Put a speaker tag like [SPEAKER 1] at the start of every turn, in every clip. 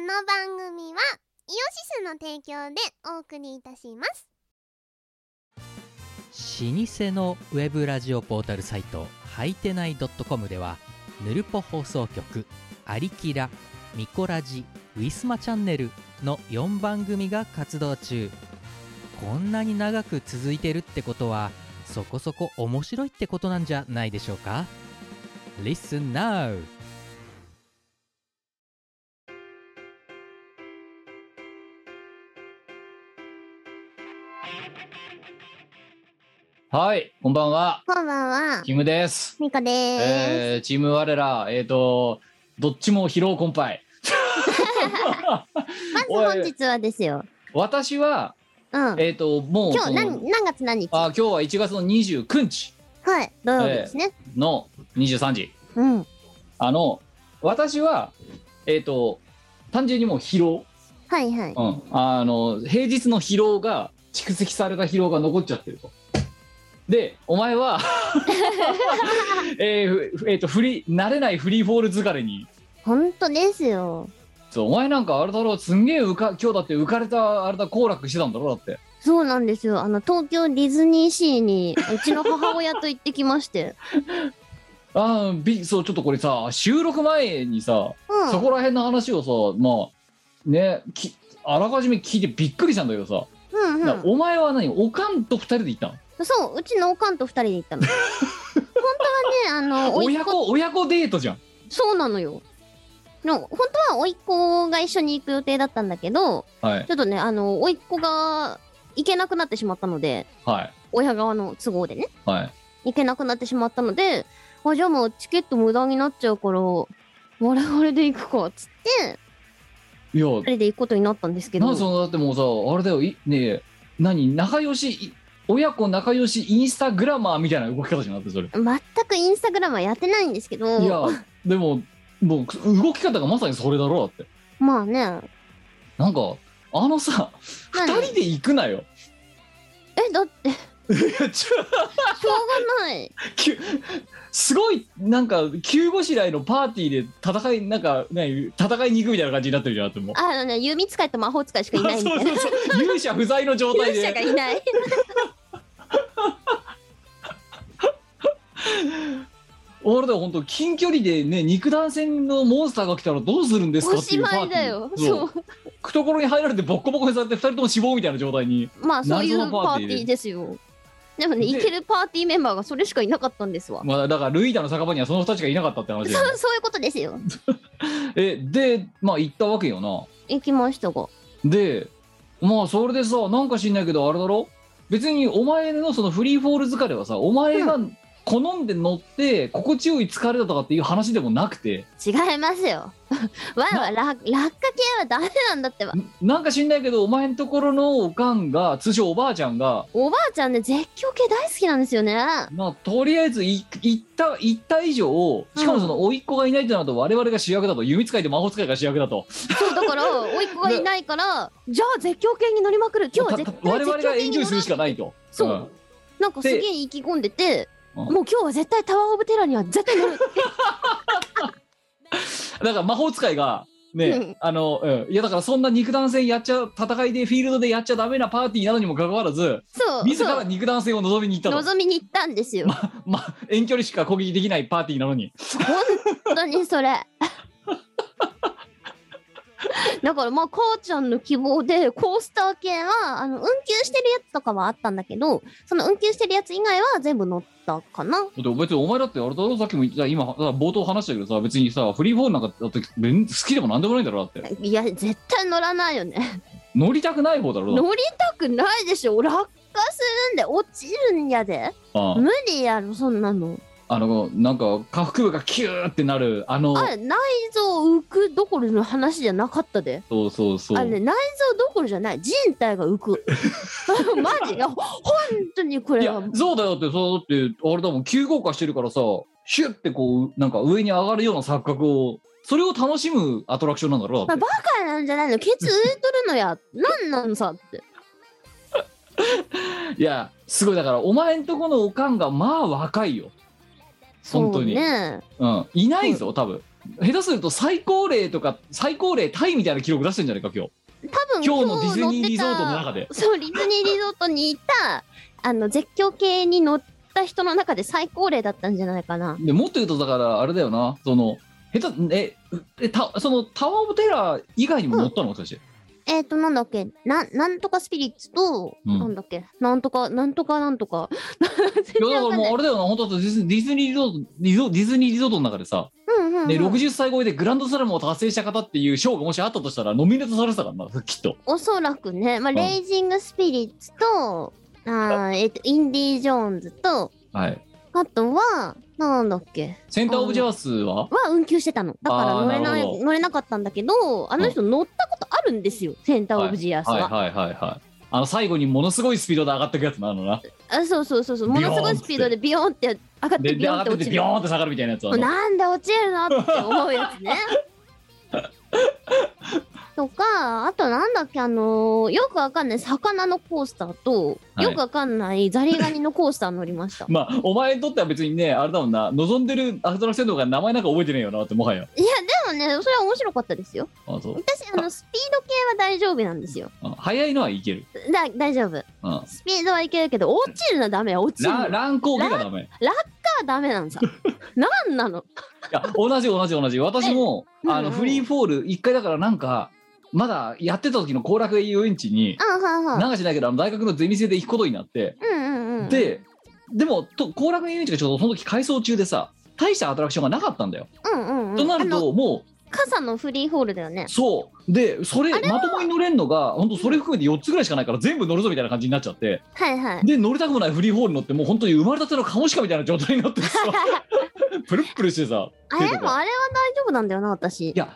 [SPEAKER 1] の番組はイオシスの提供でお送りいたします
[SPEAKER 2] 老舗のウェブラジオポータルサイトはいてない .com ではぬるぽ放送局「アリキラ」「ミコラジ」「ウィスマチャンネル」の4番組が活動中こんなに長く続いてるってことはそこそこ面白いってことなんじゃないでしょうか Listen now!
[SPEAKER 3] はい、こんばんは。
[SPEAKER 1] こんばんは
[SPEAKER 3] キムです。
[SPEAKER 1] みこでーす、
[SPEAKER 3] えーチーム我ら、えっ、と、どっちも疲労困 憊。
[SPEAKER 1] ま
[SPEAKER 3] お
[SPEAKER 1] ず
[SPEAKER 3] い
[SPEAKER 1] 本日はですよ
[SPEAKER 3] 私は、
[SPEAKER 1] うん
[SPEAKER 3] えっ、と、もう、
[SPEAKER 1] 今
[SPEAKER 3] そ
[SPEAKER 1] 日
[SPEAKER 3] の
[SPEAKER 1] 何何月何日
[SPEAKER 3] あ今日は1月の29日
[SPEAKER 1] はい土曜日ですね、
[SPEAKER 3] の23時。
[SPEAKER 1] うん
[SPEAKER 3] あの、私は、えっ、と、単純にもう疲労。
[SPEAKER 1] はいはい
[SPEAKER 3] うん。あの、平日の疲労が、蓄積された疲労が残っちゃってると。で、お 前は、 えーふえーと、フリー、慣れないフリーフォール疲れに、
[SPEAKER 1] 本当ですよ
[SPEAKER 3] そうお前なんかあれだろすんげえ浮か今日だって浮かれたあれだ行楽してたんだろだって
[SPEAKER 1] そうなんですよあの東京ディズニーシーにうちの母親と行ってきまして
[SPEAKER 3] あーびそうちょっとこれさ収録前にさ、
[SPEAKER 1] うん
[SPEAKER 3] そこら辺の話をさまあねきあらかじめ聞いてびっくりしたんだけどさ、
[SPEAKER 1] うんう
[SPEAKER 3] なお前は何おかんと二人で行ったの
[SPEAKER 1] んそううちのおかんと二人で行っ たの本当はねあの甥っ
[SPEAKER 3] 親
[SPEAKER 1] 子
[SPEAKER 3] 子親子デートじゃん
[SPEAKER 1] そうなのよ。の本当は甥っ子が一緒に行く予定だったんだけど、
[SPEAKER 3] はい
[SPEAKER 1] ちょっとね、あの、甥っ子が行けなくなってしまったので、
[SPEAKER 3] はい
[SPEAKER 1] 親側の都合でね、
[SPEAKER 3] はい
[SPEAKER 1] 行けなくなってしまったので、あ、じゃあもうチケット無駄になっちゃうから、我々で行くか、つって、
[SPEAKER 3] いや
[SPEAKER 1] 二人で行くことになったんですけ
[SPEAKER 3] な
[SPEAKER 1] ど。
[SPEAKER 3] んそのだってもうさあれだよいねえ何仲良しい親子仲良しインスタグラマーみたいな動き方じゃなくてそれ
[SPEAKER 1] 全くインスタグラムはやってないんですけど、
[SPEAKER 3] いやでももう動き方がまさにそれだろだって
[SPEAKER 1] まあね。
[SPEAKER 3] なんかあのさ二
[SPEAKER 1] 何
[SPEAKER 3] 人で行くなよ
[SPEAKER 1] え、だって、し
[SPEAKER 3] ちょ
[SPEAKER 1] ょうがない。
[SPEAKER 3] きゅすごいなんか急ごしらえのパーティーで戦いなんかね戦いに行くみたいな感じになってるじゃんだってもう
[SPEAKER 1] あのね、弓使いと魔法使いしかいないみたいな。
[SPEAKER 3] そうそうそう勇者不在の状態
[SPEAKER 1] 勇者が
[SPEAKER 3] で
[SPEAKER 1] いない。
[SPEAKER 3] 俺だよ本当近距離でね肉弾戦のモンスターが来たらどうするんですか
[SPEAKER 1] お
[SPEAKER 3] ってい
[SPEAKER 1] し
[SPEAKER 3] うパ
[SPEAKER 1] ま
[SPEAKER 3] ー
[SPEAKER 1] い
[SPEAKER 3] テ
[SPEAKER 1] だ
[SPEAKER 3] ィー
[SPEAKER 1] よ。そう。
[SPEAKER 3] 懐に入られてボッコボコにされて二人とも死亡みたいな状態に
[SPEAKER 1] まあそういう
[SPEAKER 3] 謎の
[SPEAKER 1] パ
[SPEAKER 3] パ
[SPEAKER 1] ー
[SPEAKER 3] ー
[SPEAKER 1] テ
[SPEAKER 3] ティー
[SPEAKER 1] ィーですよ。でもね、
[SPEAKER 3] で
[SPEAKER 1] 行けるパーティーメンバーがそれしかいなかったんですわ。
[SPEAKER 3] まあだからルイダの酒場にはその二人しかいなかったって
[SPEAKER 1] そ
[SPEAKER 3] 話
[SPEAKER 1] う
[SPEAKER 3] だよね
[SPEAKER 1] そういうことです よ。
[SPEAKER 3] えでまあ行ったわけよな
[SPEAKER 1] 行きましたが。
[SPEAKER 3] でまあそれでさなんか知んないけどあれだろ別にお前のそのフリーフォール疲れはさお前が好んで乗って心地よい疲れだとかっていう話でもなくて
[SPEAKER 1] 違いますよ。 わいは落落下系はダメなんだってば。
[SPEAKER 3] んなんか知んないけどお前のところのおかんが通称おばあちゃんが
[SPEAKER 1] おばあちゃんね、絶叫系大好きなんですよね。
[SPEAKER 3] まあとりあえずい行った行った以上しかもその甥っ子がいないとなると我々が主役だと弓使いと魔法使いが主役だと
[SPEAKER 1] そう、だから、 甥っ子がいないから、じゃあ絶叫系に乗りまくる。今日は絶
[SPEAKER 3] たた
[SPEAKER 1] 対
[SPEAKER 3] 我
[SPEAKER 1] 絶
[SPEAKER 3] 々が
[SPEAKER 1] 叫系
[SPEAKER 3] エン
[SPEAKER 1] に
[SPEAKER 3] ジョイ
[SPEAKER 1] 乗
[SPEAKER 3] す
[SPEAKER 1] る
[SPEAKER 3] るし。かないと
[SPEAKER 1] そうんなんかすげえ意気込んでて、
[SPEAKER 3] うん
[SPEAKER 1] もう今日は絶対タワーオブテラーには絶対乗る。
[SPEAKER 3] だから魔法使いがね、
[SPEAKER 1] うん
[SPEAKER 3] あの、うん、いやだからそんな肉弾戦やっちゃう戦いでフィールドでやっちゃダメなパーティーなのにもかかわらず
[SPEAKER 1] そう、
[SPEAKER 3] 自
[SPEAKER 1] そ
[SPEAKER 3] ら
[SPEAKER 1] う。
[SPEAKER 3] 肉弾戦を望みに行ったと、
[SPEAKER 1] 望みに行ったんですよ。
[SPEAKER 3] まあ、遠距離しか攻撃できないパーティーなのに
[SPEAKER 1] 本当にそれだからまあ母ちゃんの希望でコースター系はあの運休してるやつとかはあったんだけどその運休してるやつ以外は全部乗ったかな
[SPEAKER 3] だって別にお前だってあれだろさっきも言った今冒頭話したけどさ別にさフリーフォールなんかだってべん好きでもなんでもないんだろだって
[SPEAKER 1] いや絶対乗らないよね
[SPEAKER 3] 乗りたくない方だろだって
[SPEAKER 1] 乗りたくないでしょ落下するんで落ちるんやで
[SPEAKER 3] ああ
[SPEAKER 1] 無理やろそんなの
[SPEAKER 3] あのなんか下腹部がキューってなるあの
[SPEAKER 1] あれ内臓浮くどころの話じゃなかったで
[SPEAKER 3] そうそうそう
[SPEAKER 1] あのね内臓どころじゃない人体が浮く マジいやほ本当にこ
[SPEAKER 3] い
[SPEAKER 1] れ
[SPEAKER 3] や
[SPEAKER 1] は
[SPEAKER 3] そうだよってそうだってあれだもん急降下してるからさシュッてこうなんか上に上がるような錯覚をそれを楽しむアトラクションなんだろだって
[SPEAKER 1] バカなんじゃないのケツ浮いとるのやなんなんさって
[SPEAKER 3] いやすごいだからお前んとこのおかんがまあ若いよ本当に
[SPEAKER 1] そうね
[SPEAKER 3] うんいないぞ多分下手すると最高齢とか最高齢タイみたいな記録出してるんじゃないか今日
[SPEAKER 1] 多分
[SPEAKER 3] 今
[SPEAKER 1] 今
[SPEAKER 3] 日
[SPEAKER 1] 日
[SPEAKER 3] のディズニーリゾートの
[SPEAKER 1] 乗
[SPEAKER 3] 中
[SPEAKER 1] って
[SPEAKER 3] で
[SPEAKER 1] たそうディズニーリゾートにいたあの絶叫系に乗った人の中で最高齢だったんじゃないかな
[SPEAKER 3] でもっと言うとだからあれだよなその下手ええたそのタワー・オブ・テラー以外にも乗ったの私
[SPEAKER 1] えっ、となんだっけななんとかスピリッツと、
[SPEAKER 3] うん
[SPEAKER 1] なんだっけなんとかなんとかなんとか
[SPEAKER 3] い
[SPEAKER 1] 全
[SPEAKER 3] や
[SPEAKER 1] 然わ
[SPEAKER 3] だか
[SPEAKER 1] からん
[SPEAKER 3] もう
[SPEAKER 1] ない
[SPEAKER 3] あれだよな本当だとディズディズニーリゾートリゾディズニーリゾートの中でさ、
[SPEAKER 1] うんうん、うん
[SPEAKER 3] ね、60歳超えでグランドスラムを達成した方っていう賞がもしあったとしたらノミネートされてたからなきっと
[SPEAKER 1] おそらくね、まあ、
[SPEAKER 3] うん
[SPEAKER 1] レイジングスピリッツと、あーえっと、インディ・ジョーンズと、
[SPEAKER 3] はい
[SPEAKER 1] あとは、なんだっけ、
[SPEAKER 3] センター・オブ・ジェアスは
[SPEAKER 1] は運休してたの。だから乗れな
[SPEAKER 3] あーなるほ
[SPEAKER 1] い
[SPEAKER 3] ど
[SPEAKER 1] 乗れなかったんだけど、あの人乗ったことあるんですよ、センター・オブ・ジアスは。
[SPEAKER 3] はいはいはいはいあの最後にものすごいスピードで上がってくやつなあのな
[SPEAKER 1] あそうそうそうそう、も
[SPEAKER 3] ビヨーン
[SPEAKER 1] のすごいスピードでビヨーンって上がって
[SPEAKER 3] で
[SPEAKER 1] ビ
[SPEAKER 3] で
[SPEAKER 1] ヨ
[SPEAKER 3] 上
[SPEAKER 1] ーンっ
[SPEAKER 3] がってて
[SPEAKER 1] 落
[SPEAKER 3] て
[SPEAKER 1] ち
[SPEAKER 3] ビ
[SPEAKER 1] る
[SPEAKER 3] ヨー。ンって下がるみたいなやつあの
[SPEAKER 1] なんで落ちるのって思うやつ ね。とかあとなんだっけあのーよくわかんない魚のコースターと、
[SPEAKER 3] はい。
[SPEAKER 1] よくわかんないザリガニのコースター乗りました
[SPEAKER 3] まあお前にとっては別にねあれだもんな望んでるアトラクションとか名前なんか覚えてねえよなってもはや
[SPEAKER 1] いやでもねそれは面白かったですよ。
[SPEAKER 3] あそう
[SPEAKER 1] 私あのスピード系は大丈夫なんですよ。
[SPEAKER 3] あ早いのはいける、
[SPEAKER 1] だ大丈夫。
[SPEAKER 3] うん、
[SPEAKER 1] スピードはいけるけど落ちるのはダメよ落ちるの
[SPEAKER 3] ラ
[SPEAKER 1] は
[SPEAKER 3] 乱高下がダメ
[SPEAKER 1] ダメな のさ。なんなの
[SPEAKER 3] いや同じ同じ同じ私も
[SPEAKER 1] え
[SPEAKER 3] あ
[SPEAKER 1] うんう
[SPEAKER 3] の
[SPEAKER 1] ん
[SPEAKER 3] フリーフォール一回だからなんかまだやってた時の後楽遊園地に
[SPEAKER 1] あはんはん
[SPEAKER 3] なんかしないけどあの大学のゼミ生で行くことになって
[SPEAKER 1] うんうんうん。
[SPEAKER 3] ででもと後楽遊園地がちょうどその時改装中でさ大したアトラクションがなかったんだよ、
[SPEAKER 1] うんうんうん、
[SPEAKER 3] となる
[SPEAKER 1] あの
[SPEAKER 3] とも
[SPEAKER 1] 傘のフリーホールだよね
[SPEAKER 3] う。そうでそれまともに乗れんのが本当それ含めて4つぐらいしかないから全部乗るぞみたいな感じになっちゃって
[SPEAKER 1] はいはい。
[SPEAKER 3] で乗りたくもないフリーフォール乗ってもう本当に生まれたてのカモシカみたいな状態に なってさプルップルしてさ
[SPEAKER 1] あ
[SPEAKER 3] 手
[SPEAKER 1] れ
[SPEAKER 3] とか
[SPEAKER 1] でもあれは大丈夫なんだよな私
[SPEAKER 3] い。や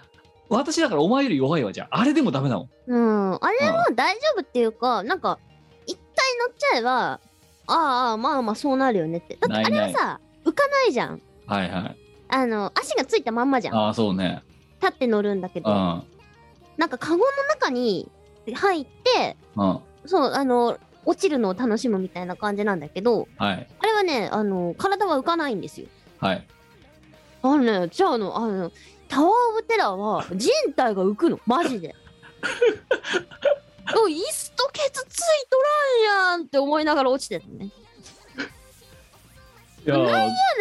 [SPEAKER 3] 私だからお前より弱いわじゃああれでもダメだもん
[SPEAKER 1] うん、あれは大丈夫っていうか、なんか、一回乗っちゃえば、ああ、まあまあそうなるよねって。だってあれはさ、浮かないじゃん。
[SPEAKER 3] はいはい
[SPEAKER 1] あの、足がついたまんまじゃん。
[SPEAKER 3] ああそうね
[SPEAKER 1] 立って乗るんだけ
[SPEAKER 3] う
[SPEAKER 1] ど、
[SPEAKER 3] ん
[SPEAKER 1] なんかカゴの中に入って、
[SPEAKER 3] うん
[SPEAKER 1] そう、あの、落ちるのを楽しむみたいな感じなんだけど、
[SPEAKER 3] はい
[SPEAKER 1] あれはね、あの、体は浮かないんですよ。
[SPEAKER 3] はい
[SPEAKER 1] あのね、じゃああの、あの、タワーオブテラーは人体が浮 くの、マジで。お椅子とケツついとらんやんって思いながら落ちてたね。
[SPEAKER 3] いやー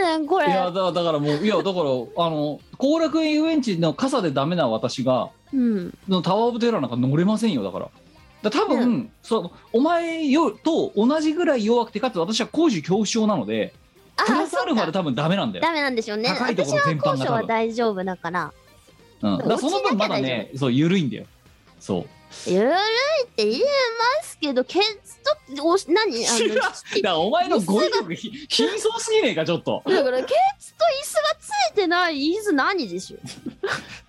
[SPEAKER 1] やねん、これ。
[SPEAKER 3] いやだだからもういやだからあの後楽園遊園地の傘でダメな私が
[SPEAKER 1] うん。
[SPEAKER 3] のタワー・オブ・テラーなんか乗れませんよだからだ多分、
[SPEAKER 1] う
[SPEAKER 3] そのお前よと同じぐらい弱くてかつ私は高所恐怖症なので
[SPEAKER 1] あ
[SPEAKER 3] プラスアルファで
[SPEAKER 1] だ。
[SPEAKER 3] 多分ダメなんだよ、
[SPEAKER 1] ダメなんでしょうね。
[SPEAKER 3] 高いと
[SPEAKER 1] 私
[SPEAKER 3] ころ
[SPEAKER 1] は
[SPEAKER 3] 全般が
[SPEAKER 1] 高所は大丈夫だから。
[SPEAKER 3] うん、だからその分まだねそう緩いんだよそう
[SPEAKER 1] ゆるいって言いますけど、ケツと、おし何あ
[SPEAKER 3] 知らんだ
[SPEAKER 1] の
[SPEAKER 3] か、らお前の語彙 力ひ貧相すぎねえかちょっと
[SPEAKER 1] だからケツと椅子がついてない椅子何でし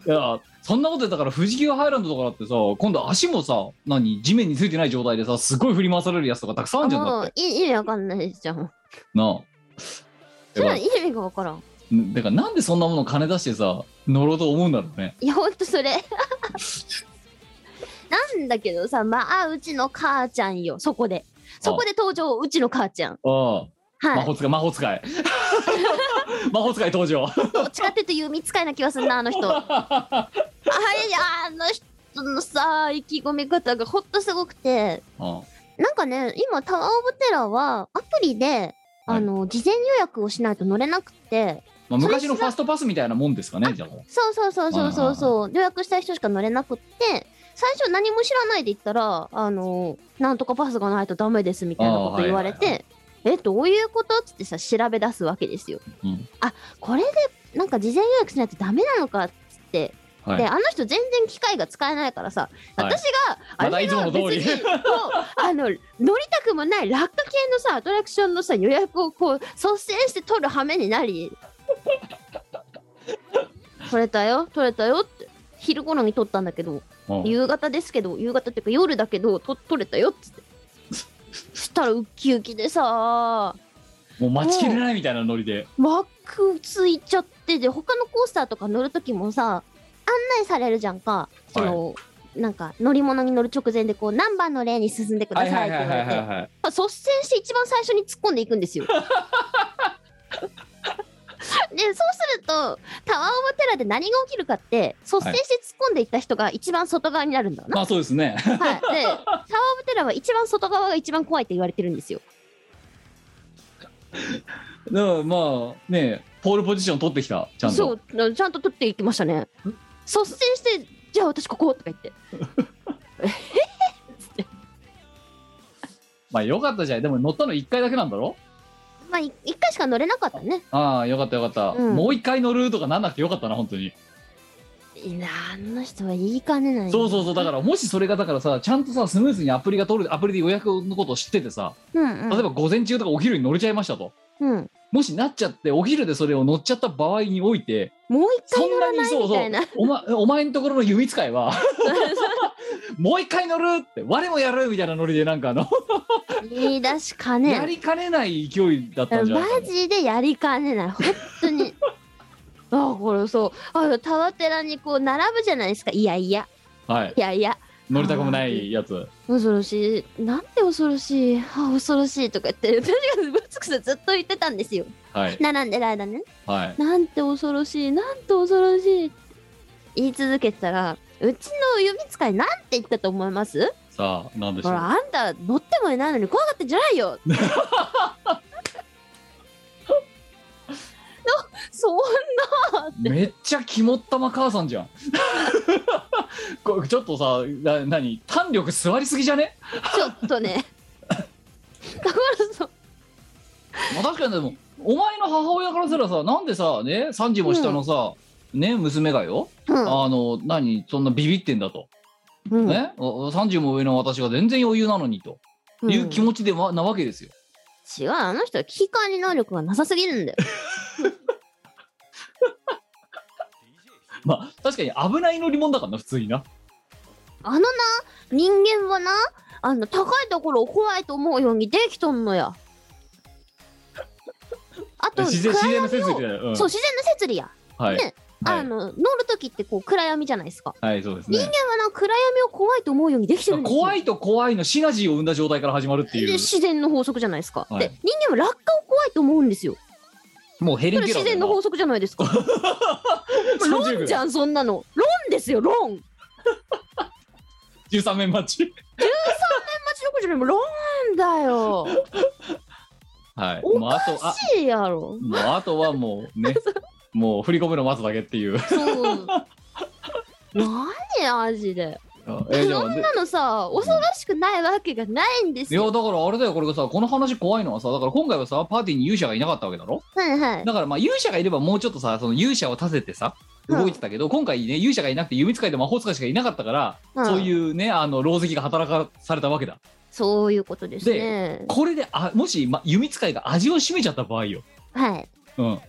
[SPEAKER 1] ょ
[SPEAKER 3] いやそんなことでだから富士急ハイランドとかだってさ今度足もさ何地面についてない状態でさすごい振り回されるやつとかたくさんあるんじゃんだ
[SPEAKER 1] も
[SPEAKER 3] って
[SPEAKER 1] うい意味わかんないじゃん。
[SPEAKER 3] なあ
[SPEAKER 1] それは意味がわからん。
[SPEAKER 3] だからなんでそんなもの金出してさ乗ろうと思うんだろうね
[SPEAKER 1] いやほんとそ れなんだけどさまあうちの母ちゃんよそこでそこで登場うちの母ちゃん
[SPEAKER 3] ああ魔
[SPEAKER 1] はい
[SPEAKER 3] 法使い魔法使 い魔法使い登場
[SPEAKER 1] どっちかっていうと弓使いな気がするなあの人あれあの人のさ意気込み方がほんとすごくて
[SPEAKER 3] あ
[SPEAKER 1] なんかね今タワー・オブ・テラーはアプリであの、事前予約をしないと乗れなくて
[SPEAKER 3] まあ、昔のファストパスみたいなもんですかねじゃあ
[SPEAKER 1] そうそうそうそうそうそう予約した人しか乗れなくって最初何も知らないで行ったらあのなんとかパスがないとダメですみたいなこ
[SPEAKER 3] あー
[SPEAKER 1] と言われて、
[SPEAKER 3] はい
[SPEAKER 1] えどういうことっつってさ調べ出すわけですよ、
[SPEAKER 3] うん
[SPEAKER 1] あこれでなんか事前予約しないとダメなのかっつって、
[SPEAKER 3] は
[SPEAKER 1] で
[SPEAKER 3] い
[SPEAKER 1] あの人全然機械が使えないからさ
[SPEAKER 3] はい
[SPEAKER 1] 私が、
[SPEAKER 3] まだ
[SPEAKER 1] あれ
[SPEAKER 3] いつも
[SPEAKER 1] が
[SPEAKER 3] の
[SPEAKER 1] 別
[SPEAKER 3] 通り
[SPEAKER 1] にこうあの乗りたくもない落下系のさアトラクションのさ予約をこう率先して取る羽目にな り取れたよ取れたよって昼頃に取ったんだけど
[SPEAKER 3] うん
[SPEAKER 1] 夕方ですけど夕方っていうか夜だけどと取れたよっつっ てしたらウッキウキでさ
[SPEAKER 3] もう待ちきれないみたいなノリで
[SPEAKER 1] 幕ついちゃってで他のコースターとか乗る時もさ案内されるじゃんかその、なんか乗り物に乗る直前でこう何番のレーンに進んでくださいって言われてやっ
[SPEAKER 3] はい
[SPEAKER 1] ぱ率先して一番最初に突っ込んでいくんですよ。でそうするとタワー・オブ・テラーで何が起きるかって率先して突っ込んでいった人が一番外側になるんだよな、
[SPEAKER 3] まあそうですね
[SPEAKER 1] はい、でタワー・オブ・テラーは一番外側が一番怖いって言われてるんですよ
[SPEAKER 3] だからまあねポールポジション取ってきたちゃんと
[SPEAKER 1] そうちゃんと取っていきましたね率先して「じゃあ私ここ」とか言って
[SPEAKER 3] まあよかったじゃんでも乗ったの1回だけなんだろ
[SPEAKER 1] まあい一回しか乗れなかったね
[SPEAKER 3] ああよかったよかった、
[SPEAKER 1] うん
[SPEAKER 3] もう1回乗るとかなんなくてよかったな本当に
[SPEAKER 1] いやあの人はいい金ない
[SPEAKER 3] そうそうそうだからもしそれがだからさちゃんとさスムーズにアプリが取るアプリで予約のことを知っててさ
[SPEAKER 1] うん
[SPEAKER 3] 例えば午前中とかお昼に乗れちゃいましたと
[SPEAKER 1] うん、うん、
[SPEAKER 3] もしなっちゃってお昼でそれを乗っちゃった場合において
[SPEAKER 1] もう一
[SPEAKER 3] そ
[SPEAKER 1] 回
[SPEAKER 3] ん
[SPEAKER 1] 乗
[SPEAKER 3] な
[SPEAKER 1] ら
[SPEAKER 3] に
[SPEAKER 1] ない
[SPEAKER 3] そう
[SPEAKER 1] み
[SPEAKER 3] そ
[SPEAKER 1] た
[SPEAKER 3] う
[SPEAKER 1] いな
[SPEAKER 3] お前お前のところの弓使い は もう一回乗るって我もやるみたいなノリでなんかあの、
[SPEAKER 1] 言い出しかね
[SPEAKER 3] やりかねない勢いだったんじゃないかな
[SPEAKER 1] マジでやりかねない本当に あこれそうあタワテラにこう並ぶじゃないですかいやいや
[SPEAKER 3] はい
[SPEAKER 1] いやいや
[SPEAKER 3] 乗りたくもないやつ
[SPEAKER 1] 恐ろしいなんで恐ろしいあ恐ろしいとか言って私がぶつくさずっと言ってたんですよ
[SPEAKER 3] はい
[SPEAKER 1] 並んでる間ね
[SPEAKER 3] はい
[SPEAKER 1] なんて恐ろしいなんて恐ろしいって言い続けてたらうちの指使いなんて言ったと思います
[SPEAKER 3] さあなんでしょ
[SPEAKER 1] ほ
[SPEAKER 3] う
[SPEAKER 1] らあんた乗ってもいないのに怖がってんじゃないよ のそんなって
[SPEAKER 3] めっちゃ肝っ玉母さんじ ゃんこれちょっとさな何胆力座りすぎじゃね
[SPEAKER 1] ちょっとね。だからそう
[SPEAKER 3] まあ確かにでもお前の母親からすらさなんでさね3時も下のさ、ね娘がよ、あの何そんなビビってんだと、
[SPEAKER 1] うん、
[SPEAKER 3] ねお30も上の私が全然余裕なのにと
[SPEAKER 1] うん
[SPEAKER 3] いう気持ちでわなわけですよ
[SPEAKER 1] 違うあの人は危機管理能力がなさすぎるんだよ。
[SPEAKER 3] まあ確かに危ない乗り物だからな普通にな
[SPEAKER 1] あのな人間はなあの高いところを怖いと思うようにできとんの や。あと
[SPEAKER 3] 自然
[SPEAKER 1] 暗
[SPEAKER 3] 自
[SPEAKER 1] 闇を
[SPEAKER 3] 然の説理だよ、うん
[SPEAKER 1] そう自然の摂理や。
[SPEAKER 3] はい、
[SPEAKER 1] ね
[SPEAKER 3] はい
[SPEAKER 1] あの乗る時ってこう暗闇じゃないですか。
[SPEAKER 3] はいそうです
[SPEAKER 1] 人
[SPEAKER 3] ね
[SPEAKER 1] 間はな暗闇を怖いと思うようにできてるんですよ。
[SPEAKER 3] 怖いと怖いのシナジーを生んだ状態から始まるって
[SPEAKER 1] で
[SPEAKER 3] いう
[SPEAKER 1] 自然の法則じゃないですか。
[SPEAKER 3] はい
[SPEAKER 1] で人間は落下を怖いと思うんですよ。
[SPEAKER 3] もうヘリ
[SPEAKER 1] そ
[SPEAKER 3] ン
[SPEAKER 1] れ
[SPEAKER 3] ピラ
[SPEAKER 1] 自
[SPEAKER 3] ーだよ
[SPEAKER 1] 然
[SPEAKER 3] な
[SPEAKER 1] の法則じゃないです か。
[SPEAKER 3] 30
[SPEAKER 1] 論
[SPEAKER 3] 秒
[SPEAKER 1] じゃんそんなの論ですよ論マ
[SPEAKER 3] 13面待ち
[SPEAKER 1] ジどころじゃないもう論だよ
[SPEAKER 3] はい
[SPEAKER 1] お
[SPEAKER 3] もうあとあ
[SPEAKER 1] おかしいやろ
[SPEAKER 3] もうあとはもう ねもう振り込むの待つだけっていう
[SPEAKER 1] そう何マジで
[SPEAKER 3] えじゃ
[SPEAKER 1] そ
[SPEAKER 3] あ
[SPEAKER 1] ん
[SPEAKER 3] で
[SPEAKER 1] なのさ恐ろしくないわけがないんです
[SPEAKER 3] いや
[SPEAKER 1] よ
[SPEAKER 3] だからあれだよこれがさこの話怖いのはさだから今回はさパーティーに勇者がいなかったわけだろ
[SPEAKER 1] はいはい
[SPEAKER 3] だからまあ勇者がいればもうちょっとさその勇者を立ててさ
[SPEAKER 1] うん
[SPEAKER 3] 動いてたけど、今回ね勇者がいなくて弓使いと魔法使いしかいなかったから、
[SPEAKER 1] うん
[SPEAKER 3] そういうねあの狼藉が働かされたわけだ
[SPEAKER 1] そういうことですね
[SPEAKER 3] これであもし、ま、弓使いが味を占めちゃった場合よ、
[SPEAKER 1] はい
[SPEAKER 3] うん、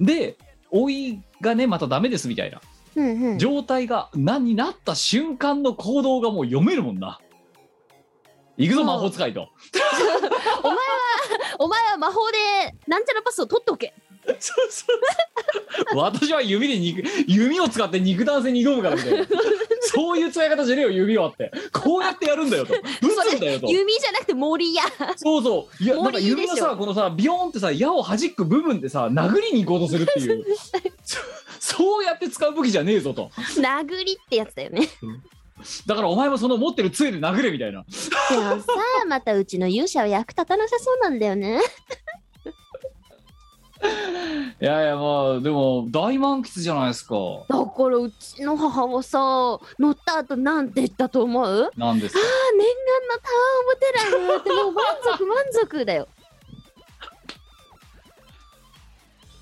[SPEAKER 3] で老いがねまたダメですみたいな
[SPEAKER 1] うんうん
[SPEAKER 3] 状態が何になった瞬間の行動がもう読めるもんな。行くぞ
[SPEAKER 1] そう
[SPEAKER 3] 魔法使いと。
[SPEAKER 1] お前は魔法でなんちゃらパスを取っておけ
[SPEAKER 3] そうそう私は指で肉弓を使って肉弾戦に挑むからみ たいな。そういう使い方じゃねえよ指はってこうやってやるんだよと打つんだよと
[SPEAKER 1] 弓じゃなくて森や
[SPEAKER 3] そうそういや
[SPEAKER 1] 森
[SPEAKER 3] なんか指
[SPEAKER 1] で
[SPEAKER 3] の
[SPEAKER 1] す
[SPEAKER 3] さ
[SPEAKER 1] よ
[SPEAKER 3] このさビヨーンってさ矢を弾く部分でさ殴りに行こうとするっ ていうそそうやって使う武器じゃねえぞと
[SPEAKER 1] 殴りってやつだよね
[SPEAKER 3] だからお前もその持ってる杖で殴れみたいな
[SPEAKER 1] でもさまたうちの勇者は役立たなさそうなんだよね
[SPEAKER 3] いやいやまあでも大満喫じゃないですか
[SPEAKER 1] だからうちの母はさ乗った後なんて言ったと思うああ念願の
[SPEAKER 3] なんですか
[SPEAKER 1] タワーオブテラーがあってもう満足満足 だよ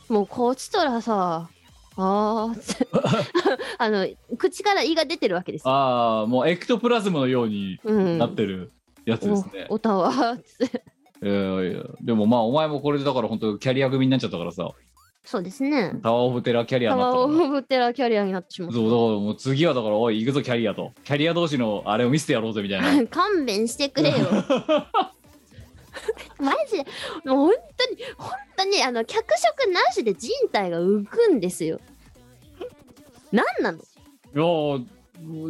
[SPEAKER 1] もうこっちとらさあーって あの口から胃が出てるわけですよ、
[SPEAKER 3] ああもうエクトプラズムのように
[SPEAKER 1] うん、
[SPEAKER 3] なってるやつですね、
[SPEAKER 1] おおたわって
[SPEAKER 3] いやいやでもまあお前もこれでだから本当キャリア組になっちゃったからさ
[SPEAKER 1] そうですね
[SPEAKER 3] タワーオブテラーキャリア
[SPEAKER 1] タ
[SPEAKER 3] にな
[SPEAKER 1] ワー
[SPEAKER 3] ったか
[SPEAKER 1] オ
[SPEAKER 3] らね
[SPEAKER 1] ブテラーキャリアになってしまっ
[SPEAKER 3] そうだからもう次はだからおい行くぞキャリアとキャリア同士のあれを見せてやろうぜみたい
[SPEAKER 1] た
[SPEAKER 3] な
[SPEAKER 1] 勘弁してくれよ マジでもう本当に本当にあの脚色なしで人体が浮くんですよ何なの
[SPEAKER 3] いやー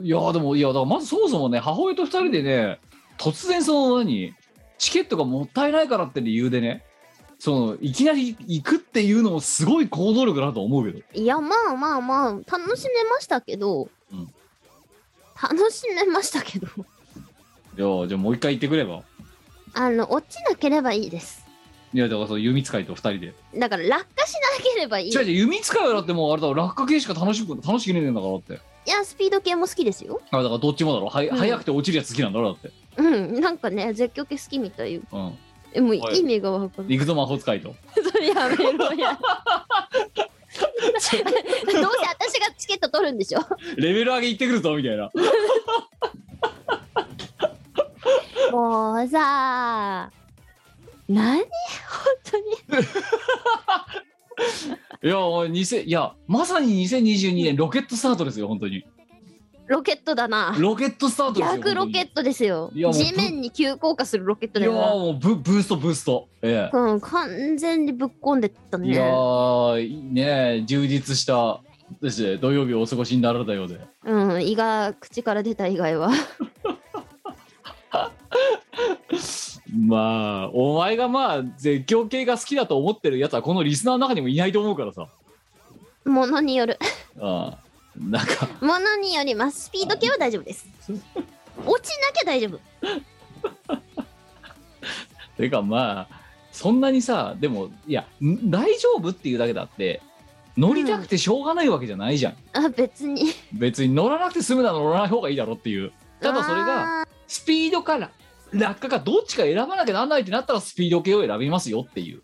[SPEAKER 3] いやーでもいやだからまずそもそもね母親と二人でね突然その何チケットがもったいないからって理由でねそのいきなり行くっていうのもすごい行動力だと思うけど
[SPEAKER 1] いやまあまあまあ楽しめましたけど、
[SPEAKER 3] うん
[SPEAKER 1] 楽しめましたけど
[SPEAKER 3] いやじゃあもう一回行ってくれば
[SPEAKER 1] あの落ちなければいいです
[SPEAKER 3] いやだからその弓使いと二人で
[SPEAKER 1] だから落下しなければいい
[SPEAKER 3] 違う違う弓使いはだってもうあれだろ落下系しか楽しく楽しきれねえんだからだって
[SPEAKER 1] いやスピード系も好きですよ
[SPEAKER 3] あだからどっちもだろは、い
[SPEAKER 1] うん
[SPEAKER 3] 早くて落ちるやつ好きなんだろだって
[SPEAKER 1] うんなんかね絶叫系好きみたいよ
[SPEAKER 3] うん
[SPEAKER 1] えもう
[SPEAKER 3] はい
[SPEAKER 1] 意味がわかんない
[SPEAKER 3] 行くぞ魔法使いと
[SPEAKER 1] それやめろ やどうせ私がチケット取るんでしょ
[SPEAKER 3] レベル上げ行ってくるぞみたいな
[SPEAKER 1] もうさ何本当に
[SPEAKER 3] いやお前2000いやまさに2022年ロケットスタートですよ本当に
[SPEAKER 1] ロケットだな
[SPEAKER 3] ロケットスタートですよ
[SPEAKER 1] 逆ロケットですよ
[SPEAKER 3] いやもう
[SPEAKER 1] 地面に急降下するロケット
[SPEAKER 3] トい
[SPEAKER 1] だ
[SPEAKER 3] や
[SPEAKER 1] よな
[SPEAKER 3] もうブブーストブーストえ
[SPEAKER 1] うん、完全にぶっこんでった
[SPEAKER 3] えいや
[SPEAKER 1] ね。
[SPEAKER 3] ーいいね充実したですね土曜日をお過ごしになられたようで
[SPEAKER 1] うん、胃が口から出た以外は。
[SPEAKER 3] まあお前がまあ絶叫系が好きだと思ってるやつはこのリスナーの中にもいないと思うからさ
[SPEAKER 1] ものによる。
[SPEAKER 3] ああなんか
[SPEAKER 1] ものによります。スピード系は大丈夫です。落ちなきゃ大丈夫。
[SPEAKER 3] ていうかまあそんなにさでもいやん大丈夫っていうだけだって乗りたくてしょうがないわけじゃないじゃん、
[SPEAKER 1] あ、別に。
[SPEAKER 3] 別に乗らなくて済むなら乗らない方がいいだろっていうただそれが
[SPEAKER 1] あー。
[SPEAKER 3] スピードから落下かどっちか選ばなきゃなんないってなったらスピード系を選びますよっていう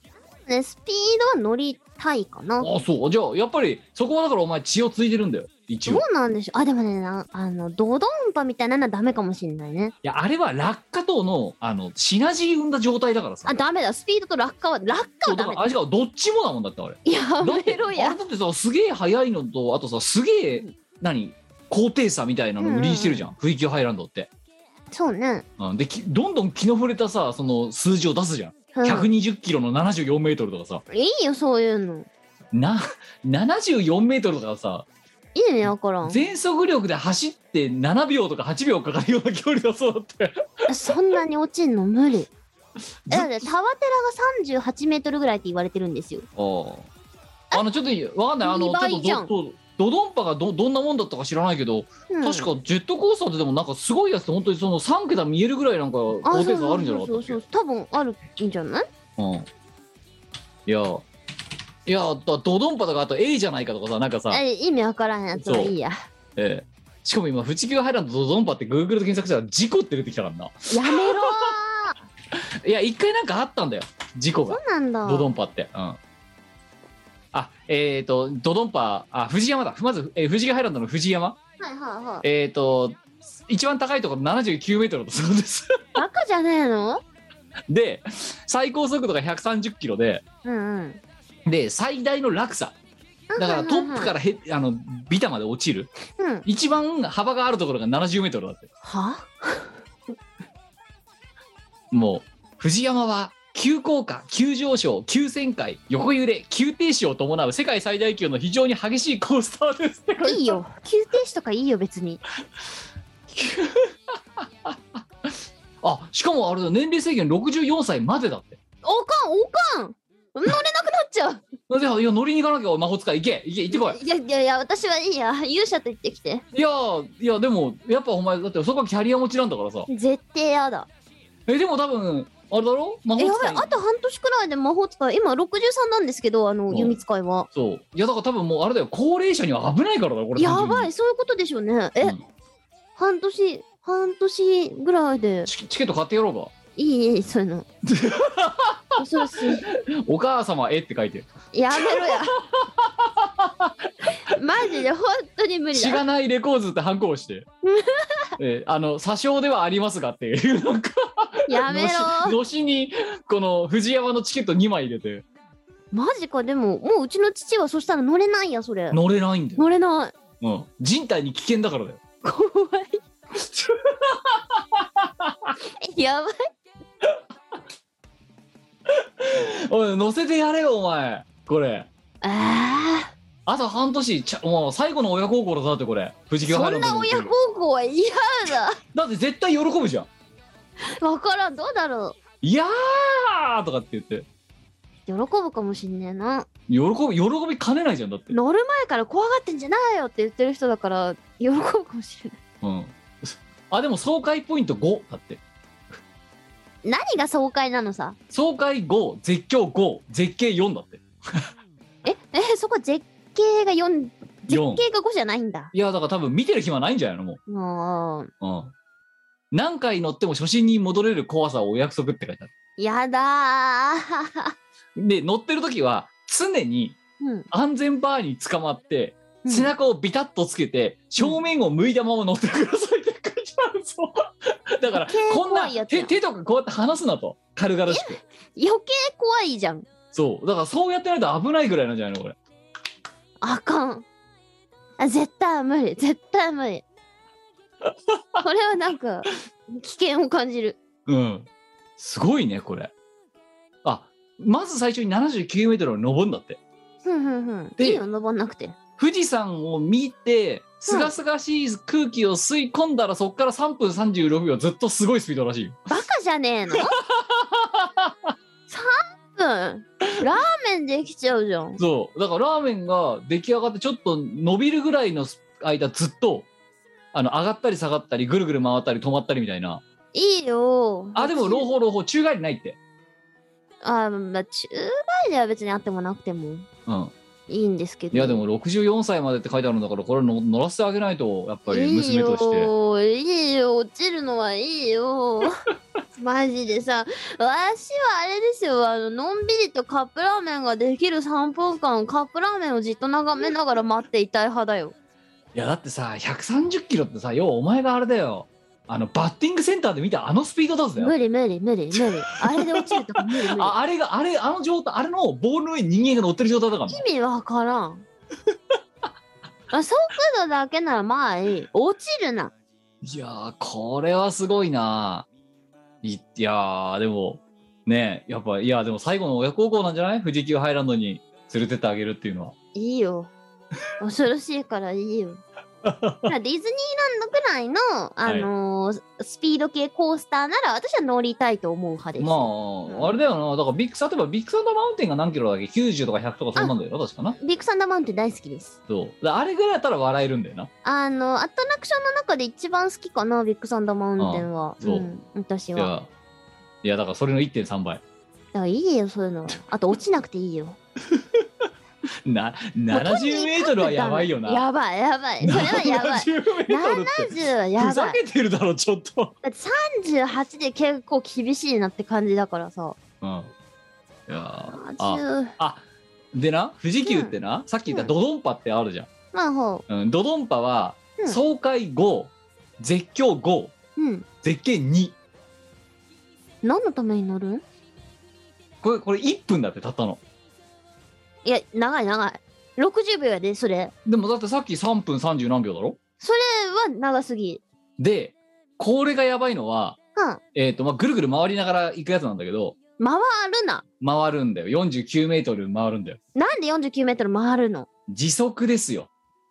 [SPEAKER 1] ね、スピードは乗りたいかな。
[SPEAKER 3] ああそうじゃあやっぱりそこはだからお前血をついてるんだよ一
[SPEAKER 1] ど
[SPEAKER 3] 応いう
[SPEAKER 1] なんでしょうあ、でもね、なあの、ドドンパみたいなのはダメかもしんないね。
[SPEAKER 3] やあれは落下等のあのシナジー生んだ状態だからさ
[SPEAKER 1] あ、ダメだ。スピードと落下は、落下
[SPEAKER 3] そ
[SPEAKER 1] は
[SPEAKER 3] うだ
[SPEAKER 1] ダ
[SPEAKER 3] か
[SPEAKER 1] メ
[SPEAKER 3] らあれしかもどっちもだもんだってあれ
[SPEAKER 1] や
[SPEAKER 3] だっ
[SPEAKER 1] め
[SPEAKER 3] て
[SPEAKER 1] ろ
[SPEAKER 3] あ
[SPEAKER 1] や
[SPEAKER 3] れ。だってさすげえ速いのとあとさすげえ何高低差みたいなの売りにしてるじゃん、富士急ハイランドって、
[SPEAKER 1] そうね。
[SPEAKER 3] うん、できどんどん気の触れたさその数字を出すじゃん、
[SPEAKER 1] うん、
[SPEAKER 3] 120キロの74メートルとかさ
[SPEAKER 1] いいよ、そういうの。
[SPEAKER 3] な74メートルとかさ
[SPEAKER 1] 意味わからん。
[SPEAKER 3] 全速力で走って7秒とか8秒かかるような距離だそう だって
[SPEAKER 1] そんなに落ちんの無理。え
[SPEAKER 3] ず
[SPEAKER 1] だってタワテラが38メートルぐらいって言われてるんですよ。
[SPEAKER 3] あのちょっといいわかんないあの
[SPEAKER 1] 二
[SPEAKER 3] ち
[SPEAKER 1] 倍
[SPEAKER 3] ょっ
[SPEAKER 1] じゃん
[SPEAKER 3] とどどドドンパがどどんなもんだったか知らないけど、
[SPEAKER 1] うん、
[SPEAKER 3] 確かジェットコースターででもなんかすごいやつって本当にその3桁見えるぐらいなんか高低差あるんじゃなかった
[SPEAKER 1] そ
[SPEAKER 3] っ
[SPEAKER 1] うそうそ
[SPEAKER 3] け
[SPEAKER 1] うそう多分あるんじゃない
[SPEAKER 3] うん。いや、いや、だドドンパとかあと A じゃないかとかさ、なんかさ、
[SPEAKER 1] え意味わからんやつはいいや。
[SPEAKER 3] ええしかも今、富士急ハイランドドドンパって Google で検索したら事故って出てきたからな。
[SPEAKER 1] やめろ
[SPEAKER 3] いや、一回なんかあったんだよ、事 故が
[SPEAKER 1] ー。そうなんだ。
[SPEAKER 3] ドドンパって。うん。あ、えっ、ー、と、ドドンパ、あ、富士山だ。まず、えー富士急ハイランドの富士山。
[SPEAKER 1] はいはいはい。
[SPEAKER 3] えっ、ー、と、一番高いところ79メートルだそうです。
[SPEAKER 1] バカじゃねえの
[SPEAKER 3] で、最高速度が130キロで、
[SPEAKER 1] うんうん。。
[SPEAKER 3] で、最大の落差。だからトップかららへあのビタまで落ちる。
[SPEAKER 1] うん。
[SPEAKER 3] 一番幅があるところが7 0ルだって
[SPEAKER 1] は
[SPEAKER 3] もう藤山は急降下急上昇急旋回横揺れ急停止を伴う世界最大級の非常に激しいコースターですって
[SPEAKER 1] いいよ。急停止とかいいよ別に。
[SPEAKER 3] あしかもあれだ年齢制限64歳までだって
[SPEAKER 1] おかんおかん乗れなくなっちゃう。
[SPEAKER 3] でいや乗りに行かなきゃ魔法使い行け行け行ってこい
[SPEAKER 1] いやいやいや私はいいや。勇者と言ってきて。
[SPEAKER 3] いやーいやでもやっぱお前だってそこはキャリア持ちなんだからさ
[SPEAKER 1] 絶対やだ。
[SPEAKER 3] えでも多分あれだろ魔
[SPEAKER 1] え
[SPEAKER 3] 法
[SPEAKER 1] や
[SPEAKER 3] 使
[SPEAKER 1] ば
[SPEAKER 3] い
[SPEAKER 1] いあと半年くらいで魔法使い今63なんですけどあ
[SPEAKER 3] う
[SPEAKER 1] の
[SPEAKER 3] ん
[SPEAKER 1] 弓使いは
[SPEAKER 3] そういやだから多分もうあれだよ高齢者には危ないからだよこれ
[SPEAKER 1] やばいそういうことでしょうねえ、
[SPEAKER 3] うん
[SPEAKER 1] 半年半年ぐらいで
[SPEAKER 3] チチケット買ってやろうか
[SPEAKER 1] いいいいそういう の恐ろしい
[SPEAKER 3] お母様へって書いて
[SPEAKER 1] やめろ やマジで本当に無理
[SPEAKER 3] し
[SPEAKER 1] だ
[SPEAKER 3] がないレコーズって反抗して えーあの詐称ではありますがっていうなんか
[SPEAKER 1] やめろ
[SPEAKER 3] のしのしにこの藤山のチケット2枚入れて
[SPEAKER 1] マジかでももううちの父はそしたら乗れないやそれ
[SPEAKER 3] 乗れないんだよ、
[SPEAKER 1] 乗れない
[SPEAKER 3] うん、人体に危険だからだよ
[SPEAKER 1] 怖 いやばい
[SPEAKER 3] おい乗せてやれよお前これ
[SPEAKER 1] あ
[SPEAKER 3] あと半年ちゃもう最後の親孝行だぞだってこれ藤
[SPEAKER 1] ー
[SPEAKER 3] 木が
[SPEAKER 1] そんな親孝行は嫌だ
[SPEAKER 3] だって絶対喜ぶじゃん
[SPEAKER 1] わからんどうだろう
[SPEAKER 3] いやーとかって言って
[SPEAKER 1] 喜ぶかもしんねえな
[SPEAKER 3] 喜び喜びかねないじゃんだって、
[SPEAKER 1] 乗る前から怖がってんじゃないよって言ってる人だから喜ぶかもしれない
[SPEAKER 3] うん、あでも爽快ポイント5だって
[SPEAKER 1] 何が爽快なのさ
[SPEAKER 3] 爽快5絶叫5絶景4だって
[SPEAKER 1] ええそこ絶景が4絶
[SPEAKER 3] 4
[SPEAKER 1] 景が5じゃないんだ
[SPEAKER 3] いやだから多分見てる暇ないんじゃないのも
[SPEAKER 1] もう
[SPEAKER 3] う、うん、何回乗っても初心に戻れる怖さをお約束って書いてあ
[SPEAKER 1] やだー
[SPEAKER 3] るで乗ってる時は常に
[SPEAKER 1] うん
[SPEAKER 3] 安全バーに捕まって
[SPEAKER 1] うん
[SPEAKER 3] 背中をビタッとつけて正面を向いたまま乗ってくださいって書いてあるぞだから
[SPEAKER 1] 余計
[SPEAKER 3] こん
[SPEAKER 1] 怖
[SPEAKER 3] ない
[SPEAKER 1] やつや
[SPEAKER 3] 手手とかこうやって離すなと軽々しく
[SPEAKER 1] 余計怖いじゃん
[SPEAKER 3] そうだからそうやってないと危ないぐらいなんじゃないのこれ
[SPEAKER 1] あかんあ絶対無理絶対無理これはなんか危険を感じる
[SPEAKER 3] うんすごいねこれあまず最初に 79m を登るんだって
[SPEAKER 1] ふんふんふん
[SPEAKER 3] で
[SPEAKER 1] いいよ登んなくて
[SPEAKER 3] 富士山を見てすがすがしい空気を吸い込んだらそっから3分36秒ずっとすごいスピードらしいよ
[SPEAKER 1] バカじゃねえの3分ラーメンできちゃうじゃん
[SPEAKER 3] そうだからラーメンが出来上がってちょっと伸びるぐらいの間ずっとあの上がったり下がったりぐるぐる回ったり止まったりみたいない
[SPEAKER 1] いよ
[SPEAKER 3] あでも朗報朗報宙返りないって
[SPEAKER 1] あまあ中前では別にあってもなくても
[SPEAKER 3] うん
[SPEAKER 1] いいんですけど
[SPEAKER 3] いやでも64歳までって書いてあるんだからこれの乗らせてあげないとやっぱり娘として
[SPEAKER 1] いいよいいよ落ちるのはいいよ マジでさ私はあれですよあののんびりとカップラーメンができる3分間カップラーメンをじっと眺めながら待っていたい派だよ
[SPEAKER 3] いやだってさ130キロってさようお前があれだよあのバッティングセンターで見たあのスピードだぜ
[SPEAKER 1] 無理無理無理無理あれで落ちるとか無理無理
[SPEAKER 3] ああれがあれあの状態あれのボールの上に人間が乗ってる状態だからね
[SPEAKER 1] 意味わからん あ速度だけならまあいい落ちるない
[SPEAKER 3] やーこれはすごいないいやーでもねやっぱいやでも最後の親孝行なんじゃない富士急ハイランドに連れてってあげるっていうの
[SPEAKER 1] いい よ恐ろしいからいいよだからディズニーランドくらいの、あのースピード系コースターなら私は乗りたいと思う派です
[SPEAKER 3] はま
[SPEAKER 1] うん
[SPEAKER 3] ああれだよなだからビッグ例えばビッグサンダーマウンテンが何キロだっけ90とか100とかそんなんだよな確かな
[SPEAKER 1] ビッグサンダーマウンテン大好きです
[SPEAKER 3] そうだからあれぐらいだったら笑えるんだよな
[SPEAKER 1] あのアトラクションの中で一番好きかなビッグサンダーマウンテンは、
[SPEAKER 3] あそうん
[SPEAKER 1] 私
[SPEAKER 3] い
[SPEAKER 1] は
[SPEAKER 3] やいやだからそれの1.3倍
[SPEAKER 1] だからいいよそういうのはあと落ちなくていいよ
[SPEAKER 3] な
[SPEAKER 1] もうとに
[SPEAKER 3] 70メートルはやばいよな
[SPEAKER 1] やばいやばいそれはやばい
[SPEAKER 3] 70メートルって
[SPEAKER 1] 70はやば
[SPEAKER 3] ふ
[SPEAKER 1] い
[SPEAKER 3] ざけてるだろちょっと
[SPEAKER 1] だって38で結構厳しいなって感じだからさ
[SPEAKER 3] うんいやーあ
[SPEAKER 1] 70
[SPEAKER 3] あでな富士急ってな、さっき言ったドドンパってあるじゃん、
[SPEAKER 1] まあほ
[SPEAKER 3] うん、ドドンパは
[SPEAKER 1] うん
[SPEAKER 3] 爽快5、絶叫5
[SPEAKER 1] ううん
[SPEAKER 3] 絶景2
[SPEAKER 1] 何のために乗るん
[SPEAKER 3] これこれ1分だってたったの
[SPEAKER 1] いや長い長い60秒やでそれ
[SPEAKER 3] でもだってさっき3分30何秒だろ
[SPEAKER 1] それは長すぎ
[SPEAKER 3] でこれがやばいのは、
[SPEAKER 1] うん
[SPEAKER 3] えっ、とまあぐるぐる回りながら行くやつなんだけど
[SPEAKER 1] 回るな
[SPEAKER 3] 回るんだよ49メートル回るんだよ
[SPEAKER 1] なんで 49m 回るの
[SPEAKER 3] 時速ですよ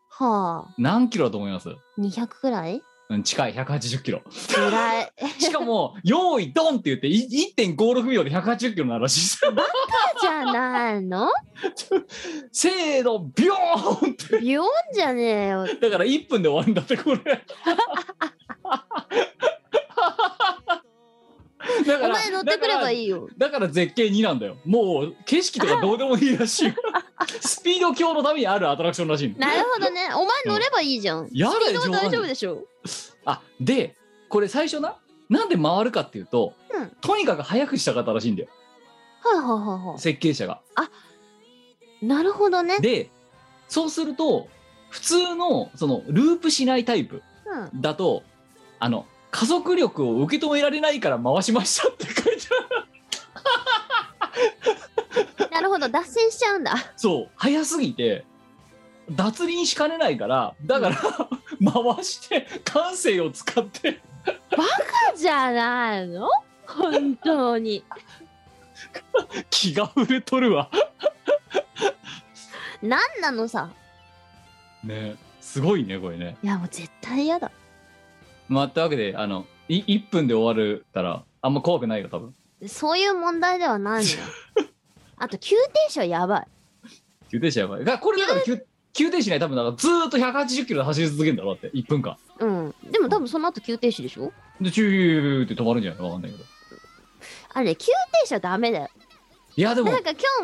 [SPEAKER 1] はあ
[SPEAKER 3] 何キロだと思います、
[SPEAKER 1] 200くらい
[SPEAKER 3] うん、近い180キロ
[SPEAKER 1] ぐらい
[SPEAKER 3] しかも用意ドンって言ってい1.56秒で180キロになるらしい です
[SPEAKER 1] じゃないの
[SPEAKER 3] せーのビョーンって
[SPEAKER 1] ビヨンじゃねえよ
[SPEAKER 3] だから1分で終わるんだってこ れだ
[SPEAKER 1] お前乗ってくれば
[SPEAKER 3] い
[SPEAKER 1] いいよ
[SPEAKER 3] だから絶景2なんだよもう景色とかどうでもいいら しいスピード強のためにあるアトラクションらしいの
[SPEAKER 1] なるほどねお前乗ればいいじゃん
[SPEAKER 3] やだよ
[SPEAKER 1] それは大丈夫
[SPEAKER 3] で
[SPEAKER 1] でしょ
[SPEAKER 3] あでこれ最初ななんで回るかっていうと、
[SPEAKER 1] うん
[SPEAKER 3] とにかく早くしたかったらしいんだよ
[SPEAKER 1] はいはいはいは
[SPEAKER 3] 設計者が
[SPEAKER 1] いなるほどね
[SPEAKER 3] でそうすると普通のそのループしないタイプ
[SPEAKER 1] うん
[SPEAKER 3] だとあの加速力を受け止められないから回しましたって書いてあ
[SPEAKER 1] なるほど脱線しちゃうんだ
[SPEAKER 3] る そう早すぎて脱輪しかねないからだから回して感性を使って
[SPEAKER 1] じゃないの本当に
[SPEAKER 3] 気が触れとるわ
[SPEAKER 1] なんなのさ
[SPEAKER 3] ねすごいねこれね
[SPEAKER 1] いやもう絶対嫌だ
[SPEAKER 3] まあったわけであのい1分で終わるからあんま怖くないよ多分
[SPEAKER 1] そういう問題ではないのよあと急停車やばい
[SPEAKER 3] 急停車やばいがこれだから急急停止ね多分だからずーっと180キロで走り続けるんだろうだって1分間
[SPEAKER 1] うんでも多分その後急停止でしょ
[SPEAKER 3] でチューって止まるんじゃないのわかんないけど
[SPEAKER 1] あれ急停車ダメだよ
[SPEAKER 3] いやでも
[SPEAKER 1] なんか今日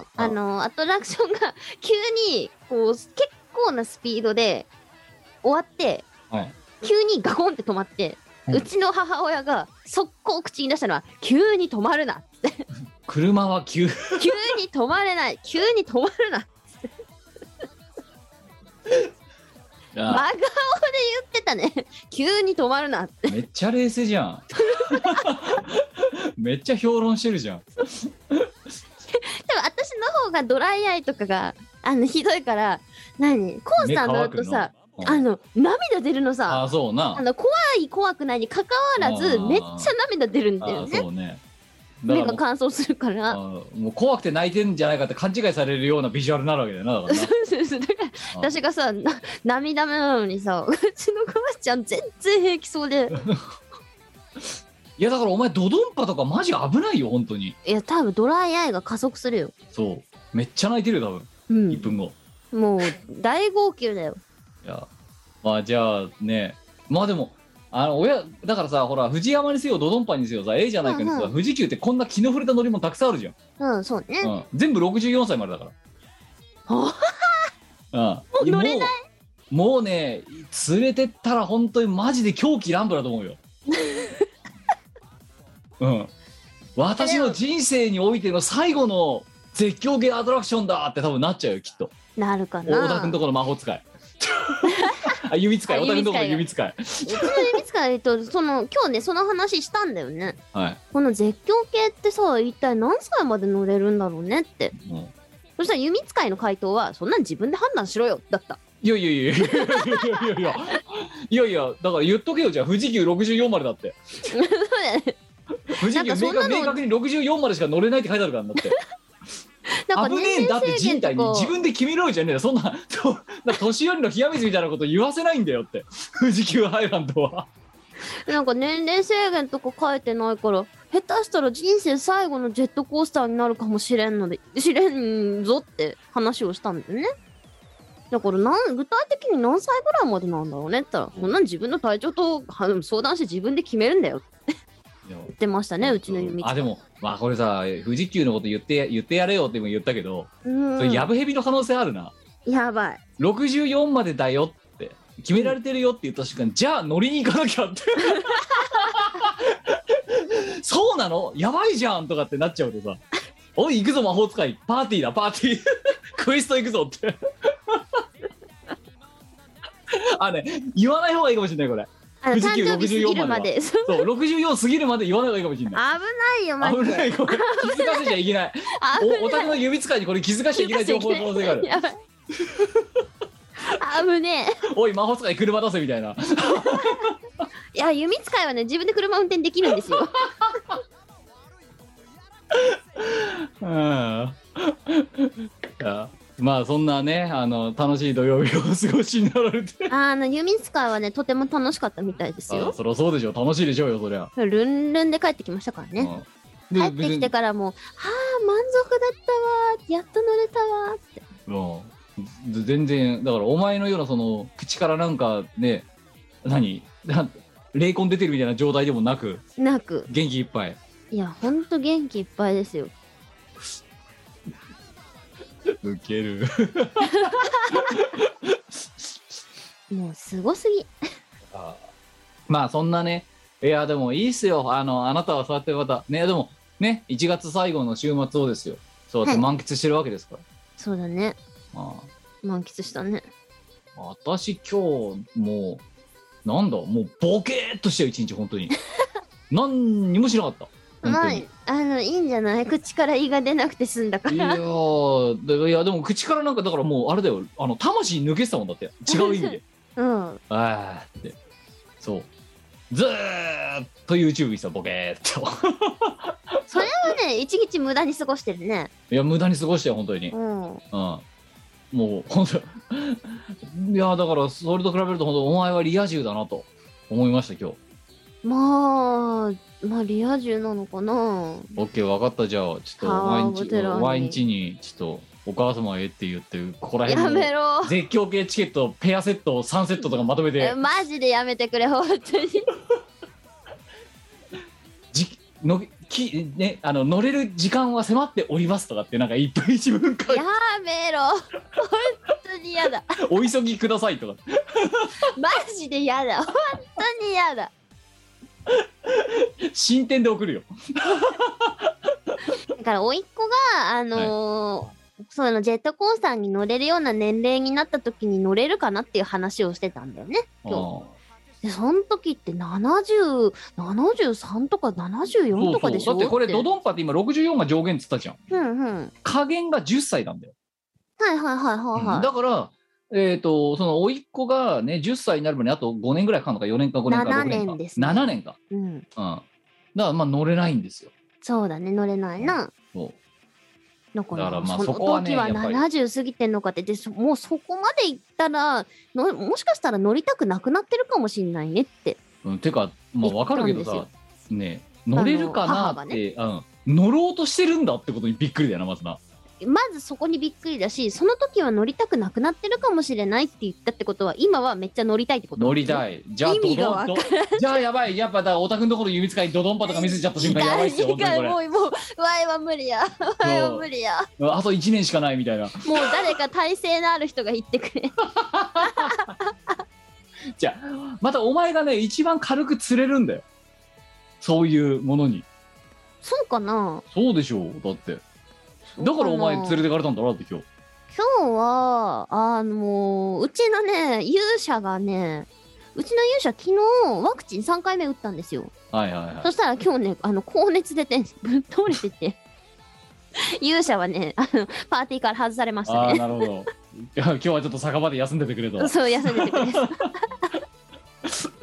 [SPEAKER 1] もあのアトラクションが 急にこう結構なスピードで終わって、
[SPEAKER 3] はい
[SPEAKER 1] 急にガコンって止まって、
[SPEAKER 3] う
[SPEAKER 1] うんちの母親が速攻口に出したのは急に止まるな
[SPEAKER 3] 車は急
[SPEAKER 1] 急に止まれない急に止まるな真
[SPEAKER 3] あ
[SPEAKER 1] 顔で言ってたね 急に止まるなって
[SPEAKER 3] めっちゃ冷静じゃんめっちゃ評論してるじゃん
[SPEAKER 1] でも私の方がドライアイとかがあのひどいから何コウさんだとさ
[SPEAKER 3] 目
[SPEAKER 1] あ
[SPEAKER 3] 乾くの
[SPEAKER 1] の涙出るのさ
[SPEAKER 3] ああそうな
[SPEAKER 1] あの怖い怖くないに関わらず
[SPEAKER 3] あー
[SPEAKER 1] めっちゃ涙出るんだ
[SPEAKER 3] あ
[SPEAKER 1] よ
[SPEAKER 3] あ
[SPEAKER 1] ね
[SPEAKER 3] そうねだか
[SPEAKER 1] 目
[SPEAKER 3] らも
[SPEAKER 1] が
[SPEAKER 3] う
[SPEAKER 1] 乾燥するから
[SPEAKER 3] あーもう怖くて泣いてんじゃないかって勘違いされるようなビジュアルになるわけだよなだからな
[SPEAKER 1] そうそうだから
[SPEAKER 3] あー
[SPEAKER 1] 私がさな涙目なのにさうちの母ちゃん全然平気そう で
[SPEAKER 3] いやだからお前ドドンパとかマジ危ないよ本当に
[SPEAKER 1] いや多分ドライアイが加速するよ
[SPEAKER 3] そうめっちゃ泣いてるよ多分
[SPEAKER 1] う
[SPEAKER 3] 1
[SPEAKER 1] ん
[SPEAKER 3] 分後、
[SPEAKER 1] もう大号泣だよ
[SPEAKER 3] いやまあじゃあねまあでもあの親だからさほら藤山にせよドドンパにせよさ A じゃないかにせよ
[SPEAKER 1] うん
[SPEAKER 3] さ
[SPEAKER 1] うん
[SPEAKER 3] 富士急ってこんな気の触れた乗り物たくさんあるじゃん、
[SPEAKER 1] うんそうね
[SPEAKER 3] うん、全部64歳までだから、うん、
[SPEAKER 1] もう乗れない
[SPEAKER 3] もうもうね連れてったら本当にマジで狂気乱舞だと 思うようん私の人生においての最後の絶叫系アトラクションだって多分なっちゃうよきっと
[SPEAKER 1] なるかな
[SPEAKER 3] 大田君とこの魔法使 いあ指使い
[SPEAKER 1] あ
[SPEAKER 3] 大田君とこの指
[SPEAKER 1] 指
[SPEAKER 3] 使いう
[SPEAKER 1] ちの指使いとその今日ねその話したんだよね
[SPEAKER 3] はい
[SPEAKER 1] この絶叫系ってさ一体何歳まで乗れるんだろうねって
[SPEAKER 3] も
[SPEAKER 1] そしたら弓使いの回答はそんなん自分で判断しろよだった
[SPEAKER 3] ういやいやいやいやいやいやいやいやいやだから言っとけよじゃあ富士急64までだって
[SPEAKER 1] そうだよね
[SPEAKER 3] 富士
[SPEAKER 1] なん
[SPEAKER 3] 急
[SPEAKER 1] かそ
[SPEAKER 3] 明
[SPEAKER 1] んな
[SPEAKER 3] 確
[SPEAKER 1] の
[SPEAKER 3] 明確に64までしか乗れないって書いてあるからなって
[SPEAKER 1] なんか
[SPEAKER 3] 危ねえ
[SPEAKER 1] 年
[SPEAKER 3] んだっ
[SPEAKER 1] 齢
[SPEAKER 3] て
[SPEAKER 1] 制
[SPEAKER 3] 人体
[SPEAKER 1] 限
[SPEAKER 3] に
[SPEAKER 1] と
[SPEAKER 3] 自
[SPEAKER 1] か
[SPEAKER 3] 分で決めろよじゃねえよそんなそな年寄りの冷や水みたいなこと言わせないんだよって富士急ハイランドは
[SPEAKER 1] なんか年齢制限とか書いてないから下手したら人生最後のジェットコースターになるかもしれんので知れんぞって話をしたんだよねだからなん具体的に何歳ぐらいまでなんだろうねって言ったらそんなん自分の体調とは相談して自分で決めるんだよって言ってましたねうちの弓
[SPEAKER 3] あでもまあこれさ富士急のこと言って言ってやれよっても言ったけど、
[SPEAKER 1] うん
[SPEAKER 3] それやぶへびの可能性あるな
[SPEAKER 1] やばい
[SPEAKER 3] 64までだよって決められてるよって言った瞬間、じゃあ乗りに行かなきゃって そうなのやばいじゃんとかってなっちゃうとさ「おい行くぞ魔法使いパーティーだパーティー クエスト行くぞ」ってあね言わない方がいいかもしれないこれ
[SPEAKER 1] あの
[SPEAKER 3] 富士
[SPEAKER 1] 誕
[SPEAKER 3] 急
[SPEAKER 1] 生日過ぎる
[SPEAKER 3] 64ま
[SPEAKER 1] ま
[SPEAKER 3] では
[SPEAKER 1] でそう
[SPEAKER 3] そう64過ぎるまで言わない方がいいかもしれ
[SPEAKER 1] 危
[SPEAKER 3] ない
[SPEAKER 1] ないよマジ
[SPEAKER 3] 危
[SPEAKER 1] で
[SPEAKER 3] ないこれ気づかせちゃいけ な
[SPEAKER 1] 危ない
[SPEAKER 3] いおお宅の指使いにこれ気づかせちゃいけない情報の可能性がある
[SPEAKER 1] やばい危ねえ
[SPEAKER 3] 「おい魔法使い車出せ」みたいない
[SPEAKER 1] や弓使いはね自分で車運転できるんです よ
[SPEAKER 3] うん いやまあそんなねあの楽しい土曜日をお過ごしになられて
[SPEAKER 1] あの弓使いはねとても楽しかったみたいです
[SPEAKER 3] あ
[SPEAKER 1] よ
[SPEAKER 3] そりゃそうでしょう楽しいでしょうよそりゃ、
[SPEAKER 1] ルンルンで帰ってきましたからね
[SPEAKER 3] うん、
[SPEAKER 1] 帰って
[SPEAKER 3] で
[SPEAKER 1] きて
[SPEAKER 3] 別
[SPEAKER 1] からもう「はあ満足だったわーやっと乗れたわー」って
[SPEAKER 3] にうんず全然だからお前のようなその口からなんかね何 なん霊魂出てるみたいな状態でもなく
[SPEAKER 1] なく
[SPEAKER 3] 元気いっぱい
[SPEAKER 1] いやほんと元気いっぱいですよ
[SPEAKER 3] ウケる
[SPEAKER 1] もうすごすぎ
[SPEAKER 3] あまあそんなねいやでもいいっすよあのあなたはそうやってまたねでもね1月最後の週末をですよそうやって満喫してるわけですから、
[SPEAKER 1] そうだね
[SPEAKER 3] ああ
[SPEAKER 1] 満喫したね
[SPEAKER 3] 私今日もうなんだもうボケーっとしてる一日本 当に何にもしなかった本当
[SPEAKER 1] まあ
[SPEAKER 3] に
[SPEAKER 1] あのいいんじゃない口から胃が出なくて済んだか
[SPEAKER 3] いや
[SPEAKER 1] ら
[SPEAKER 3] ーでいやでも口からなんかだからもうあれだよあの魂抜けてたもんだって違う意 味で
[SPEAKER 1] うん
[SPEAKER 3] ああってそうずーっと YouTube にさボケーっと
[SPEAKER 1] それはね一日無駄に過ごしてるね
[SPEAKER 3] いや無駄に過ごしてよ本当に
[SPEAKER 1] うん
[SPEAKER 3] うんもう本当いやだからそれと比べると本当お前はリア充だなと思いました今日
[SPEAKER 1] まあまあリア充なのかな
[SPEAKER 3] オッケー分かったじゃあちょっとお前ん
[SPEAKER 1] ハーブテラ
[SPEAKER 3] ち
[SPEAKER 1] ー
[SPEAKER 3] お
[SPEAKER 1] に
[SPEAKER 3] 前んちにちょっとお母様へって言ってここら
[SPEAKER 1] や
[SPEAKER 3] 辺
[SPEAKER 1] め
[SPEAKER 3] の
[SPEAKER 1] ろ
[SPEAKER 3] 絶叫系チケットペアセット3セットとかまとめて
[SPEAKER 1] マジでやめてくれ本 当に
[SPEAKER 3] じのき、ね、あの乗れる時間は迫っておりますとかってなんか一分一分間
[SPEAKER 1] やめろ本当にや だ
[SPEAKER 3] お急ぎくださいとか
[SPEAKER 1] マジでやだ本当にやだ
[SPEAKER 3] 進展で送るよ
[SPEAKER 1] だから甥っ子があのーそのジェットコースターに乗れるような年齢になった時に乗れるかなっていう話をしてたんだよね今日でその時って7073とか
[SPEAKER 3] うんそう
[SPEAKER 1] 74
[SPEAKER 3] そ
[SPEAKER 1] と
[SPEAKER 3] う
[SPEAKER 1] かでしょ
[SPEAKER 3] だってこれドドンパって今64が上限っつったじゃん
[SPEAKER 1] うんうん
[SPEAKER 3] 加減が10歳なんだよ、
[SPEAKER 1] はいはいはいはいはい、
[SPEAKER 3] だからえー、とその甥っ子がね10歳になるまであと5年ぐらいかかるのか4年か5年か6年か
[SPEAKER 1] 7年ですね
[SPEAKER 3] 7年か
[SPEAKER 1] うん、
[SPEAKER 3] うん、だからまあ乗れないんですよ。
[SPEAKER 1] そうだね乗れないな
[SPEAKER 3] そう
[SPEAKER 1] だか
[SPEAKER 3] だかららまあ
[SPEAKER 1] その
[SPEAKER 3] そこはね
[SPEAKER 1] 時は
[SPEAKER 3] やっぱり
[SPEAKER 1] 70過ぎてんのかってでそもうそこまで行ったらのもしかしたら乗りたくなくなってるかもしんないねって
[SPEAKER 3] うん、てかまあわかるけど
[SPEAKER 1] 言った
[SPEAKER 3] さ
[SPEAKER 1] ん
[SPEAKER 3] ね乗れるか
[SPEAKER 1] あの母
[SPEAKER 3] な
[SPEAKER 1] が
[SPEAKER 3] って、うん、乗ろうとしてるんだってことにびっくりだよなまずな。
[SPEAKER 1] まずそこにびっくりだしその時は乗りたくなくなってるかもしれないって言ったってことは今はめっちゃ乗りたいってこと
[SPEAKER 3] 乗り
[SPEAKER 1] い
[SPEAKER 3] たい。じゃあ
[SPEAKER 1] 意味がわ
[SPEAKER 3] ドドンドじゃあやばいやっぱだからお宅のところ指使いドドンパとか見せちゃった瞬間やばいっすよ
[SPEAKER 1] 違う
[SPEAKER 3] 本当にこ
[SPEAKER 1] 違う
[SPEAKER 3] れ
[SPEAKER 1] もうもうわいは無理やわいは無理や
[SPEAKER 3] うん。あと1年しかないみたいな。
[SPEAKER 1] もう誰か体勢のある人が言ってくれ
[SPEAKER 3] じゃあまたお前がね一番軽く釣れるんだよ。そういうものに。
[SPEAKER 1] そうかな
[SPEAKER 3] そうでしょうだって。だからお前連れてかれたんだろだって今日。
[SPEAKER 1] 今日はあのうちのね勇者がねうちの勇者昨日ワクチン3回目打ったんですよ
[SPEAKER 3] はいはいはい
[SPEAKER 1] そ。したら今日ねあの高熱出てぶっ倒れてて 勇者はねあのパーティーから外されました
[SPEAKER 3] ああー
[SPEAKER 1] ね
[SPEAKER 3] なるほど。 いや今日はちょっと酒場で休んでてくれと。
[SPEAKER 1] そう休んでてくれ でうちもう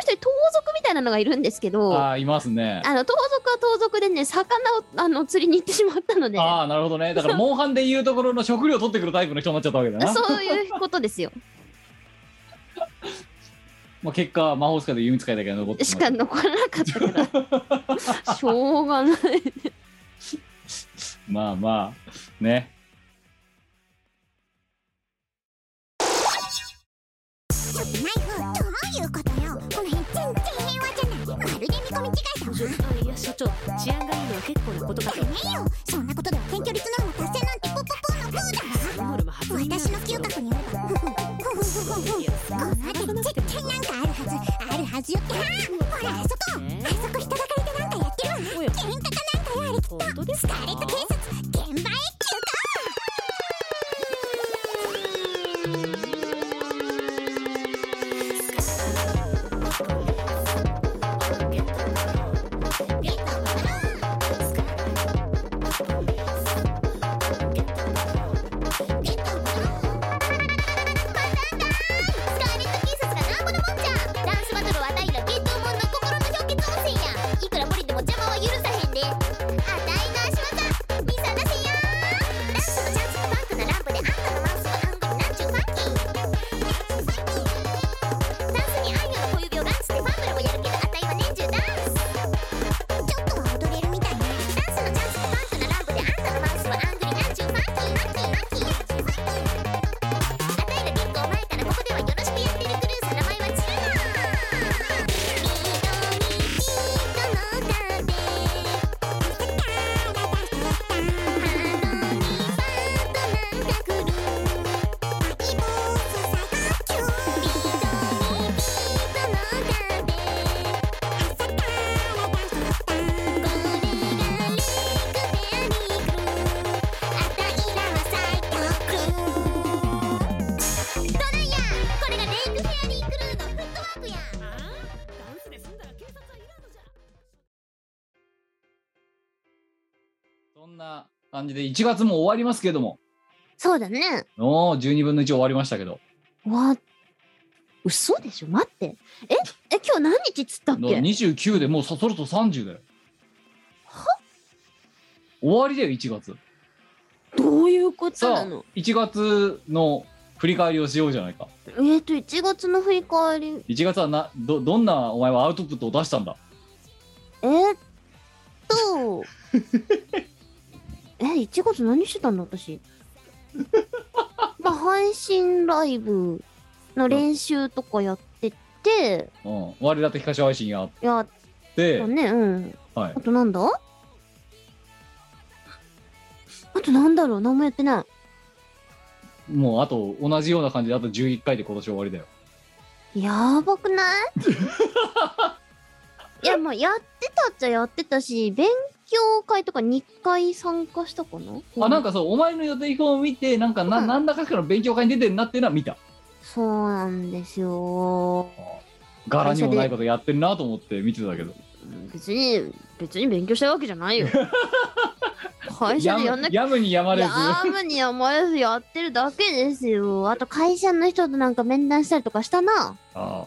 [SPEAKER 1] 一人盗賊みたいなのがいるんですけどあ
[SPEAKER 3] ああいますね。
[SPEAKER 1] の盗賊は盗賊でね魚をあの釣りに行ってしまったので
[SPEAKER 3] ああなるほどねだからモンハンでいうところの食料取ってくるタイプの人になっちゃったわけだ な、
[SPEAKER 1] そういうことですよ
[SPEAKER 3] まあ、結果魔法使いで弓使いだけが残って
[SPEAKER 1] しか
[SPEAKER 3] ま
[SPEAKER 1] 残らなかったけどしょうがない
[SPEAKER 3] すまあまあね
[SPEAKER 4] ちょっとナイフどういうことよこの辺全然平和じゃないまるで見込み違いだわ
[SPEAKER 5] あいや所長治安がいいのは結構なことだと
[SPEAKER 4] ダメよそんなことでは検挙率ノルマ達成なんてポポポのプーだわ
[SPEAKER 5] ノルマ発言
[SPEAKER 4] 私の嗅覚によればふふふふふふこの辺り絶対なんかあるはずあるはずよってはあほらあそこあそこ人だかりでなんかやってるわ
[SPEAKER 5] おや
[SPEAKER 4] 喧嘩かなんかやあれきっと
[SPEAKER 5] 本当です
[SPEAKER 4] スカ
[SPEAKER 5] か
[SPEAKER 4] ーレット警察現場へ急行ゲットボローまたんだースカーレット警察がなんぼのもんじゃダンスバトルはあたいらゲットモンの心の氷結温泉やいくら無理でも邪魔は許さへんであたいの足技見さなせやーダンスのチャンスがバックなランプであんたのマウスの暗号になんちゅうファンキーダンスに愛のの小指をランチでファンブルもやるけどあたいは年中ダンスちょっとは踊れるみたいねダンスのチャンスがバックなランプであんたのマウスは暗号になんちゅうファンキーファンキーファンキーファンキーあたいら結構前からここではよろしくやってるクルーズ名前はチルナ緑色の風カラ出したハロにパートナーが来る大ボス最高級緑色の風朝から出したこれがリクベアリクあたいらは最高級ドライヤーこれがレイクフェアリークルーのフットワークや
[SPEAKER 5] ダンスで済んだら警察はいらんのじゃ
[SPEAKER 3] そんな感じで1月も終わりますけども
[SPEAKER 1] そうだね
[SPEAKER 3] おお12分の1終わりましたけど
[SPEAKER 1] わ嘘でしょ待ってええ今日何日っつったっけ
[SPEAKER 3] 29でもうそそろそろ30だよ終わりだよ1月
[SPEAKER 1] どういうこと
[SPEAKER 3] さ
[SPEAKER 1] な
[SPEAKER 3] あ
[SPEAKER 1] の
[SPEAKER 3] 1月の振り返りをしようじゃないか
[SPEAKER 1] えっと1月の振り返り
[SPEAKER 3] 1月はなどどんなお前はアウトプットを出したんだ
[SPEAKER 1] えーっ とえ1月何してたんだ 私まあ配信ライブの練習とかやってて
[SPEAKER 3] うん我らと東配信やっ、
[SPEAKER 1] やってたねうん
[SPEAKER 3] はい
[SPEAKER 1] あとなんだあとなんだろう何もやってない
[SPEAKER 3] もうあと同じような感じであと11回で今年終わりだよ
[SPEAKER 1] やばく ないいやまあやってたっちゃやってたし勉強会とか2回参加したかな
[SPEAKER 3] あなんかそうお前の予定表を見てなんかな,、
[SPEAKER 1] うん
[SPEAKER 3] ん、なんだかしらの勉強会に出てるなっていうのは見た
[SPEAKER 1] そうなんですよ
[SPEAKER 3] 柄にもないことやってるなと思って見てたけど
[SPEAKER 1] 別に別に勉強したいわけじゃない よ会社
[SPEAKER 3] や
[SPEAKER 1] でやん
[SPEAKER 3] む
[SPEAKER 1] なきゃ
[SPEAKER 3] やむにやまれず
[SPEAKER 1] やむにやまれずやってるだけですよあと会社の人となんか面談したりとかしたな
[SPEAKER 3] あ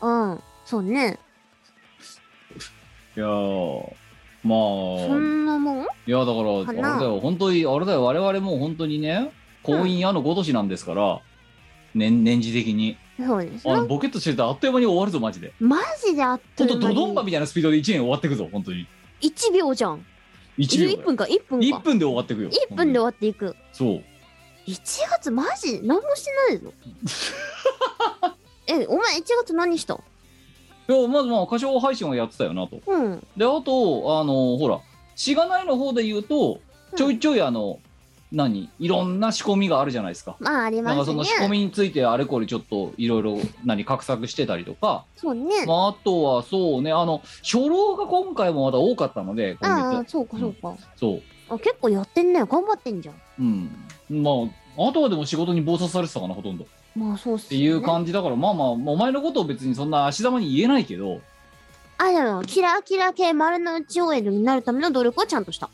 [SPEAKER 3] あ
[SPEAKER 1] うんそうね
[SPEAKER 3] いやー
[SPEAKER 1] そ
[SPEAKER 3] まあ
[SPEAKER 1] んなもん
[SPEAKER 3] いやだから
[SPEAKER 1] か
[SPEAKER 3] あれ
[SPEAKER 1] な
[SPEAKER 3] だよ本当にあれだよ我々もう本当にね婚姻屋のごとしなんですから、年年次的に
[SPEAKER 1] そうです
[SPEAKER 3] あ
[SPEAKER 1] な
[SPEAKER 3] のボケっとしてるとあっという間に終わるぞマジで
[SPEAKER 1] マジであっと
[SPEAKER 3] ほん
[SPEAKER 1] い
[SPEAKER 3] と
[SPEAKER 1] う間
[SPEAKER 3] ド
[SPEAKER 1] に
[SPEAKER 3] ドンパみたいなスピードで1年終わってくぞ本当に
[SPEAKER 1] 1秒じゃん
[SPEAKER 3] 1秒
[SPEAKER 1] 1分か1分
[SPEAKER 3] 1
[SPEAKER 1] か
[SPEAKER 3] 分で終わってくよ
[SPEAKER 1] 1分で終わっていく
[SPEAKER 3] そう
[SPEAKER 1] 1月マジ何もしてない ぞえお前1月何した
[SPEAKER 3] いやまずまあ歌唱配信はやってたよなと
[SPEAKER 1] うん
[SPEAKER 3] であとあのほらしがないの方で言うとちょいちょいあの、何いろんな仕込みがあるじゃないですか
[SPEAKER 1] まああり
[SPEAKER 3] なん
[SPEAKER 1] ま
[SPEAKER 3] か
[SPEAKER 1] す
[SPEAKER 3] そ
[SPEAKER 1] ね
[SPEAKER 3] の仕込みについてあれこれちょっといろいろ何画策してたりとか、
[SPEAKER 1] そうね
[SPEAKER 3] まあ、あとはそうねあの初老が今回もまだ多かったので今
[SPEAKER 1] ああ
[SPEAKER 3] 月
[SPEAKER 1] そうかそうか、
[SPEAKER 3] そう
[SPEAKER 1] あ結構やってんね頑張ってんじゃん
[SPEAKER 3] うんまああとはでも仕事に忙殺されてたかなほとんどっ
[SPEAKER 1] まあそうっす
[SPEAKER 3] て
[SPEAKER 1] よね
[SPEAKER 3] いう感じだからまあまあお前のことを別にそんな足玉に言えないけど
[SPEAKER 1] あでもキラキラ系丸の内 OL になるための努力はちゃんとした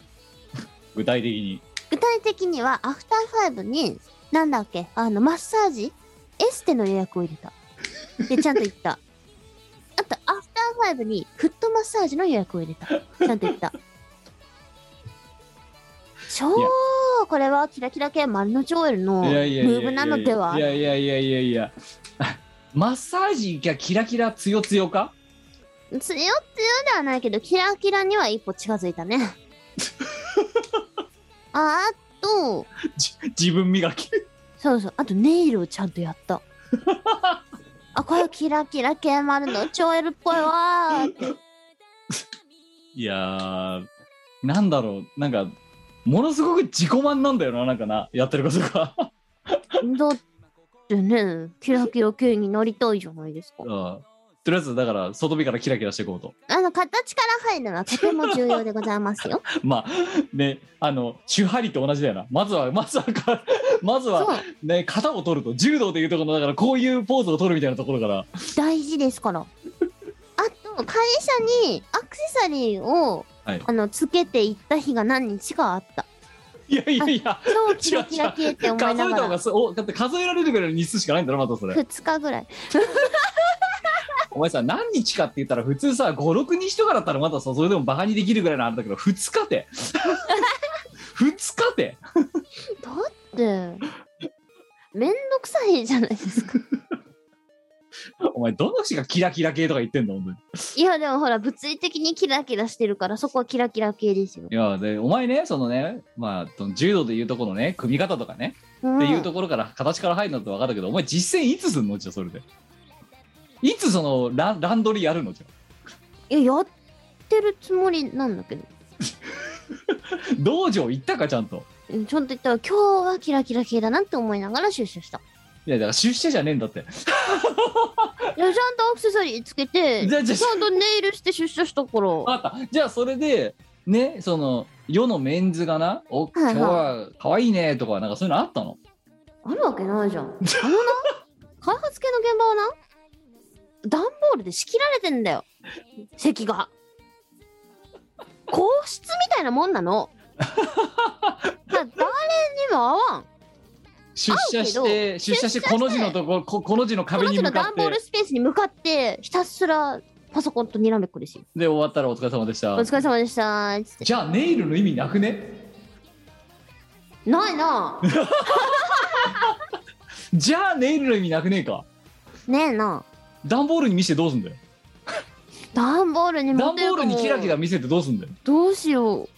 [SPEAKER 3] 具体的に
[SPEAKER 1] 具体的にはアフターファイブになんだっけあのマッサージエステの予約を入れたでちゃんと行った あとアフターファイブにフットマッサージの予約を入れたちゃんと行った超
[SPEAKER 3] いや
[SPEAKER 1] これはキラキラ系丸の内 OL のム
[SPEAKER 3] いやいやいや
[SPEAKER 1] ーブなのではい
[SPEAKER 3] やいやいやいやいや マッサージがキラキラつよつよか
[SPEAKER 1] 強強ではないけどキラキラには一歩近づいた ねああと
[SPEAKER 3] じ自分磨き
[SPEAKER 1] そうそうあとネイルをちゃんとやった あこれキラキラ系もあるの超エルっぽいわー
[SPEAKER 3] いやーなんだろうなんかものすごく自己満なんだよななんかなやってることが
[SPEAKER 1] だってねキラキラ系になりたいじゃないですか
[SPEAKER 3] うんとりあえずだから外見からキラキラしていこうと
[SPEAKER 1] あの形から入るのはとても重要でございますよ
[SPEAKER 3] まあねあの手張りと同じだよなまずはまずはか まず
[SPEAKER 1] そう
[SPEAKER 3] はね型を取ると柔道でいうところのだからこういうポーズを取るみたいなところから
[SPEAKER 1] 大事ですからあと会社にアクセサリーを、
[SPEAKER 3] はい
[SPEAKER 1] あのつけていった日が何日かあった
[SPEAKER 3] いやいやいや
[SPEAKER 1] 超キラキラ系って思いな
[SPEAKER 3] 数えた
[SPEAKER 1] が
[SPEAKER 3] 方が
[SPEAKER 1] ら
[SPEAKER 3] すおだって数えられるぐらいの日数しかないんだろまたそれ
[SPEAKER 1] 2日ぐらい
[SPEAKER 3] お前さ何日かって言ったら普通さ56日とかだったらまださそれでもバカにできるぐらいのあれだけど2日で 2日で
[SPEAKER 1] だってめんどくさいじゃないですか
[SPEAKER 3] お前どの人がキラキラ系とか言ってんだ本当に
[SPEAKER 1] いやでもほら物理的にキラキラしてるからそこはキラキラ系ですよ、
[SPEAKER 3] いやでお前ねそのねまあその柔道でいうところのね組み方とかね、
[SPEAKER 1] うん
[SPEAKER 3] っていうところから形から入るのって分かったけどお前実践いつすんのじゃあそれでいつそのランランドリーやるのじゃあ
[SPEAKER 1] いややってるつもりなんだけど
[SPEAKER 3] 道場行ったかちゃんと
[SPEAKER 1] うんちゃんと言ったら今日はキラキラ系だなって思いながら出社 した
[SPEAKER 3] いやだから出社じゃねえんだって
[SPEAKER 1] いやちゃんとアクセサリーつけて
[SPEAKER 3] じ
[SPEAKER 1] ち
[SPEAKER 3] ゃあじゃあ
[SPEAKER 1] ゃんとネイルして出社したから
[SPEAKER 3] わかったじゃあそれでねその世のメンズがな「お今日は可愛いね」とかなんかそういうのあったの
[SPEAKER 1] あるわけないじゃんあのな開発系の現場はな段ボールで仕切られてんだよ席 が皇室みたいなもんな のだ誰にも合わん
[SPEAKER 3] 出社し
[SPEAKER 1] 合うけ
[SPEAKER 3] て出社し
[SPEAKER 1] 出社し
[SPEAKER 3] て
[SPEAKER 1] て
[SPEAKER 3] この字のところここの字の
[SPEAKER 1] こ
[SPEAKER 3] 壁
[SPEAKER 1] の
[SPEAKER 3] に
[SPEAKER 1] 人の
[SPEAKER 3] 向か
[SPEAKER 1] 段
[SPEAKER 3] っ
[SPEAKER 1] ボール
[SPEAKER 3] て
[SPEAKER 1] スペースに向かってひたすらパソコンとにらめっこですよ
[SPEAKER 3] で終わったらお疲れ様でし
[SPEAKER 1] お
[SPEAKER 3] た
[SPEAKER 1] 疲れ様でしたーつって
[SPEAKER 3] じゃあネイルの意味なくね
[SPEAKER 1] ないなあ
[SPEAKER 3] じゃあネイルの意味なくねえか
[SPEAKER 1] ねえな
[SPEAKER 3] 段ボールに見せてどうすんだよ
[SPEAKER 1] 段ボールに持
[SPEAKER 3] 段
[SPEAKER 1] ってる
[SPEAKER 3] ボール
[SPEAKER 1] か
[SPEAKER 3] に
[SPEAKER 1] も
[SPEAKER 3] キラキラ見せてどうすんだよ
[SPEAKER 1] どうしよう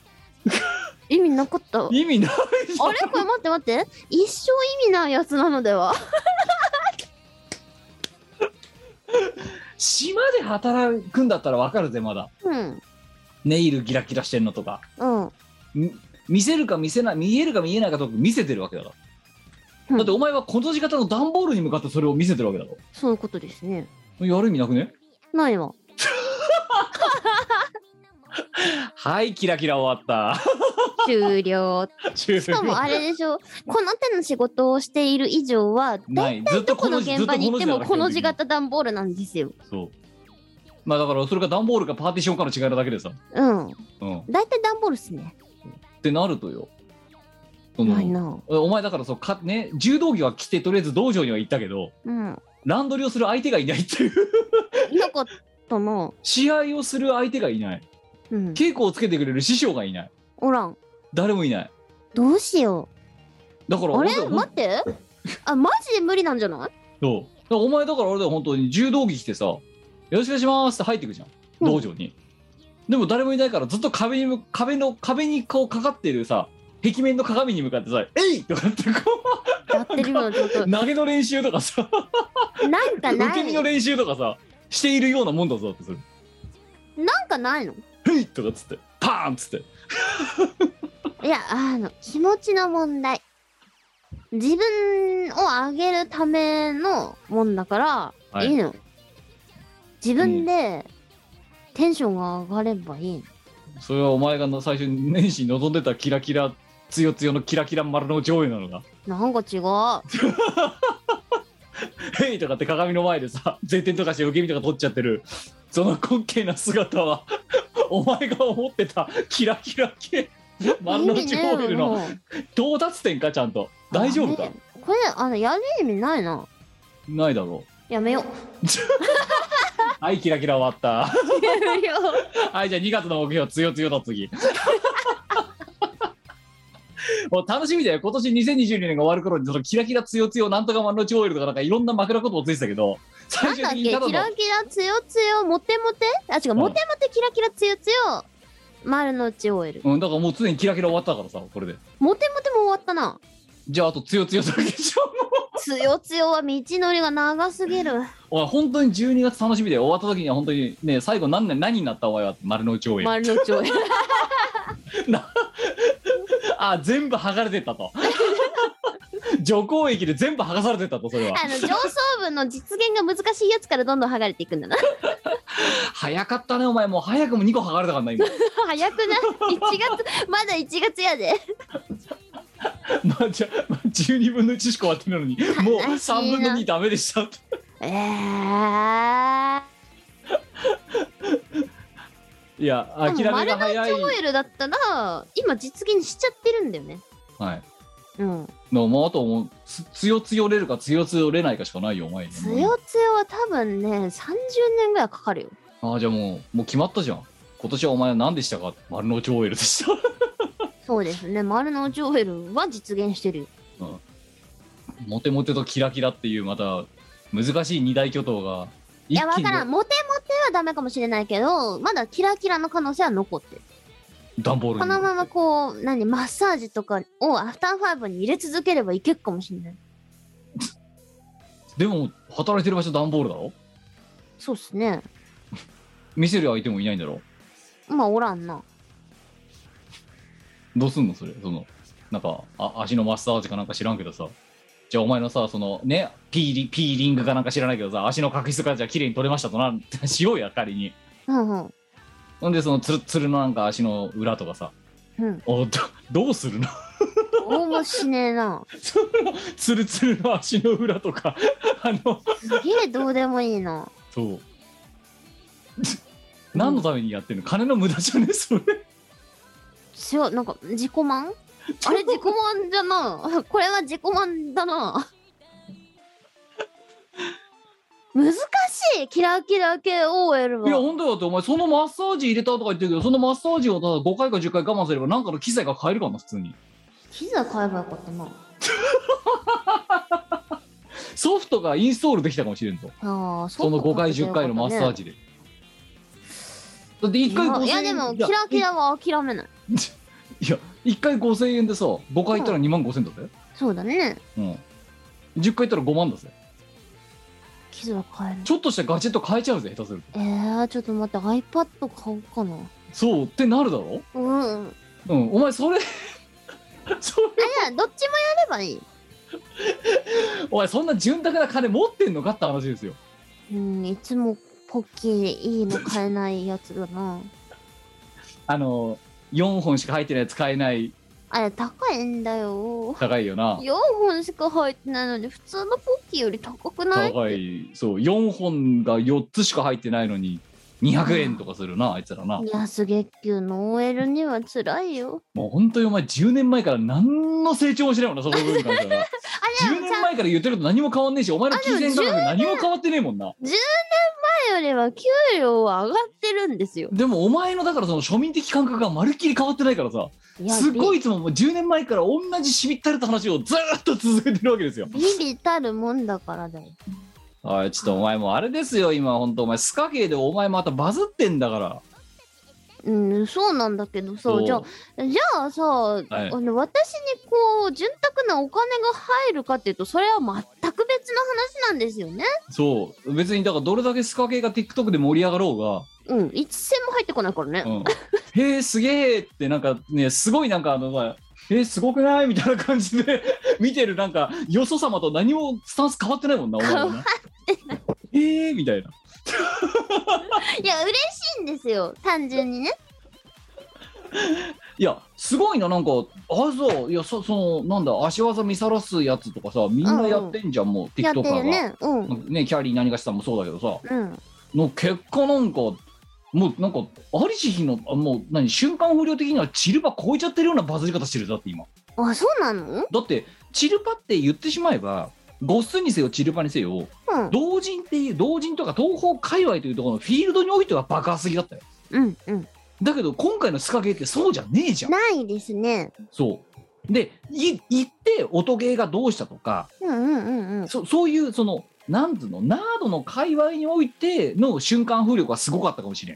[SPEAKER 1] 意味なかった
[SPEAKER 3] 意味ないじゃん
[SPEAKER 1] あれこれ待って待って一生意味ないやつなのでは
[SPEAKER 3] 島で働くんだったらわかるぜまだ
[SPEAKER 1] うん
[SPEAKER 3] ネイルギラキラしてんのとか
[SPEAKER 1] うん
[SPEAKER 3] み見せるか見せない見えるか見えないかとか見せてるわけだろ、
[SPEAKER 1] うん
[SPEAKER 3] だってお前はこの字型の段ボールに向かってそれを見せてるわけだろ
[SPEAKER 1] そういうことですね
[SPEAKER 3] やる意味なくね
[SPEAKER 1] ないわ
[SPEAKER 3] はいキラキラ終わっ
[SPEAKER 1] 終了
[SPEAKER 3] た終
[SPEAKER 1] しかもあれで しょこの手の仕事をしている以上は
[SPEAKER 3] な
[SPEAKER 1] 大
[SPEAKER 3] いずっ
[SPEAKER 1] 体
[SPEAKER 3] と
[SPEAKER 1] どこ
[SPEAKER 3] こ
[SPEAKER 1] の
[SPEAKER 3] の字ず
[SPEAKER 1] 現
[SPEAKER 3] っと
[SPEAKER 1] 場に行ってもこの
[SPEAKER 3] 字
[SPEAKER 1] 字
[SPEAKER 3] だか
[SPEAKER 1] 型
[SPEAKER 3] ら
[SPEAKER 1] 段ボールなんですよ
[SPEAKER 3] そうまあだからそれが段ボールかパーティションかの違いなだけでさ、
[SPEAKER 1] うん
[SPEAKER 3] うん、っ
[SPEAKER 1] 大体段ボールっすね
[SPEAKER 3] てなるとよその
[SPEAKER 1] ないな
[SPEAKER 3] お前だからそうか、ね、柔道着は着てとりあえず道場には行ったけど
[SPEAKER 1] うん
[SPEAKER 3] ランドリーをする相手がいないっていう
[SPEAKER 1] いなかったな
[SPEAKER 3] 試合をする相手がいない
[SPEAKER 1] うん
[SPEAKER 3] 稽古をつけてくれる師匠がいない
[SPEAKER 1] おらん
[SPEAKER 3] 誰もいない
[SPEAKER 1] どうしよ
[SPEAKER 3] だか
[SPEAKER 1] う
[SPEAKER 3] ら
[SPEAKER 1] あ
[SPEAKER 3] 本
[SPEAKER 1] れ
[SPEAKER 3] 当
[SPEAKER 1] 待ってあマジで無理なんじゃない
[SPEAKER 3] そうだからお前だからあれだよ本当に柔道着着てさ「よろしくお願いします」って入ってくじゃん
[SPEAKER 1] うん
[SPEAKER 3] 道場に、でも誰もいないからずっと壁に向壁の壁にこうかかってるさ壁面の鏡に向かってさ「えい!」とかってこ
[SPEAKER 1] やってるようなちょっと
[SPEAKER 3] う投げの練習とかさ
[SPEAKER 1] なんか
[SPEAKER 3] 受
[SPEAKER 1] な
[SPEAKER 3] け
[SPEAKER 1] い
[SPEAKER 3] 身の練習とかさしているようなもんだぞだってそれ
[SPEAKER 1] なんかないの
[SPEAKER 3] 「へい!」とかっつってパーンっつって
[SPEAKER 1] いやあの気持ちの問題自分を上げるためのもんだから、
[SPEAKER 3] はい
[SPEAKER 1] い、いの自分でテンションが上がればいいの、
[SPEAKER 3] それはお前がの最初に年始望んでたキラキラつよつよのキラキラ丸の上位なのが
[SPEAKER 1] なんか違う
[SPEAKER 3] 「へい!」とかって鏡の前でさ前転とかして受け身とか取っちゃってるその滑稽な姿は お前が思ってたキラキラ系丸の
[SPEAKER 1] 意味ねえ
[SPEAKER 3] 上位の
[SPEAKER 1] もう
[SPEAKER 3] 到達点かちゃんと大丈夫
[SPEAKER 1] あ
[SPEAKER 3] か
[SPEAKER 1] ねこれあのやる意味ないな
[SPEAKER 3] ないだろ
[SPEAKER 1] やめ よ
[SPEAKER 3] うはいキラキラ終わっ
[SPEAKER 1] うやめよう
[SPEAKER 3] た はいじゃあ2月の目標つよつよだ次 もう楽しみだよ今年2022年が終わる頃にそのキラキラつよつよなんとか丸の内オイルとかなんかいろんな枕言葉ついてたけど最
[SPEAKER 1] なんだっ
[SPEAKER 3] 終
[SPEAKER 1] け
[SPEAKER 3] 的
[SPEAKER 1] キ
[SPEAKER 3] に
[SPEAKER 1] ラ
[SPEAKER 3] ただ
[SPEAKER 1] キ
[SPEAKER 3] の
[SPEAKER 1] ラつよつよモテモテあ違う、
[SPEAKER 3] ん
[SPEAKER 1] モテモテキラキラつよつよ丸の内オイル
[SPEAKER 3] うんだからもう常にキラキラ終わったからさこれで
[SPEAKER 1] モテモテも終わったな
[SPEAKER 3] じゃああとつよつよだけじゃん
[SPEAKER 1] つよつよは道のりが長すぎる
[SPEAKER 3] お前本当に12月楽しみで終わった時には本当にね最後何年何になったお前はって丸の内応援、
[SPEAKER 1] 丸の内オイ ル
[SPEAKER 3] あ全部剥がれてったと 徐行駅で全部剥がされてったとそれは
[SPEAKER 1] あの上層部の実現が難しいやつからどんどん剥がれていくんだな
[SPEAKER 3] 早かったねお前もう早くも2個剥がれたから な今
[SPEAKER 1] 早くない1月まだ1月やで
[SPEAKER 3] まあじゃあ、まあ、12分の1しか終わってないのにもう
[SPEAKER 1] 悲しいな
[SPEAKER 3] 3分の2ダメでしたって
[SPEAKER 1] えー
[SPEAKER 3] いや
[SPEAKER 1] でも
[SPEAKER 3] 諦め
[SPEAKER 1] 丸
[SPEAKER 3] が
[SPEAKER 1] の
[SPEAKER 3] 早
[SPEAKER 1] 内
[SPEAKER 3] い
[SPEAKER 1] オイルだったら今実現しちゃってるんだよね
[SPEAKER 3] はい
[SPEAKER 1] うん
[SPEAKER 3] のもうあともうつ強強れるか強強れないかしかないよお前
[SPEAKER 1] つよつよは多分ね30年ぐらいかかるよ
[SPEAKER 3] ああじゃあもうもう決まったじゃん今年はお前は何でしたか丸の内応援でした
[SPEAKER 1] そうですね丸の内オイルは実現してるよ
[SPEAKER 3] モテモテとキラキラっていうまた難しい二大巨頭が
[SPEAKER 1] い
[SPEAKER 3] 一
[SPEAKER 1] やわ
[SPEAKER 3] 気
[SPEAKER 1] からん
[SPEAKER 3] に
[SPEAKER 1] モテモテはダメかもしれないけどまだキラキラの可能性は残ってる
[SPEAKER 3] 段ボールに
[SPEAKER 1] このままこう何マッサージとかをアフターファイブに入れ続ければいけるかもしれない
[SPEAKER 3] でも働いてる場所段ボールだろ
[SPEAKER 1] そうっすね
[SPEAKER 3] 見せる相手もいないんだろ
[SPEAKER 1] まあおらんな
[SPEAKER 3] どうすんのそれそのなんかあ足のマッサージかなんか知らんけどさじゃあお前のさそのねピーリピーリングかなんか知らないけどさ足の角質からじゃあ綺麗に取れましたとな しようや仮に
[SPEAKER 1] うんうん
[SPEAKER 3] ほんでそのつるつるのなんか足の裏とかさ
[SPEAKER 1] うん
[SPEAKER 3] おどどうするの
[SPEAKER 1] 応募しねえな
[SPEAKER 3] そのつるつるの足の裏とかあの
[SPEAKER 1] すげえどうでもいいな
[SPEAKER 3] そう。何のためにやってるの金の無駄じゃねそれ。
[SPEAKER 1] 違うなんか自己満あれ自己満じゃなこれは自己満だ な難しいキラキラ系 OL
[SPEAKER 3] いや、
[SPEAKER 1] は
[SPEAKER 3] 本当だって、お前、そのマッサージ入れたとか言ってるけど、そのマッサージをただ5回か10回我慢すれば、なんかの機材が買えるかな、普通に。
[SPEAKER 1] 機材買えばよかったな
[SPEAKER 3] ソフトがインストールできたかもしれんぞ
[SPEAKER 1] ああ
[SPEAKER 3] その5回10回のマッサージで、だって1回5000円
[SPEAKER 1] いやいやでもキラキラは諦めない
[SPEAKER 3] いや1回5000円でさ5回行ったら2万5000だぜ、
[SPEAKER 1] そうだね
[SPEAKER 3] うん、10回行ったら5万だぜ
[SPEAKER 1] 傷は変える
[SPEAKER 3] ちょっとしたガチッと変えちゃうぜ下手すると
[SPEAKER 1] えー、ちょっと待って iPad 買おうかな
[SPEAKER 3] そうってなるだろ
[SPEAKER 1] うんい
[SPEAKER 3] うんお前それ それ
[SPEAKER 1] やどっちもやればいい
[SPEAKER 3] お前そんな潤沢な金持ってんのかって話ですよ
[SPEAKER 1] うんいつもポッキーでいいの買えないやつだな
[SPEAKER 3] あの4本しか入ってないやつ買えない
[SPEAKER 1] あれ高いんだよ
[SPEAKER 3] 高いよな
[SPEAKER 1] 4本しか入ってないのに普通のポッキーより高くない
[SPEAKER 3] 高いそう4本が4つしか入ってないのに200円とかするなあいつらない
[SPEAKER 1] 安月給の OL には辛いよ
[SPEAKER 3] もう本当にお前10年前から何の成長もしないもんなその部分か ら
[SPEAKER 1] あれ
[SPEAKER 3] 10
[SPEAKER 1] も
[SPEAKER 3] 年
[SPEAKER 1] さ
[SPEAKER 3] 前から言ってること何も変わんねえしお前の金銭感覚何も変わってねえもんな
[SPEAKER 1] 前よりは給料は上がってるんですよ
[SPEAKER 3] でもお前のだからその庶民的感覚がまるっきり変わってないからさ
[SPEAKER 1] いや
[SPEAKER 3] すっご
[SPEAKER 1] び
[SPEAKER 3] いいつももう10年前から同じしびったれた話をずーっと続けてるわけですよ
[SPEAKER 1] ビビたるもんだからだよ
[SPEAKER 3] おいちょっとお前もうあれですよ今本当お前スカ系でお前またバズってんだから
[SPEAKER 1] うんそうなんだけどさじゃあじゃあさ、
[SPEAKER 3] い
[SPEAKER 1] あの私にこう潤沢なお金が入るかっていうとそれは全く別の話なんですよね
[SPEAKER 3] そう別にだからどれだけスカ系が TikTok で盛り上がろうが
[SPEAKER 1] うん一銭も入ってこないからね、
[SPEAKER 3] うん、へえすげえってなんかねすごいなんかあのさえすごくないみたいな感じで 見てるなんかよそ様と何もスタンス変わってないもんなお前もなえーみたいない
[SPEAKER 1] や嬉しいんですよ単純にね
[SPEAKER 3] いやすごいななんかあそういやそそのなんだ足技見さらすやつとかさみんなやってんじゃん、もう
[SPEAKER 1] やって
[SPEAKER 3] TikToker
[SPEAKER 1] る
[SPEAKER 3] が、
[SPEAKER 1] ねうんうん
[SPEAKER 3] ねキャリー何がしさんもそうだけどさの結果なんかもうなんかありし日のあもう何瞬間不良的にはチルパ超えちゃってるようなバズり方してるだって今
[SPEAKER 1] あそうなの
[SPEAKER 3] だってチルパって言ってしまえばゴスにせよチルパにせよ
[SPEAKER 1] うん
[SPEAKER 3] 同人っていう同人とか東方界隈というところのフィールドにおいては爆発的だったよ
[SPEAKER 1] うんうん
[SPEAKER 3] だけど今回のスカゲーってそうじゃねえじゃん
[SPEAKER 1] ないですね
[SPEAKER 3] そうでい行って音ゲーがどうしたとか
[SPEAKER 1] うんうんうんうん
[SPEAKER 3] そそういうそのなんつうのナードの界隈においての瞬間風力がすごかったかもしれ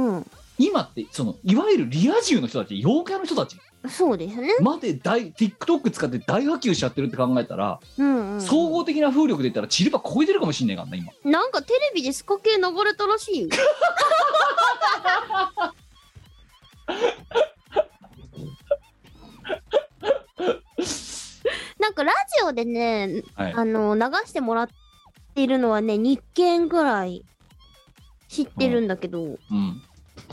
[SPEAKER 3] ん
[SPEAKER 1] う
[SPEAKER 3] 今ってそのいわゆるリア充の人たち妖怪の人たち
[SPEAKER 1] んそうですね
[SPEAKER 3] まで大 TikTok 使って大波及しちゃってるって考えたら
[SPEAKER 1] うんうん
[SPEAKER 3] 総合的な風力で言ったらチルパ超えてるかもしんないからな今
[SPEAKER 1] なんかテレビでスカ系流れたらし いよなんかラジオでね、
[SPEAKER 3] はい
[SPEAKER 1] あの流してもらってるのはね2件ぐらい知ってるんだけど、
[SPEAKER 3] うん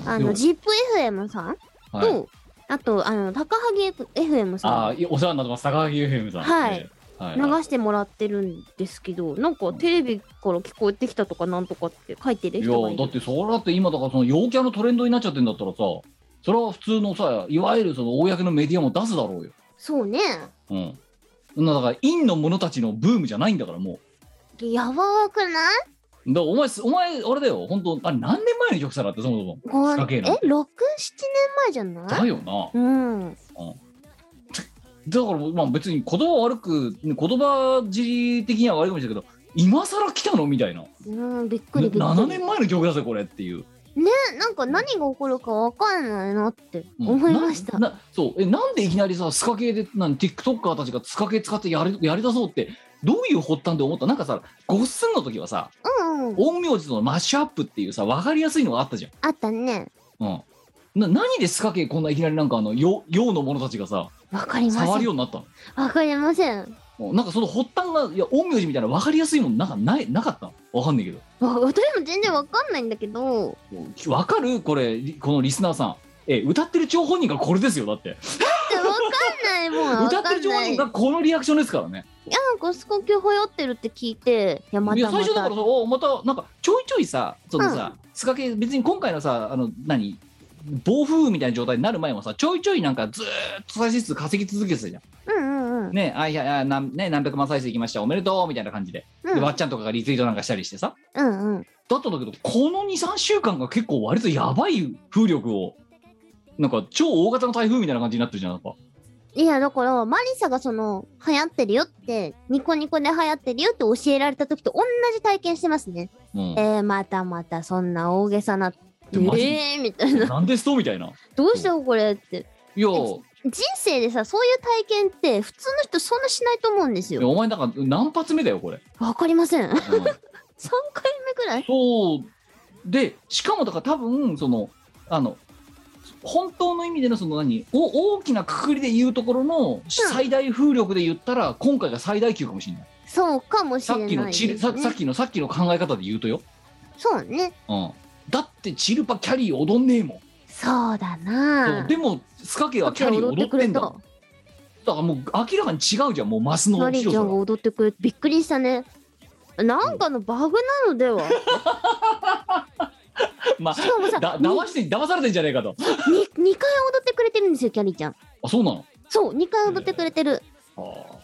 [SPEAKER 1] あ
[SPEAKER 3] でも
[SPEAKER 1] の ZIPFM さん
[SPEAKER 3] はい、
[SPEAKER 1] と、あとあの高萩 FM
[SPEAKER 3] ああ
[SPEAKER 1] さん
[SPEAKER 3] いやお世話になってます高木 FM さん
[SPEAKER 1] はい、
[SPEAKER 3] えーはい
[SPEAKER 1] 流してもらってるんですけどなんかテレビから聞こえてきたとかなんとかって書いてる
[SPEAKER 3] い
[SPEAKER 1] 人が
[SPEAKER 3] や
[SPEAKER 1] い
[SPEAKER 3] だ
[SPEAKER 1] る
[SPEAKER 3] ってそれだって今だからその陽キャのトレンドになっちゃってんだったらさそれは普通のさいわゆるその公のメディアも出すだろうよ
[SPEAKER 1] そうね
[SPEAKER 3] うんそんなだから陰の者たちのブームじゃないんだからも
[SPEAKER 1] やばくないう
[SPEAKER 3] だからお前すお前あれだよ本当あれ何年前の曲さだってそもそも
[SPEAKER 1] こ
[SPEAKER 3] すか系
[SPEAKER 1] え
[SPEAKER 3] なん
[SPEAKER 1] 67
[SPEAKER 3] て
[SPEAKER 1] 年前じゃな
[SPEAKER 3] だ
[SPEAKER 1] い
[SPEAKER 3] よな
[SPEAKER 1] うん
[SPEAKER 3] だからまあ別に言葉悪く言葉尻的には悪いかもしれないけど今更来たのみたいな
[SPEAKER 1] うんびっくりびっ
[SPEAKER 3] 7
[SPEAKER 1] くり
[SPEAKER 3] 年前の曲だぜこれっていう
[SPEAKER 1] なんか何が起こるかわかんないなって
[SPEAKER 3] うん
[SPEAKER 1] 思いました、
[SPEAKER 3] ななそうえなんでいきなりさスカ系でなん TikToker たちがスカ系使ってやりやりだそうってどういう発端で思ったなんかさごっすんの時はさ
[SPEAKER 1] うんうん
[SPEAKER 3] 陰陽師とのマッシュアップっていうさ分かりやすいのがあったじ
[SPEAKER 1] あったね
[SPEAKER 3] ゃん、うん、な何でスカ系こんないきなりなんかあの陽陽の者たちがさ
[SPEAKER 1] わかりま
[SPEAKER 3] 触
[SPEAKER 1] せ
[SPEAKER 3] る
[SPEAKER 1] ん
[SPEAKER 3] ようになったの
[SPEAKER 1] わかりません
[SPEAKER 3] うんなんかその発端がいや陰陽師みたいな分かりやすいもんなんかないなかったの分かんないけど
[SPEAKER 1] わ私も全然わかんないんだけど
[SPEAKER 3] 分かるこれリこのリスナーさんえ歌ってる張本人がこれですよだって
[SPEAKER 1] でわかんないもんわ
[SPEAKER 3] 歌っ
[SPEAKER 1] か
[SPEAKER 3] て
[SPEAKER 1] ん
[SPEAKER 3] る張
[SPEAKER 1] な
[SPEAKER 3] 本
[SPEAKER 1] い
[SPEAKER 3] 人がこのリアクションですからね
[SPEAKER 1] なんかスコキュ流行ってるって聞いていやま
[SPEAKER 3] いや
[SPEAKER 1] た
[SPEAKER 3] 最
[SPEAKER 1] ま
[SPEAKER 3] 初だ
[SPEAKER 1] た
[SPEAKER 3] からさおまたなんかちょいちょいさそのさ、スカ系別に今回のさあの何暴風雨みたいな状態になる前もさちょいちょいなんかずーっと再生数稼ぎ続けてたじゃん
[SPEAKER 1] うんうんうん
[SPEAKER 3] ねあいやいやなんね何百万再生いきましたおめでとうみたいな感じで,、
[SPEAKER 1] う
[SPEAKER 3] で
[SPEAKER 1] ん
[SPEAKER 3] わっちゃんとかがリツイートなんかしたりしてさ
[SPEAKER 1] うんうん
[SPEAKER 3] だったんだけどこの23週間が結構割とやばい風力をなんか超大型の台風みたいな感じになってるじゃんなんか
[SPEAKER 1] いやだからマリサがその流行ってるよってニコニコで流行ってるよって教えられた時と同じ体験してますね。
[SPEAKER 3] うん
[SPEAKER 1] えー、またまたそんな大げさな。え
[SPEAKER 3] でマジ
[SPEAKER 1] ー、みたいな。
[SPEAKER 3] なんですとみたいな。
[SPEAKER 1] どうしたのこれって。
[SPEAKER 3] いや、
[SPEAKER 1] 人生でさそういう体験って普通の人そんなしないと思うんです
[SPEAKER 3] いや
[SPEAKER 1] よ。
[SPEAKER 3] お前なんか何発目だよこれ。
[SPEAKER 1] わかりません。3
[SPEAKER 3] うん
[SPEAKER 1] 回目くらい
[SPEAKER 3] そうでしかもだから多分そのあの本当の意味でのその何お大きなくくりで言うところの最大風力で言ったら今回が最大級かもしれない。
[SPEAKER 1] そうかもし
[SPEAKER 3] さ
[SPEAKER 1] れな
[SPEAKER 3] っ
[SPEAKER 1] い
[SPEAKER 3] きの
[SPEAKER 1] で
[SPEAKER 3] チル
[SPEAKER 1] す
[SPEAKER 3] さ
[SPEAKER 1] ね
[SPEAKER 3] さっきのさっきの考え方で言うとよ。
[SPEAKER 1] そうね。
[SPEAKER 3] うん、だってチルパキャリー踊んねえもん。
[SPEAKER 1] そうだ
[SPEAKER 3] そう
[SPEAKER 1] な。
[SPEAKER 3] でもスカケはキャリー踊ってんだもん。だからもう明らかに違うじゃんもうマスの
[SPEAKER 1] マリー
[SPEAKER 3] 広
[SPEAKER 1] ちゃ
[SPEAKER 3] さ
[SPEAKER 1] んが
[SPEAKER 3] が。
[SPEAKER 1] 踊ってくれてびっくりしたね。なんかのバグなのでは。
[SPEAKER 3] まあ
[SPEAKER 1] しかもさ、
[SPEAKER 3] だ
[SPEAKER 1] に
[SPEAKER 3] 騙して騙されてんじゃねえかと。
[SPEAKER 1] に2回踊ってくれてるんですよキャリーちゃん
[SPEAKER 3] あそうなの。
[SPEAKER 1] そう2回踊ってくれてる
[SPEAKER 3] あー
[SPEAKER 1] 1回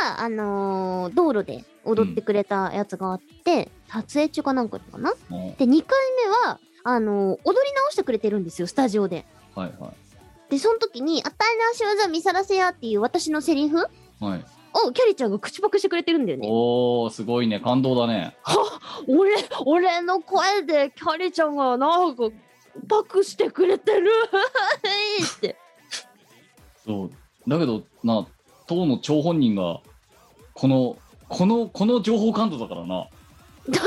[SPEAKER 1] 目はあのー道路で踊ってくれたやつがあって、撮影中かなんかかな
[SPEAKER 3] うん
[SPEAKER 1] で2回目はあのー踊り直してくれてるんですよスタジオで
[SPEAKER 3] はいは
[SPEAKER 1] でその時に「あたいの足技見さらせや」っていう私のセリフ
[SPEAKER 3] いはい。
[SPEAKER 1] をキャリーちゃんが口パクしてくれてるんだよね
[SPEAKER 3] おおすごいね感動だね。
[SPEAKER 1] 俺俺の声でキャリーちゃんがなんかパクしてくれて る って
[SPEAKER 3] そうだけどな当の張本人がこのこのこの情報感度だからな
[SPEAKER 1] で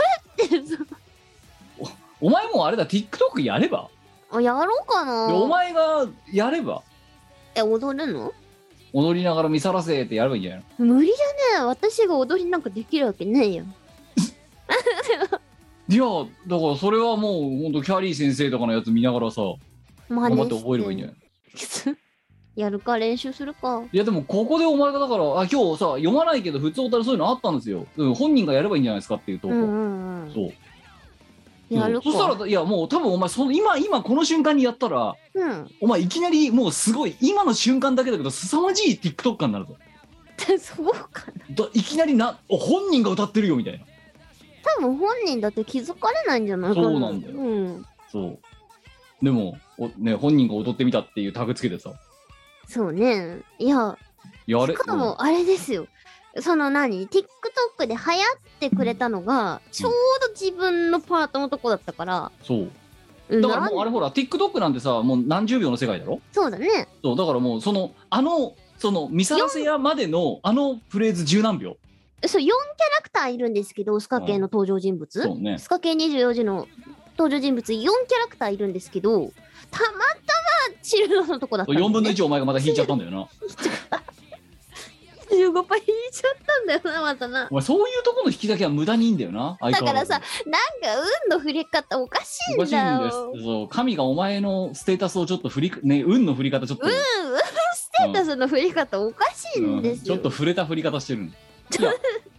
[SPEAKER 3] お前もあれだ TikTok やれば、
[SPEAKER 1] そやろうかな
[SPEAKER 3] でお前がやれば
[SPEAKER 1] え踊るの
[SPEAKER 3] 踊りながら見さらせってやればいいんじゃないの
[SPEAKER 1] 無理じゃねえ私が踊りなんかできるわけないよ
[SPEAKER 3] いやだからそれはもうほんとキャリー先生とかのやつ見ながらさ
[SPEAKER 1] マ
[SPEAKER 3] 頑張って覚えればいいんじゃない
[SPEAKER 1] い やるか練習するか
[SPEAKER 3] いやでもここでお前がだからあ今日さ読まないけど普通おたらそういうのあったんですよ、うん、本人がやればいいんじゃないですかっていうと、
[SPEAKER 1] うんうんうん
[SPEAKER 3] そう
[SPEAKER 1] やる
[SPEAKER 3] そ
[SPEAKER 1] か
[SPEAKER 3] したらいやもう多分お前その今今この瞬間にやったら
[SPEAKER 1] うん
[SPEAKER 3] お前いきなりもうすごい今の瞬間だけだけど凄まじい TikToker になるぞ
[SPEAKER 1] で そうかな
[SPEAKER 3] だいきなりなお本人が歌ってるよみたいな
[SPEAKER 1] 多分本人だって気づかれないんじゃないかな
[SPEAKER 3] そうなんだよ
[SPEAKER 1] うん
[SPEAKER 3] そうでもお、ね、本人が踊ってみたっていうタグつけてさ
[SPEAKER 1] そうねいや
[SPEAKER 3] やれ
[SPEAKER 1] しかもあれですよその何 TikTok で流行ってくれたのがちょうど自分のパートのとこだったから、
[SPEAKER 3] うんそう
[SPEAKER 1] うん、
[SPEAKER 3] だからもう
[SPEAKER 1] なん
[SPEAKER 3] あれほら TikTok なんてさもう何十秒の世界だろ
[SPEAKER 1] そうだね
[SPEAKER 3] そうだからもうそのあのその見さらせ屋までのあのフレーズ十何秒
[SPEAKER 1] そう4キャラクターいるんですけどスカ系の登場人物、
[SPEAKER 3] そうね
[SPEAKER 1] スカ系24時の登場人物4キャラクターいるんですけどたまたまチルノのとこだったんです、ね、
[SPEAKER 3] 4分の1お前がまた引いちゃったんだよな
[SPEAKER 1] 15%引いちゃったんだよなまたな
[SPEAKER 3] お前そういうとこの引きだけは無駄にいいんだよな相
[SPEAKER 1] だから
[SPEAKER 3] 変わ
[SPEAKER 1] ら
[SPEAKER 3] ず
[SPEAKER 1] さなんか運の振り方おかしい
[SPEAKER 3] お
[SPEAKER 1] ん
[SPEAKER 3] かしい
[SPEAKER 1] だ
[SPEAKER 3] んです
[SPEAKER 1] よ。
[SPEAKER 3] そう神がお前のステータスをちょっと振りか、ね、運の振り方ちょっと、
[SPEAKER 1] うん 運ステータスの振り方おかしいんです
[SPEAKER 3] ち
[SPEAKER 1] よ、
[SPEAKER 3] ょっと触れた振り方してるの。いや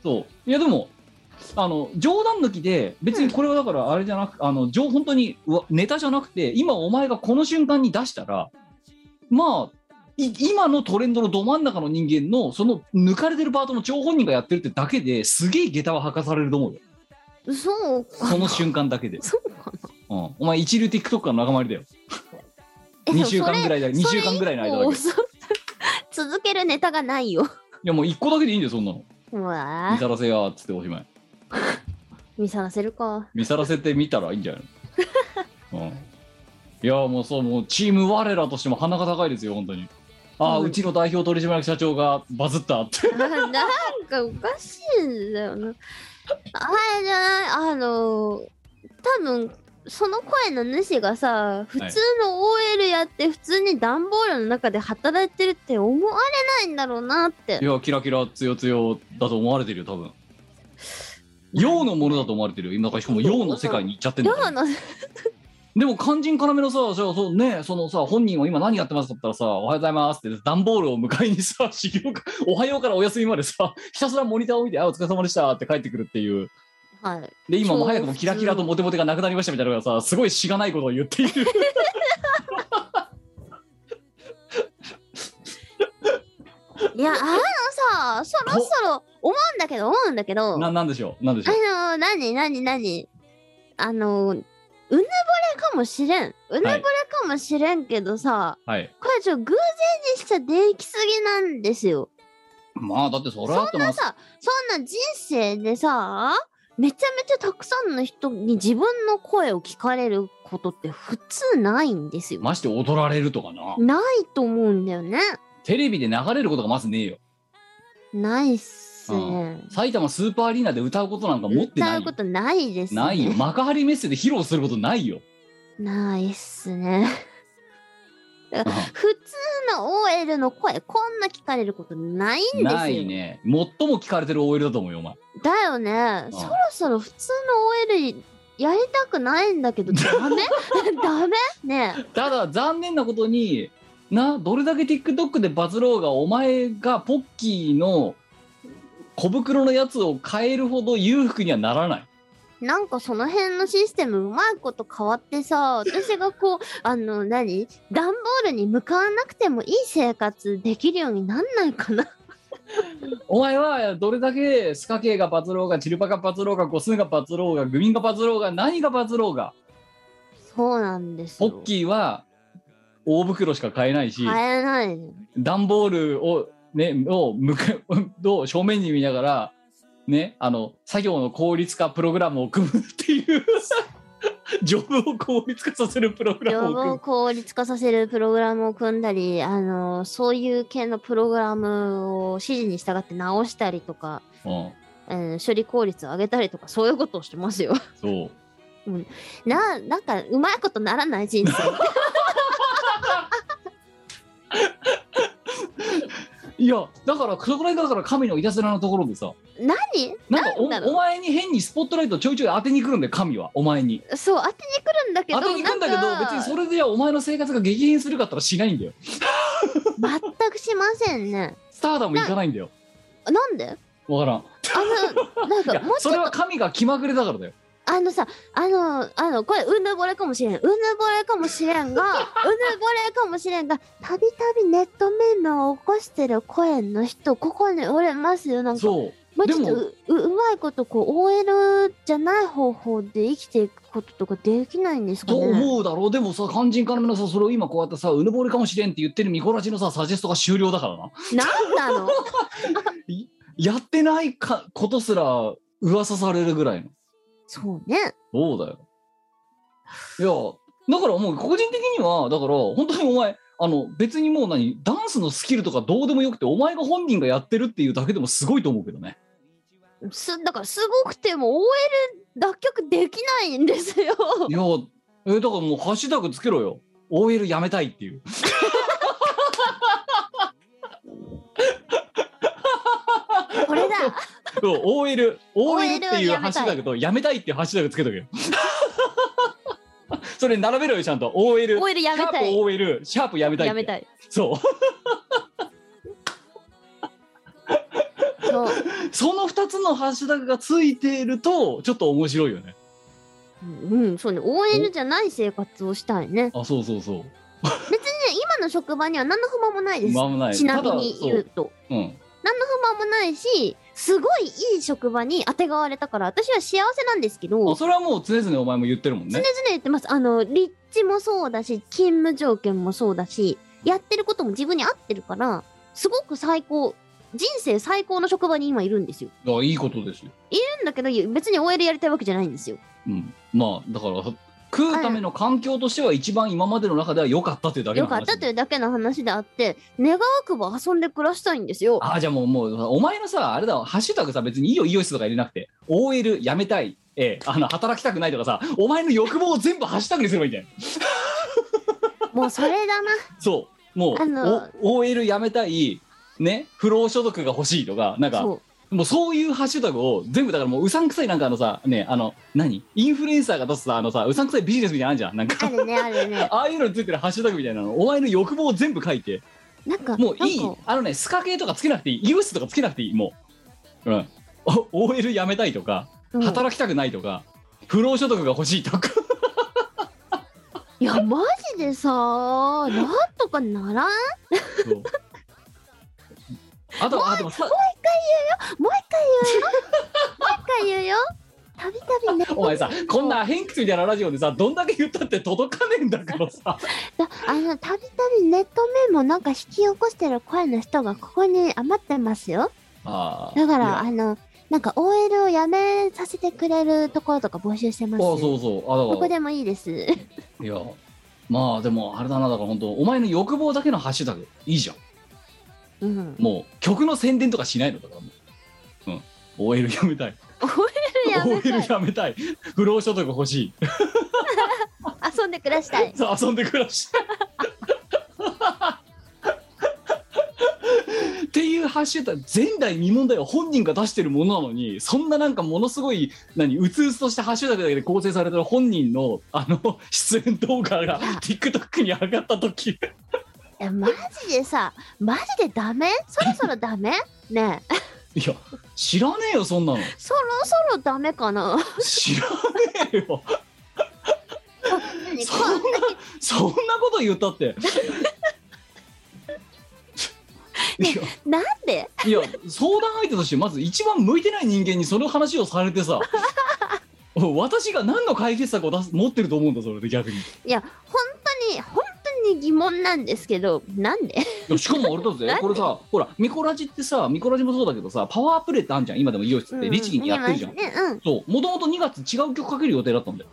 [SPEAKER 3] そういやでもあの冗談抜きで別にこれはだからあれじゃなくあの冗本当にうわネタじゃなくて今お前がこの瞬間に出したらまあい今のトレンドのど真ん中の人間のその抜かれてるパートの張本人がやってるってだけですげえ下駄は履かされると思うよ
[SPEAKER 1] そう
[SPEAKER 3] その瞬間だけで、
[SPEAKER 1] そうか
[SPEAKER 3] うん、お前一流 TikToker の仲間入りだよ
[SPEAKER 1] な
[SPEAKER 3] 2週間ぐらいだ2週間ぐらいの間だけどい
[SPEAKER 1] け続けるネタがない よ
[SPEAKER 3] やもう1個だけでいいんだよそんなの
[SPEAKER 1] うわ
[SPEAKER 3] 見
[SPEAKER 1] ー
[SPEAKER 3] さらせやーっつっておしまい
[SPEAKER 1] 見さらせるか
[SPEAKER 3] 見さらせてみたらいいんじゃないの、うん、いやもうそうもうチーム我らとしても鼻が高いですよ本当にああ、う
[SPEAKER 1] うん
[SPEAKER 3] ちの代表取締役社長がバズったって
[SPEAKER 1] ななんかおかしいんだよな。あれじゃないあの多分その声の主がさ普通の OL やって普通に段ボールの中で働いてるって思われないんだろうなって
[SPEAKER 3] いやキラキラつよつよだと思われてるよ多分洋のものだと思われてるよなんかしかも洋の世界に行っちゃってんだ
[SPEAKER 1] ど
[SPEAKER 3] から
[SPEAKER 1] うの
[SPEAKER 3] でも肝心要のさじゃあそうねそのさ本人は今何やってますかって言ったらさ「おはようございます」って段ボールを迎えにさ 「修行かおはよう」からお休みまでさひたすらモニターを見て「あお疲れ様でした」って帰ってくるっていう
[SPEAKER 1] はい
[SPEAKER 3] で今も
[SPEAKER 1] 超
[SPEAKER 3] 早くもキラキラとモテモテがなくなりましたみたいなのがさすごいしがないことを言ってい る
[SPEAKER 1] いやあのさそろそろ思うんだけど思うんだけどあ
[SPEAKER 3] ななんでしょうなんでしょう
[SPEAKER 1] の何何何あのうぬぼれかかもしれんうぬぼれかもしれんけどさ、
[SPEAKER 3] はい
[SPEAKER 1] これちょっと偶然にしちゃできすぎなんですよ
[SPEAKER 3] まあだってそれは
[SPEAKER 1] そんなさそんな人生でさめちゃめちゃたくさんの人に自分の声を聞かれることって普通ないんですよ
[SPEAKER 3] まして踊られるとかな、
[SPEAKER 1] ないと思うんだよね
[SPEAKER 3] テレビで流れることがまずねえよ
[SPEAKER 1] ないっすね
[SPEAKER 3] 埼玉スーパーアリーナで歌うことなんか持って
[SPEAKER 1] 歌
[SPEAKER 3] な
[SPEAKER 1] う
[SPEAKER 3] いよ
[SPEAKER 1] ことないですね
[SPEAKER 3] ないよ幕張メッセで披露することな いよ、
[SPEAKER 1] ないっすね
[SPEAKER 3] うん
[SPEAKER 1] 普通の OL の声こんな聞かれることないんですよ
[SPEAKER 3] ないね最も聞かれてる OL だと思うよお前
[SPEAKER 1] だよね、
[SPEAKER 3] うん
[SPEAKER 1] そろそろ普通の OL やりたくないんだけどダ メダメねえ
[SPEAKER 3] ただ残念なことになどれだけ TikTok でバズろうがお前がポッキーの小袋のやつを変えるほど裕福にはならない
[SPEAKER 1] なんかその辺のシステムうまいこと変わってさ私がこうあの何段ボールに向かわなくてもいい生活できるようになんないかな
[SPEAKER 3] お前はどれだけスカ系がバズろうがチルパがバズろうがゴスがバズろうがグミンがバズろうが何がバズろうが
[SPEAKER 1] そうなんです
[SPEAKER 3] ポ
[SPEAKER 1] よ
[SPEAKER 3] ッキーは大袋しか買えないし
[SPEAKER 1] 買えないの
[SPEAKER 3] 段ボールを,、ね、を向くを正面に見ながら、ね、あの作業の効率化プログラムを組むっていうジョブを効率化させるプログラ
[SPEAKER 1] 業
[SPEAKER 3] ムを組
[SPEAKER 1] 務を
[SPEAKER 3] む
[SPEAKER 1] 効率化させるプログラムを組んだりあのそういう系のプログラムを指示に従って直したりとか
[SPEAKER 3] うん
[SPEAKER 1] うん、処理効率を上げたりとかそういうことをしてますよ。
[SPEAKER 3] そう
[SPEAKER 1] ななんかうまいことならない人 生
[SPEAKER 3] いやだからそこら辺がだから神のいたずらのところでさ
[SPEAKER 1] 何
[SPEAKER 3] なんかお
[SPEAKER 1] なんだろう
[SPEAKER 3] お前に変にスポットライトをちょいちょい当てに来るんだよ神はお前に
[SPEAKER 1] そう当てに来るんだけど
[SPEAKER 3] 当てに来るんだけ
[SPEAKER 1] な
[SPEAKER 3] ど
[SPEAKER 1] ん
[SPEAKER 3] 別
[SPEAKER 1] か
[SPEAKER 3] にそれ ではお前の生活が激変するかったらしないんだよ
[SPEAKER 1] 全くしませんね。
[SPEAKER 3] スターダム行かないんだよ
[SPEAKER 1] なんで
[SPEAKER 3] わからん
[SPEAKER 1] あのなん
[SPEAKER 3] い
[SPEAKER 1] か
[SPEAKER 3] や
[SPEAKER 1] もうち
[SPEAKER 3] それ
[SPEAKER 1] ょっ
[SPEAKER 3] は
[SPEAKER 1] と
[SPEAKER 3] 神が気まぐれだからだよ
[SPEAKER 1] あのさあのあのこれうぬぼれかもしれんうぬぼれかもしれんが うぬぼれかもしれんがたびたびネットメモを起こしてる声の人ここにおれますよなんか
[SPEAKER 3] そう
[SPEAKER 1] もうちょっ
[SPEAKER 3] で
[SPEAKER 1] と
[SPEAKER 3] も
[SPEAKER 1] うううまいことこう OL じゃない方法で生きていくこととかできないんですか
[SPEAKER 3] と
[SPEAKER 1] ね
[SPEAKER 3] 思うだろうでもさ肝心からのさそれを今こうやってさうぬぼれかもしれんって言ってるミコラジのさサジェストが終了だからな
[SPEAKER 1] なんな の
[SPEAKER 3] やってないかことすら噂されるぐらいの
[SPEAKER 1] そうね
[SPEAKER 3] そうだよいやだからもう個人的にはだから本当にお前あの別にもう何ダンスのスキルとかどうでもよくてお前が本人がやってるっていうだけでもすごいと思うけどね
[SPEAKER 1] すだからすごくても OL 脱却できないんです よ
[SPEAKER 3] いやえだからもうハッシュタグつけろよ OL やめたいっていう
[SPEAKER 1] こ れだ
[SPEAKER 3] そう OL, OL っ
[SPEAKER 1] OL
[SPEAKER 3] て
[SPEAKER 1] はいやめたい
[SPEAKER 3] うハッシュタグとやめたいっていうハッシュタグつけとけよ それ並べろよちゃんと OL
[SPEAKER 1] OL やめた
[SPEAKER 3] シャープ
[SPEAKER 1] い
[SPEAKER 3] OL シャープやめたいって
[SPEAKER 1] やめたい
[SPEAKER 3] そう
[SPEAKER 1] そう、
[SPEAKER 3] その2つのハッシュタグがついているとちょっと面白いよね
[SPEAKER 1] うんうん、そうね OL じゃない生活をしたいね
[SPEAKER 3] あそうそうそう
[SPEAKER 1] 別にね今の職場には何の不満もないです、
[SPEAKER 3] まあない
[SPEAKER 1] ちなみに言うと
[SPEAKER 3] ただそううん
[SPEAKER 1] 何の不満もないしすごいいい職場にあてがわれたから私は幸せなんですけど
[SPEAKER 3] あそれはもう常々お前も言ってるもんね
[SPEAKER 1] 常々言ってますあの立地もそうだし勤務条件もそうだしやってることも自分に合ってるからすごく最高人生最高の職場に今いるんですよ
[SPEAKER 3] あいいことですよ、
[SPEAKER 1] いるんだけど別に OL やりたいわけじゃないんですよ
[SPEAKER 3] うん、まあだから食うための環境としては一番今までの中では良かったっていうだけ
[SPEAKER 1] よ
[SPEAKER 3] の話
[SPEAKER 1] かったというだけの話であって願わくば遊んで暮らしたいんですよ
[SPEAKER 3] あじゃあもうもうお前のさあれだわハッシュタグさ別にいいよいいよとか入れなくて OL やめたいええあの働きたくないとかさお前の欲望を全部ハッシュタグにすればいいんだよ
[SPEAKER 1] もうそれだな
[SPEAKER 3] そうもう
[SPEAKER 1] あの
[SPEAKER 3] お OL やめたいね不労所得が欲しいとかなんか
[SPEAKER 1] そう
[SPEAKER 3] もうそういうハッシュタグを全部だからもううさんくさいなんかあのさねあの何インフルエンサーが出すさあのさうさんくさいビジネスみたいなのあるじゃんなんか
[SPEAKER 1] あ るねあるね
[SPEAKER 3] ああいうのについてるハッシュタグみたいなのお前の欲望を全部書いて
[SPEAKER 1] なんか
[SPEAKER 3] もういい
[SPEAKER 1] なんか
[SPEAKER 3] あのねスカ系とかつけなくていいイオシスとかつけなくていいもううんお OL やめたいとか
[SPEAKER 1] うん
[SPEAKER 3] 働きたくないとか、不労所得が欲しいとか
[SPEAKER 1] いやマジでさなんとかならん
[SPEAKER 3] そうあとあでもさ
[SPEAKER 1] もう一回言うよ。もう一回言うよ。たびたびね
[SPEAKER 3] お前さこんな偏屈みたいなラジオでさどんだけ言ったって届かねえんだからさ
[SPEAKER 1] だあのたびたびネットメモなんか引き起こしてる声の人がここに余ってますよ
[SPEAKER 3] あ
[SPEAKER 1] だ
[SPEAKER 3] ー
[SPEAKER 1] か
[SPEAKER 3] いや
[SPEAKER 1] らあのなんか OL をやめさせてくれるところとか募集してま
[SPEAKER 3] あ
[SPEAKER 1] す
[SPEAKER 3] そうそうあだから
[SPEAKER 1] どこでもいいです
[SPEAKER 3] いやまあでもあれだなだから本当お前の欲望だけのハッシュタグいいじゃん
[SPEAKER 1] うん
[SPEAKER 3] もう曲の宣伝とかしないのだからもう、うん、OL やめたい
[SPEAKER 1] やめたい
[SPEAKER 3] OL やめたい不労所得欲しい
[SPEAKER 1] 遊んで暮らしたい
[SPEAKER 3] そう遊んで暮らしたいっていうハッシュタグ前代未聞だよ本人が出してるものなのにそんななんかものすごい何うつうつとしたハッシュタグだけで構成されてる本人のあの 出演動画が TikTok に上がった時
[SPEAKER 1] いやマジでさマジでダメそろそろダメねえ
[SPEAKER 3] いや知らねえよそんなの
[SPEAKER 1] そろそろダメかな
[SPEAKER 3] 知らねえよ
[SPEAKER 1] 何
[SPEAKER 3] そんなそんなこと言った っていや
[SPEAKER 1] なんで
[SPEAKER 3] いや相談相手としてまず一番向いてない人間にその話をされてさ私が何の解決策を出す持ってると思うんだそれで逆にい
[SPEAKER 1] いや本当に本当に疑問なんですけどなん で
[SPEAKER 3] やしかもあれだぜこれさほらミコラジってさミコラジもそうだけどさパワープレイってあんじゃん今でも医療室って律儀にやってるじゃん、
[SPEAKER 1] うん見えますねうんあ
[SPEAKER 3] そうもともと2月違う曲かける予定だったんだよ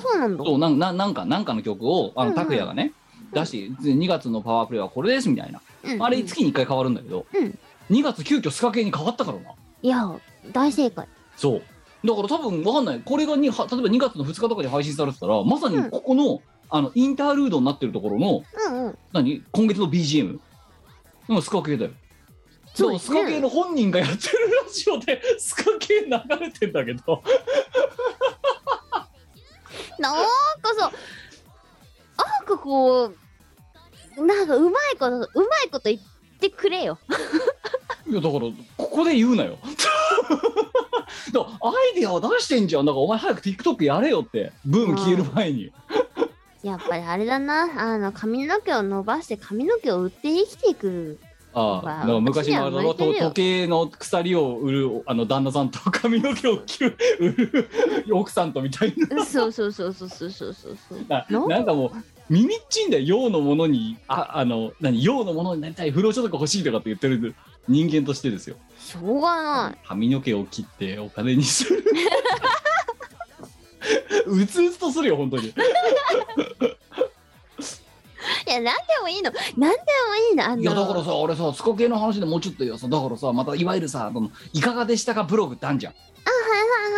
[SPEAKER 1] そうなんだ
[SPEAKER 3] そうなんなんなんかなんかの曲をあ
[SPEAKER 1] うんう
[SPEAKER 3] の
[SPEAKER 1] ん
[SPEAKER 3] 拓哉がね出して2月のパワープレイはこれですみたいな
[SPEAKER 1] うん
[SPEAKER 3] あれ月に1回変わるんだけど、
[SPEAKER 1] うん
[SPEAKER 3] 2月急遽スカ系に変わったからない
[SPEAKER 1] や大正解
[SPEAKER 3] そうだから多分わかんないこれがには例えば2月の2日とかに配信されてたらまさにここの,、あのインタールードになってるところの
[SPEAKER 1] うんうん
[SPEAKER 3] 何今月の BGM うんスカ系だよ
[SPEAKER 1] そ
[SPEAKER 3] そうう
[SPEAKER 1] です
[SPEAKER 3] ス
[SPEAKER 1] ね
[SPEAKER 3] カ系の本人がやってるラジオでスカ系流れてんだけど
[SPEAKER 1] なんかさなんかこうなんかうまいことうまいこと言ってくれよ
[SPEAKER 3] いやだからここで言うなよ だからアイディアを出してんじゃんだからお前早く TikTok やれよってブーム消える前に
[SPEAKER 1] やっぱりあれだなあの髪の毛を伸ばして髪の毛を売って生きていく
[SPEAKER 3] あ
[SPEAKER 1] ま
[SPEAKER 3] あ
[SPEAKER 1] あ
[SPEAKER 3] だから昔のあ
[SPEAKER 1] 私に
[SPEAKER 3] の
[SPEAKER 1] は向いて
[SPEAKER 3] と
[SPEAKER 1] るよ
[SPEAKER 3] 時計の鎖を売るあの旦那さんと髪の毛を切る売る奥さんとみたいな
[SPEAKER 1] そうそうそうそうそうそうそうそう
[SPEAKER 3] な
[SPEAKER 1] なん
[SPEAKER 3] なんかもう耳っちいんだよ用のものにああの何用のものになりたい不労所得欲しいとかって言ってる人間としてですよ
[SPEAKER 1] しょうがない
[SPEAKER 3] 髪の毛を切ってお金にす るうつうつとするよ本当に
[SPEAKER 1] いや何でもいいの何でもいいのあの
[SPEAKER 3] いやだからさ俺さスコ系の話でもうちょっとよさだからさまたいわゆるさあのいかがでしたかブログってあんじゃん
[SPEAKER 1] は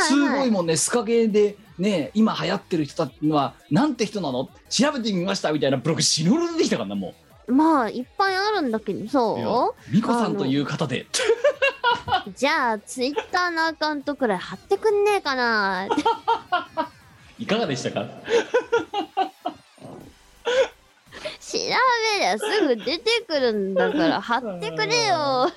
[SPEAKER 1] い
[SPEAKER 3] す
[SPEAKER 1] はいはい
[SPEAKER 3] ごいもんねスカ系でね今流行ってる人たちはなんて人なの調べてみましたみたいなブログ死ぬほど出てきたからなも
[SPEAKER 1] まあいっぱいあるんだけど
[SPEAKER 3] うい
[SPEAKER 1] そ
[SPEAKER 3] や美子さんという方で
[SPEAKER 1] うじゃあツイッターのアカウントくらい貼ってくんねえかな
[SPEAKER 3] いかがでしたか
[SPEAKER 1] 調べりゃすぐ出てくるんだから貼ってくれよ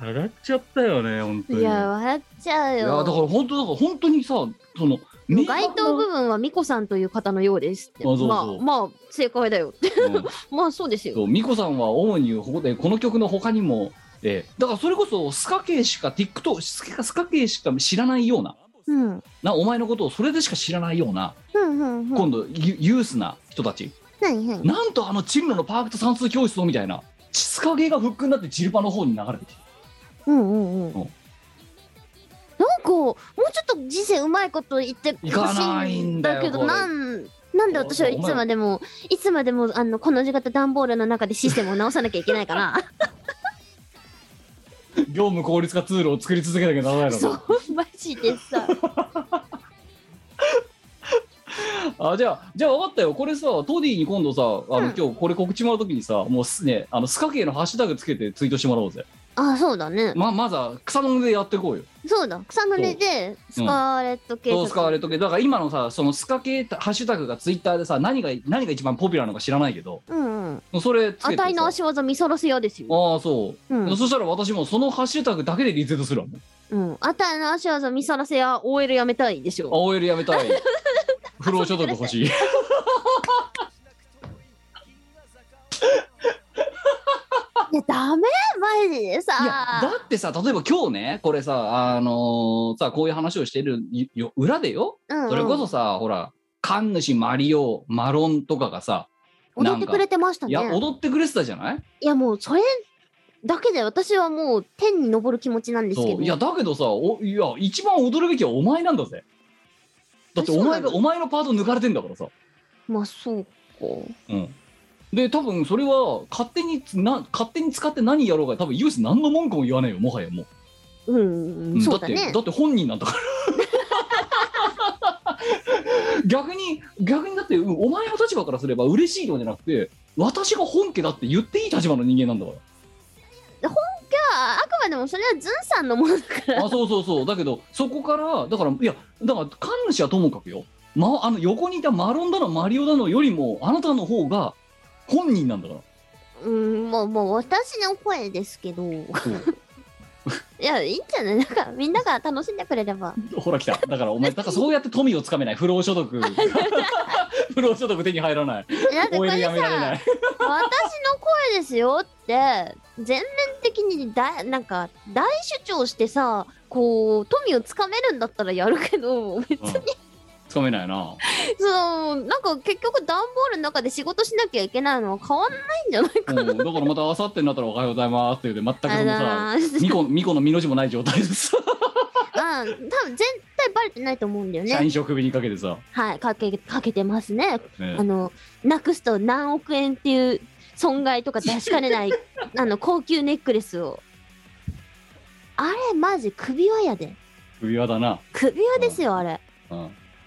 [SPEAKER 3] 笑っちゃったよね本当
[SPEAKER 1] いや笑っちゃう
[SPEAKER 3] いやだから
[SPEAKER 1] よ
[SPEAKER 3] 本当だから本当にさその明確
[SPEAKER 1] 該
[SPEAKER 3] な
[SPEAKER 1] 当部分はミコさんという方のようですって
[SPEAKER 3] あそうそう
[SPEAKER 1] まあまあ正解だよって
[SPEAKER 3] うん
[SPEAKER 1] まあそうですよ
[SPEAKER 3] そう美子さんは主にここでこの曲の他にも、えーだからそれこそスカ系しか TikTok スカスカ系しか知らないような
[SPEAKER 1] うんうん
[SPEAKER 3] なお前のことをそれでしか知らないような、
[SPEAKER 1] うんうん
[SPEAKER 3] 今度ユユースな人たち
[SPEAKER 1] 何何
[SPEAKER 3] なんとあのチルノのパークと算数教室をみたいなスカ系がフックになってチルパの方に流れて きて
[SPEAKER 1] うんうんうん
[SPEAKER 3] う
[SPEAKER 1] な
[SPEAKER 3] ん
[SPEAKER 1] んかもうちょっと人生うまいこと言ってほ
[SPEAKER 3] いかな
[SPEAKER 1] し
[SPEAKER 3] い
[SPEAKER 1] い
[SPEAKER 3] ん
[SPEAKER 1] ん
[SPEAKER 3] だよ
[SPEAKER 1] だけど
[SPEAKER 3] これ
[SPEAKER 1] なんなんで私はいつまでもいつまでもあのこの字型段ボールの中でシステムを直さなきゃいけないから
[SPEAKER 3] 業務効率化ツールを作り続けなきゃならないの
[SPEAKER 1] そう
[SPEAKER 3] か
[SPEAKER 1] マジで さ
[SPEAKER 3] あじゃあじゃあ分かったよこれさトディに今度さあの、
[SPEAKER 1] うん
[SPEAKER 3] 今日これ告知もらう時にさもうすねあのスカ系のハッシュタグつけてツイートしてもらおうぜ
[SPEAKER 1] あそうだね
[SPEAKER 3] ままずは草の根でやっていこうよ
[SPEAKER 1] そうだ草の根でスカーレット系
[SPEAKER 3] そうスカーレット系だから今のさそのスカ系ハッシュタグがツイッターでさ何が何が一番ポピュラーなのか知らないけど
[SPEAKER 1] うんうん
[SPEAKER 3] それつけて
[SPEAKER 1] あ
[SPEAKER 3] さ
[SPEAKER 1] たいの足技見そろすようですよ
[SPEAKER 3] ああそうう、
[SPEAKER 1] ん
[SPEAKER 3] そしたら私もそのハッシュタグだけでリツイートするわもう
[SPEAKER 1] うんあたいの足技見そらせや OL やめたいでしょ
[SPEAKER 3] OL や めたい不労所得欲しい
[SPEAKER 1] いやダメマージでさ
[SPEAKER 3] いやだってさ例えば今日ねこれさあのーさこういう話をしてるよ裏でよ
[SPEAKER 1] うんうん
[SPEAKER 3] それこそさ、ほら神主マリオマロンとかがさ
[SPEAKER 1] 踊ってくれてました
[SPEAKER 3] い
[SPEAKER 1] ね
[SPEAKER 3] や踊ってくれてたじゃない
[SPEAKER 1] いやもうそれだけで私はもう天に昇る気持ちなんですけ
[SPEAKER 3] そ
[SPEAKER 1] ど
[SPEAKER 3] ういやだけどさおいや一番踊るべきはお前なんだぜだってお前
[SPEAKER 1] あそうな
[SPEAKER 3] が
[SPEAKER 1] の
[SPEAKER 3] お前のパート抜かれてんだからさ、
[SPEAKER 1] まあそうか
[SPEAKER 3] うん、で多分それは勝手にな勝手に使って何やろうが多分ユース何の文句も言わないよもはやもう
[SPEAKER 1] うん、
[SPEAKER 3] ん
[SPEAKER 1] そうだ
[SPEAKER 3] って
[SPEAKER 1] ね
[SPEAKER 3] だって本人なんだから 逆に逆にだってうんお前の立場からすれば嬉しいのじゃなくて私が本家だって言っていい立場の人間なんだか
[SPEAKER 1] ああくまでもそれはズンさんのものだから
[SPEAKER 3] らあそうそうそうだけどそこからだからいやだから神主はともかくよ、ま、あの横にいたマロンだのマリオだのよりもあなたの方が本人なんだから
[SPEAKER 1] うんまあまあ私の声ですけどいやいいんじゃないなんかみんなが楽しんでくれれ ば
[SPEAKER 3] ほら来ただからお前だからそうやって富をつかめない不労 所得 不労所得手に入らない
[SPEAKER 1] だってこ
[SPEAKER 3] OL
[SPEAKER 1] れ
[SPEAKER 3] や
[SPEAKER 1] さ
[SPEAKER 3] められない
[SPEAKER 1] 私の声ですよって全面的にだなんか大主張してさこう富をつかめるんだったらやるけど別に
[SPEAKER 3] うんつかめないな
[SPEAKER 1] そのなんか結局段ボールの中で仕事しなきゃいけないのは変わんないんじゃない
[SPEAKER 3] うん、だからまた明後日になったら「おはようございます」って言うて全くそのさ
[SPEAKER 1] かな
[SPEAKER 3] ミコミコの身の字もない状態でさ
[SPEAKER 1] あー多分全体バレてないと思うんだよ
[SPEAKER 3] 社
[SPEAKER 1] ね
[SPEAKER 3] 員証首にかけてさ、
[SPEAKER 1] はいかけかけてますね
[SPEAKER 3] ね
[SPEAKER 1] あのなくすと何億円っていう損害とか出しかねない あの高級ネックレスをあれマジ首輪やで
[SPEAKER 3] 首輪だな、
[SPEAKER 1] 首輪ですよあれ
[SPEAKER 3] う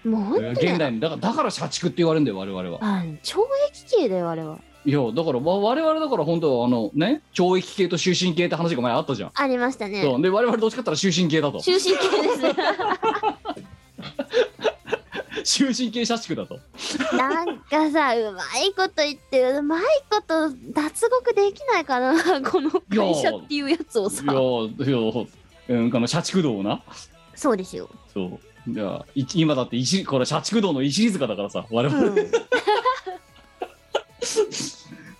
[SPEAKER 3] ん、
[SPEAKER 1] もうほんと
[SPEAKER 3] 現
[SPEAKER 1] ね
[SPEAKER 3] 代にだからだから社畜って言われるんだよ我々は
[SPEAKER 1] あの懲役刑だよあれはい
[SPEAKER 3] やだからわ我々だから本当はあのね懲役系と終身系って話が前あったじゃん、
[SPEAKER 1] ありましたね
[SPEAKER 3] そうで我々どっちかって言ったら終身系だと
[SPEAKER 1] 終身刑です
[SPEAKER 3] 終身系社畜だと
[SPEAKER 1] なんかさうまいこと言ってうまいこと脱獄できないかな この会社っていうやつをさ
[SPEAKER 3] いやいや、うん、あの社畜道をな
[SPEAKER 1] そうですよ、
[SPEAKER 3] そういやい今だって一これ社畜道の一里塚だからさ我
[SPEAKER 1] う
[SPEAKER 3] 々、
[SPEAKER 1] ん、
[SPEAKER 3] い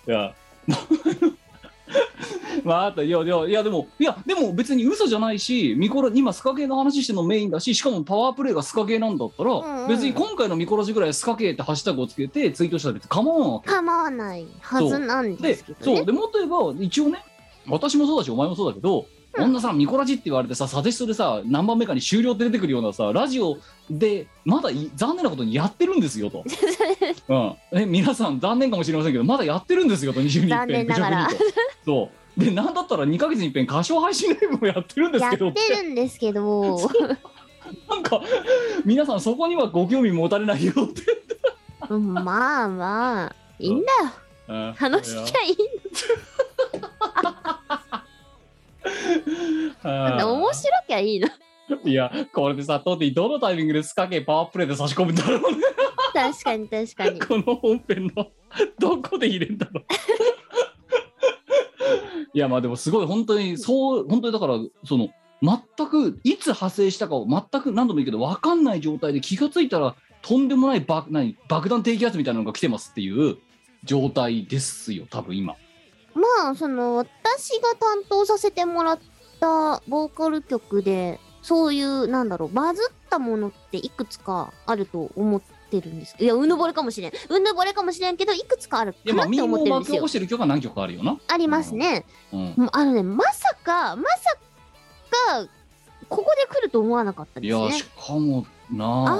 [SPEAKER 3] や、 まあ、あと、いや、いや、いや、でも、いや、でも、別に嘘じゃないし、ミコラ、今、スカ系の話してるのメインだし、しかも、パワープレイがスカ系なんだったら、
[SPEAKER 1] んうん
[SPEAKER 3] 別に今回のミコラジぐらいスカ系ってハッシュタグをつけて、ツイートしたら別に構わんわ
[SPEAKER 1] 構わないはずなん
[SPEAKER 3] け。で
[SPEAKER 1] ですけ、ど
[SPEAKER 3] そう、
[SPEAKER 1] ね
[SPEAKER 3] でもっと言えば、一応ね、私もそうだし、お前もそうだけど、
[SPEAKER 1] うん
[SPEAKER 3] 女さん、ミコラジって言われてさ、サテストでさ、何番目かに終了って出てくるようなさ、ラジオで、まだい残念なことにやってるんですよと。 うん、え皆さん残念かもしれませんけどまだやってるんですよと20人いっぺん
[SPEAKER 1] 残念ながら
[SPEAKER 3] 愚直にとそうでなんだったら2か月にいっぺん歌唱配信ライブもやってるんです
[SPEAKER 1] やっ
[SPEAKER 3] け
[SPEAKER 1] て
[SPEAKER 3] どって
[SPEAKER 1] るんですけど
[SPEAKER 3] なんか皆さんそこにはご興味持たれないよって、
[SPEAKER 1] うんまあまあいいんだよ
[SPEAKER 3] うん
[SPEAKER 1] 楽しきゃいいん
[SPEAKER 3] うん
[SPEAKER 1] だ面白きゃいいの
[SPEAKER 3] いやこれでさトーティどのタイミングでスカ系パワープレイで差し込むんだろうね
[SPEAKER 1] 確かに確かに
[SPEAKER 3] この本編の どこで入れんだろう いやまあでもすごい本当にそう本当にだからその全くいつ派生したかを全く何度も言うけど分かんない状態で気がついたらとんでもない爆何爆弾低気圧みたいなのが来てますっていう状態ですよ多分今
[SPEAKER 1] まあその私が担当させてもらったボーカル曲でそういうなんだろうバズったものっていくつかあると思ってるんですいやうぬぼれかもしれんうぬぼれかもしれんけどいくつかある
[SPEAKER 3] いや
[SPEAKER 1] か
[SPEAKER 3] ま
[SPEAKER 1] な
[SPEAKER 3] あ
[SPEAKER 1] って
[SPEAKER 3] みんな
[SPEAKER 1] 思っ
[SPEAKER 3] を
[SPEAKER 1] てるんです
[SPEAKER 3] 巻き起
[SPEAKER 1] よ
[SPEAKER 3] こしてる曲は何曲かあるよな、
[SPEAKER 1] ありますね
[SPEAKER 3] うん、
[SPEAKER 1] もうあのねまさかまさかここで来ると思わなかった
[SPEAKER 3] い
[SPEAKER 1] です
[SPEAKER 3] や
[SPEAKER 1] ね
[SPEAKER 3] しかもな
[SPEAKER 1] ああい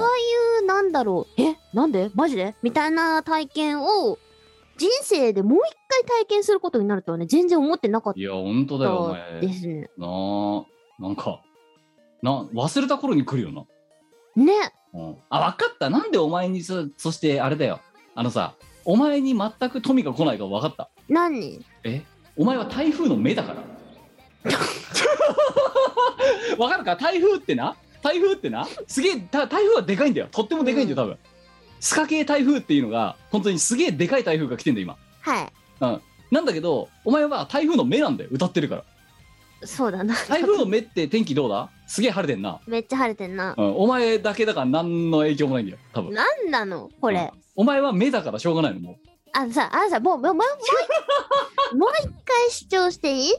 [SPEAKER 1] うなんだろうえなんでマジでみたいな体験を人生でもう一回体験することになるとはね全然思ってなかっ
[SPEAKER 3] いや本当だよお
[SPEAKER 1] た
[SPEAKER 3] 前
[SPEAKER 1] ですね
[SPEAKER 3] なあなんかな忘れた頃に来るよな、
[SPEAKER 1] ね
[SPEAKER 3] うん、あ分かったなんでお前にそそしてあれだよあのさお前に全く富が来ないか分かった
[SPEAKER 1] 何
[SPEAKER 3] えお前は台風の目だから 分かるか台風ってな台風ってなすげえた台風はでかいんだよとってもでかいんだよ多分、スカ系台風っていうのが本当にすげえでかい台風が来てんだよ
[SPEAKER 1] は
[SPEAKER 3] 今うんなんだけどお前は台風の目なんだよ歌ってるから
[SPEAKER 1] いそうだな
[SPEAKER 3] 台風の目って天気どうだすげえ晴れてんな
[SPEAKER 1] めっちゃ晴れてんな
[SPEAKER 3] うん、お前だけだから何の影響もないんだよ多分
[SPEAKER 1] なんなのこれ
[SPEAKER 3] お前は目だからしょうがないのも
[SPEAKER 1] あのさあのさもうもうもうもう一回もう一回主張していいい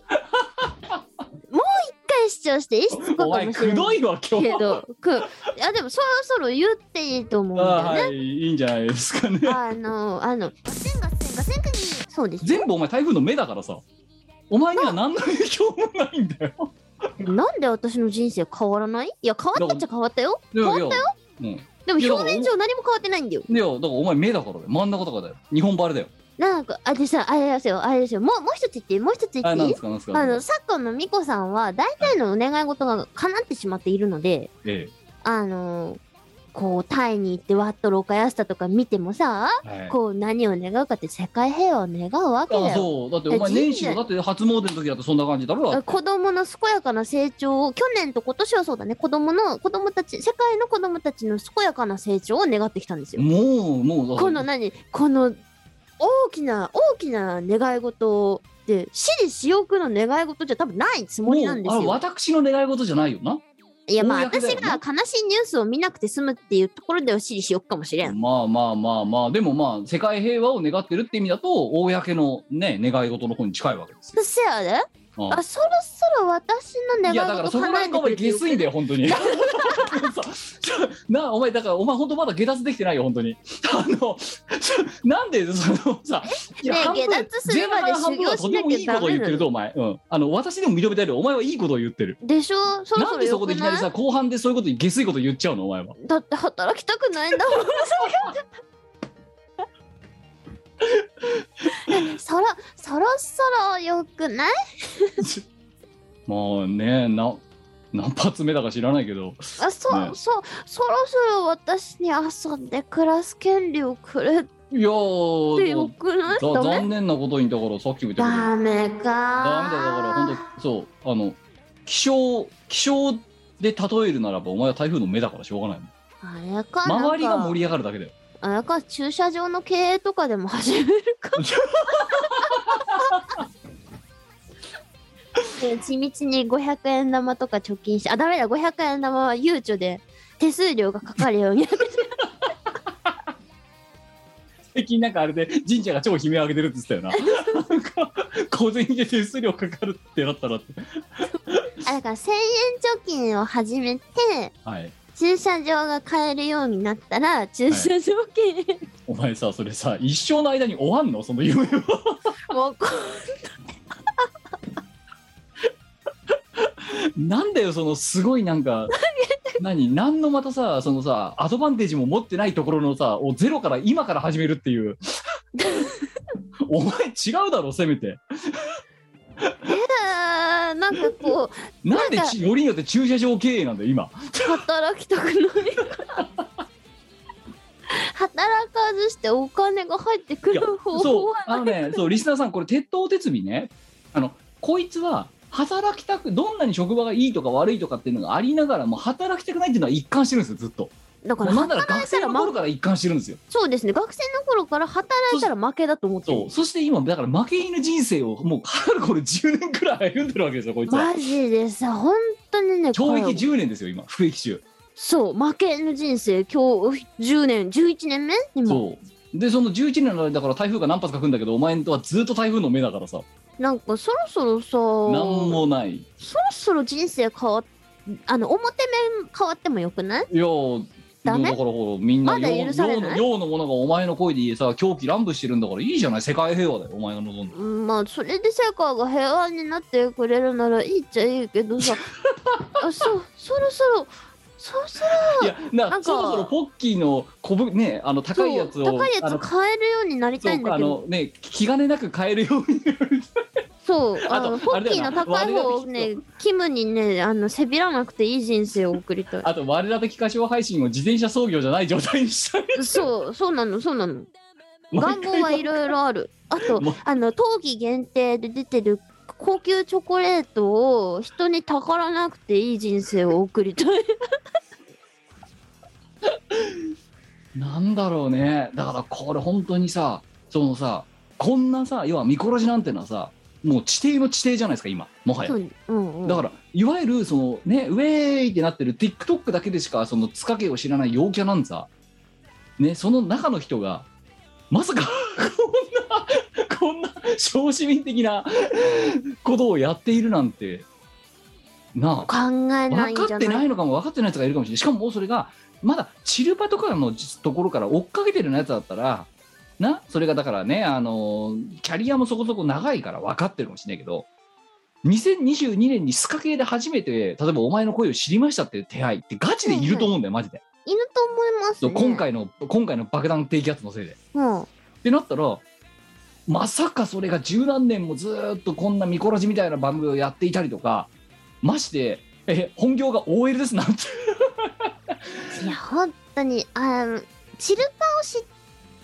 [SPEAKER 1] 主張していい質問
[SPEAKER 3] お
[SPEAKER 1] か
[SPEAKER 3] 前
[SPEAKER 1] もしれ
[SPEAKER 3] く
[SPEAKER 1] な
[SPEAKER 3] ど
[SPEAKER 1] い
[SPEAKER 3] いわ今日
[SPEAKER 1] けどくいやでもそろそろ言っていいと思うん
[SPEAKER 3] あ
[SPEAKER 1] だよね。
[SPEAKER 3] はいいいんじゃないですかね
[SPEAKER 1] あの、あの、
[SPEAKER 4] ガセンガセンガセンクニー
[SPEAKER 1] そうですよ。
[SPEAKER 3] 全部お前台風の目だからさお前には何の影響もないんだよ
[SPEAKER 1] なんで私の人生変わらないいや、変わったっちゃ変わったよ。変わったよ。
[SPEAKER 3] いやいや
[SPEAKER 1] でも
[SPEAKER 3] いや
[SPEAKER 1] 表面上何も変わってないんだよ。
[SPEAKER 3] うんいやだからお前目だからだよ真ん中とかだよ日本バレだよ
[SPEAKER 1] なんか、あ、でさ、あれですよ、あれですよ。もう、もう一つ言っていいもう一つ言っ
[SPEAKER 3] あ
[SPEAKER 1] て
[SPEAKER 3] なん
[SPEAKER 1] いい
[SPEAKER 3] ですかなんですか
[SPEAKER 1] あの、昨今のミコさんは、大体のお願い事が叶ってしまっているので、
[SPEAKER 3] え
[SPEAKER 1] あの、こう、タイに行ってワットロカヤスタとか見てもさ、
[SPEAKER 3] えはい
[SPEAKER 1] こう、何を願うかって世界平和を願うわけだ
[SPEAKER 3] あ
[SPEAKER 1] よ。
[SPEAKER 3] そうだってお前年始のだって初詣の時だってそんな感じだろだって
[SPEAKER 1] 子供の健やかな成長を去年と今年はそうだね子供の子供たち世界の子供たちの健やかな成長を願ってきたんですよ。
[SPEAKER 3] もうもうだって
[SPEAKER 1] この何この大きな大きな願い事って私利私欲の願い事じゃ多分ないつもりなんです
[SPEAKER 3] もうあ
[SPEAKER 1] よ。
[SPEAKER 3] 私の願い事じゃないよな。
[SPEAKER 1] いやまあ
[SPEAKER 3] 公約
[SPEAKER 1] 私
[SPEAKER 3] だよね
[SPEAKER 1] が悲しいニュースを見なくて済むっていうところでは私利私欲かもしれん。
[SPEAKER 3] まあまあまあまあ、でもまあ、世界平和を願ってるって意味だと、公のね、願い事の方に近いわけですよ。
[SPEAKER 1] そやで
[SPEAKER 3] うん
[SPEAKER 1] あそろそろ私の
[SPEAKER 3] いや
[SPEAKER 1] 願
[SPEAKER 3] だか
[SPEAKER 1] い
[SPEAKER 3] ら
[SPEAKER 1] 事
[SPEAKER 3] そこ
[SPEAKER 1] 叶
[SPEAKER 3] な
[SPEAKER 1] え
[SPEAKER 3] んか
[SPEAKER 1] て
[SPEAKER 3] お
[SPEAKER 1] く
[SPEAKER 3] 前
[SPEAKER 1] れて
[SPEAKER 3] 下
[SPEAKER 1] よ
[SPEAKER 3] 水んだよ本当に そうなお前だからお前本当まだ下脱できてないよ本当にあのちょなんでそのさいや
[SPEAKER 1] ねえ
[SPEAKER 3] 半分
[SPEAKER 1] 下脱するまで
[SPEAKER 3] 前半分はとてもいいことを言ってるとお前、うん、あの私でも認めたよりお前はいいことを言ってる
[SPEAKER 1] でしょそろ
[SPEAKER 3] な
[SPEAKER 1] そろ
[SPEAKER 3] んでそ
[SPEAKER 1] よ
[SPEAKER 3] こで
[SPEAKER 1] く
[SPEAKER 3] いきなり
[SPEAKER 1] ない
[SPEAKER 3] さ後半でそういうこと下水こと言っちゃうのお前は
[SPEAKER 1] だって働きたくないんだもん そろそろそろよくない
[SPEAKER 3] まあねな何発目だか知らないけど
[SPEAKER 1] あそ,、
[SPEAKER 3] ね
[SPEAKER 1] そそろそろ私に遊んで暮らす権利をくれっ
[SPEAKER 3] いや
[SPEAKER 1] て
[SPEAKER 3] ー
[SPEAKER 1] よくない
[SPEAKER 3] だ
[SPEAKER 1] ダメ
[SPEAKER 3] 残念なことにだからさっきも言ったけど
[SPEAKER 1] ダメか
[SPEAKER 3] ダメだだから本当そうあの気象気象で例えるならばお前は台風の目だからしょうがないの
[SPEAKER 1] あれか
[SPEAKER 3] 周りが盛
[SPEAKER 1] り
[SPEAKER 3] り上がるだけだよ
[SPEAKER 1] あれか駐車場の経営とかでも始める かで地道に500円玉とか貯金してあダメだ500円玉はゆうちょで手数料がかかるよう になって
[SPEAKER 3] 最近なんかあれで神社が超悲鳴上げてるって言ってたよななんか小銭で手数料かかるってなったらって
[SPEAKER 1] あだから1000円貯金を始めて
[SPEAKER 3] はい
[SPEAKER 1] 駐車場が買えるようになったら駐車場 経営、
[SPEAKER 3] お前さそれさ一生の間に終わんのその夢は
[SPEAKER 1] もうこ
[SPEAKER 3] なんだよそのすごいな んか何何のまたさそのさアドバンテージも持ってないところのさをゼロから今から始めるっ ていうお前違うだろせめて
[SPEAKER 1] あー なんかこう
[SPEAKER 3] なんで
[SPEAKER 1] なんか
[SPEAKER 3] ちよりによって駐車場経営なんだよ今
[SPEAKER 1] 働きたく ない働かずしてお金が入ってく
[SPEAKER 3] いや
[SPEAKER 1] る方法
[SPEAKER 3] そう
[SPEAKER 1] は
[SPEAKER 3] あのねそうリスナーさんこれ鉄頭鉄尾ねあのこいつは働きたくどんなに職場がいいとか悪いとかっていうのがありながらも働きたくないっていうのは一貫してるんですよずっと
[SPEAKER 1] だから
[SPEAKER 3] なんなら
[SPEAKER 1] 働
[SPEAKER 3] 学
[SPEAKER 1] いた
[SPEAKER 3] 生
[SPEAKER 1] ら
[SPEAKER 3] の
[SPEAKER 1] ま
[SPEAKER 3] 頃から一貫してるんですよ
[SPEAKER 1] そうですね学生の頃から働いたら負けだと思って
[SPEAKER 3] そ
[SPEAKER 1] る
[SPEAKER 3] うそして今だから負け犬人生をもうはるこれ10年くらい歩んでるわけですよこいつは
[SPEAKER 1] マジでさ本当にねこれ
[SPEAKER 3] 懲役10年ですよ今服役中
[SPEAKER 1] そう負けの人生今日10年11年目今
[SPEAKER 3] そうでその11年の間だから台風が何発か来るんだけどお前とはずっと台風の目だからさ
[SPEAKER 1] なんかそろそろさ
[SPEAKER 3] なんもない
[SPEAKER 1] そろそろ人生変わっあの表面変わってもよくない
[SPEAKER 3] いやー
[SPEAKER 1] ダメ
[SPEAKER 3] だからほらみんな
[SPEAKER 1] まだ許されない
[SPEAKER 3] のものがお前の声でさ狂気乱舞してるんだからいいじゃない世界平和だよお前が望んで
[SPEAKER 1] うんまあそれで世界が平和になってくれるならいいっちゃいいけ どさあそそろそろそろそろ
[SPEAKER 3] いやな
[SPEAKER 1] なんか
[SPEAKER 3] そろそろポッキーの小ぶねあの高いやつを
[SPEAKER 1] そう高いや
[SPEAKER 3] あ
[SPEAKER 1] つ
[SPEAKER 3] の
[SPEAKER 1] 買えるようになりたいん
[SPEAKER 3] そう
[SPEAKER 1] だ
[SPEAKER 3] あ
[SPEAKER 1] けど
[SPEAKER 3] のね気兼ねなく買えるように
[SPEAKER 1] そうあ
[SPEAKER 3] あと
[SPEAKER 1] の
[SPEAKER 3] あ
[SPEAKER 1] ポ
[SPEAKER 3] れ
[SPEAKER 1] ッ
[SPEAKER 3] だ
[SPEAKER 1] キ
[SPEAKER 3] よ
[SPEAKER 1] ー
[SPEAKER 3] な
[SPEAKER 1] の高い方を
[SPEAKER 3] 我
[SPEAKER 1] ねキムにねあの背びらなくていい人生を送りた
[SPEAKER 3] あと我ら的歌唱配信を自転車操業じゃない状態 にしたい
[SPEAKER 1] いそうそうなのそうなの願
[SPEAKER 3] 毎
[SPEAKER 1] 望
[SPEAKER 3] 回
[SPEAKER 1] はいろいろあるあと
[SPEAKER 3] もう
[SPEAKER 1] あの冬季限定で出てる高級チョコレートを人にたからなくていい人生を送りたい
[SPEAKER 3] なんだろうねだからこれ本当にさそのさこんなさ要は見殺しなんてのはさもう地底の地底じゃないですか今もはや
[SPEAKER 1] そううんうん
[SPEAKER 3] だからいわゆるそのねウェーイってなってる TikTok だけでしかそのつかけを知らない陽キャなんざねその中の人がまさか こんなこんな小市民的なことをやっているなんてな
[SPEAKER 1] 考
[SPEAKER 3] あ
[SPEAKER 1] えない
[SPEAKER 3] 分
[SPEAKER 1] んじ
[SPEAKER 3] か
[SPEAKER 1] ゃ
[SPEAKER 3] って
[SPEAKER 1] な
[SPEAKER 3] ないいのかも分かってないやつがいるかもしれないしかももうそれがまだチルパとかのところから追っかけてるようなやつだったらなそれがだからねあのキャリアもそこそこ長いから分かってるかもしれないけど2022年にスカ系で初めて例えばお前の声を知りましたっていう手配ってガチでいると思うんだよマジで、
[SPEAKER 1] いると思います
[SPEAKER 3] そう
[SPEAKER 1] ね
[SPEAKER 3] 今回の今回の爆弾低気圧のせいで
[SPEAKER 1] うん
[SPEAKER 3] ってなったらまさかそれが十何年もずーっとこんなミコラジみたいな番組をやっていたりとかましてえ本業が OL ですなんて
[SPEAKER 1] いや本当にあのチルパを知っ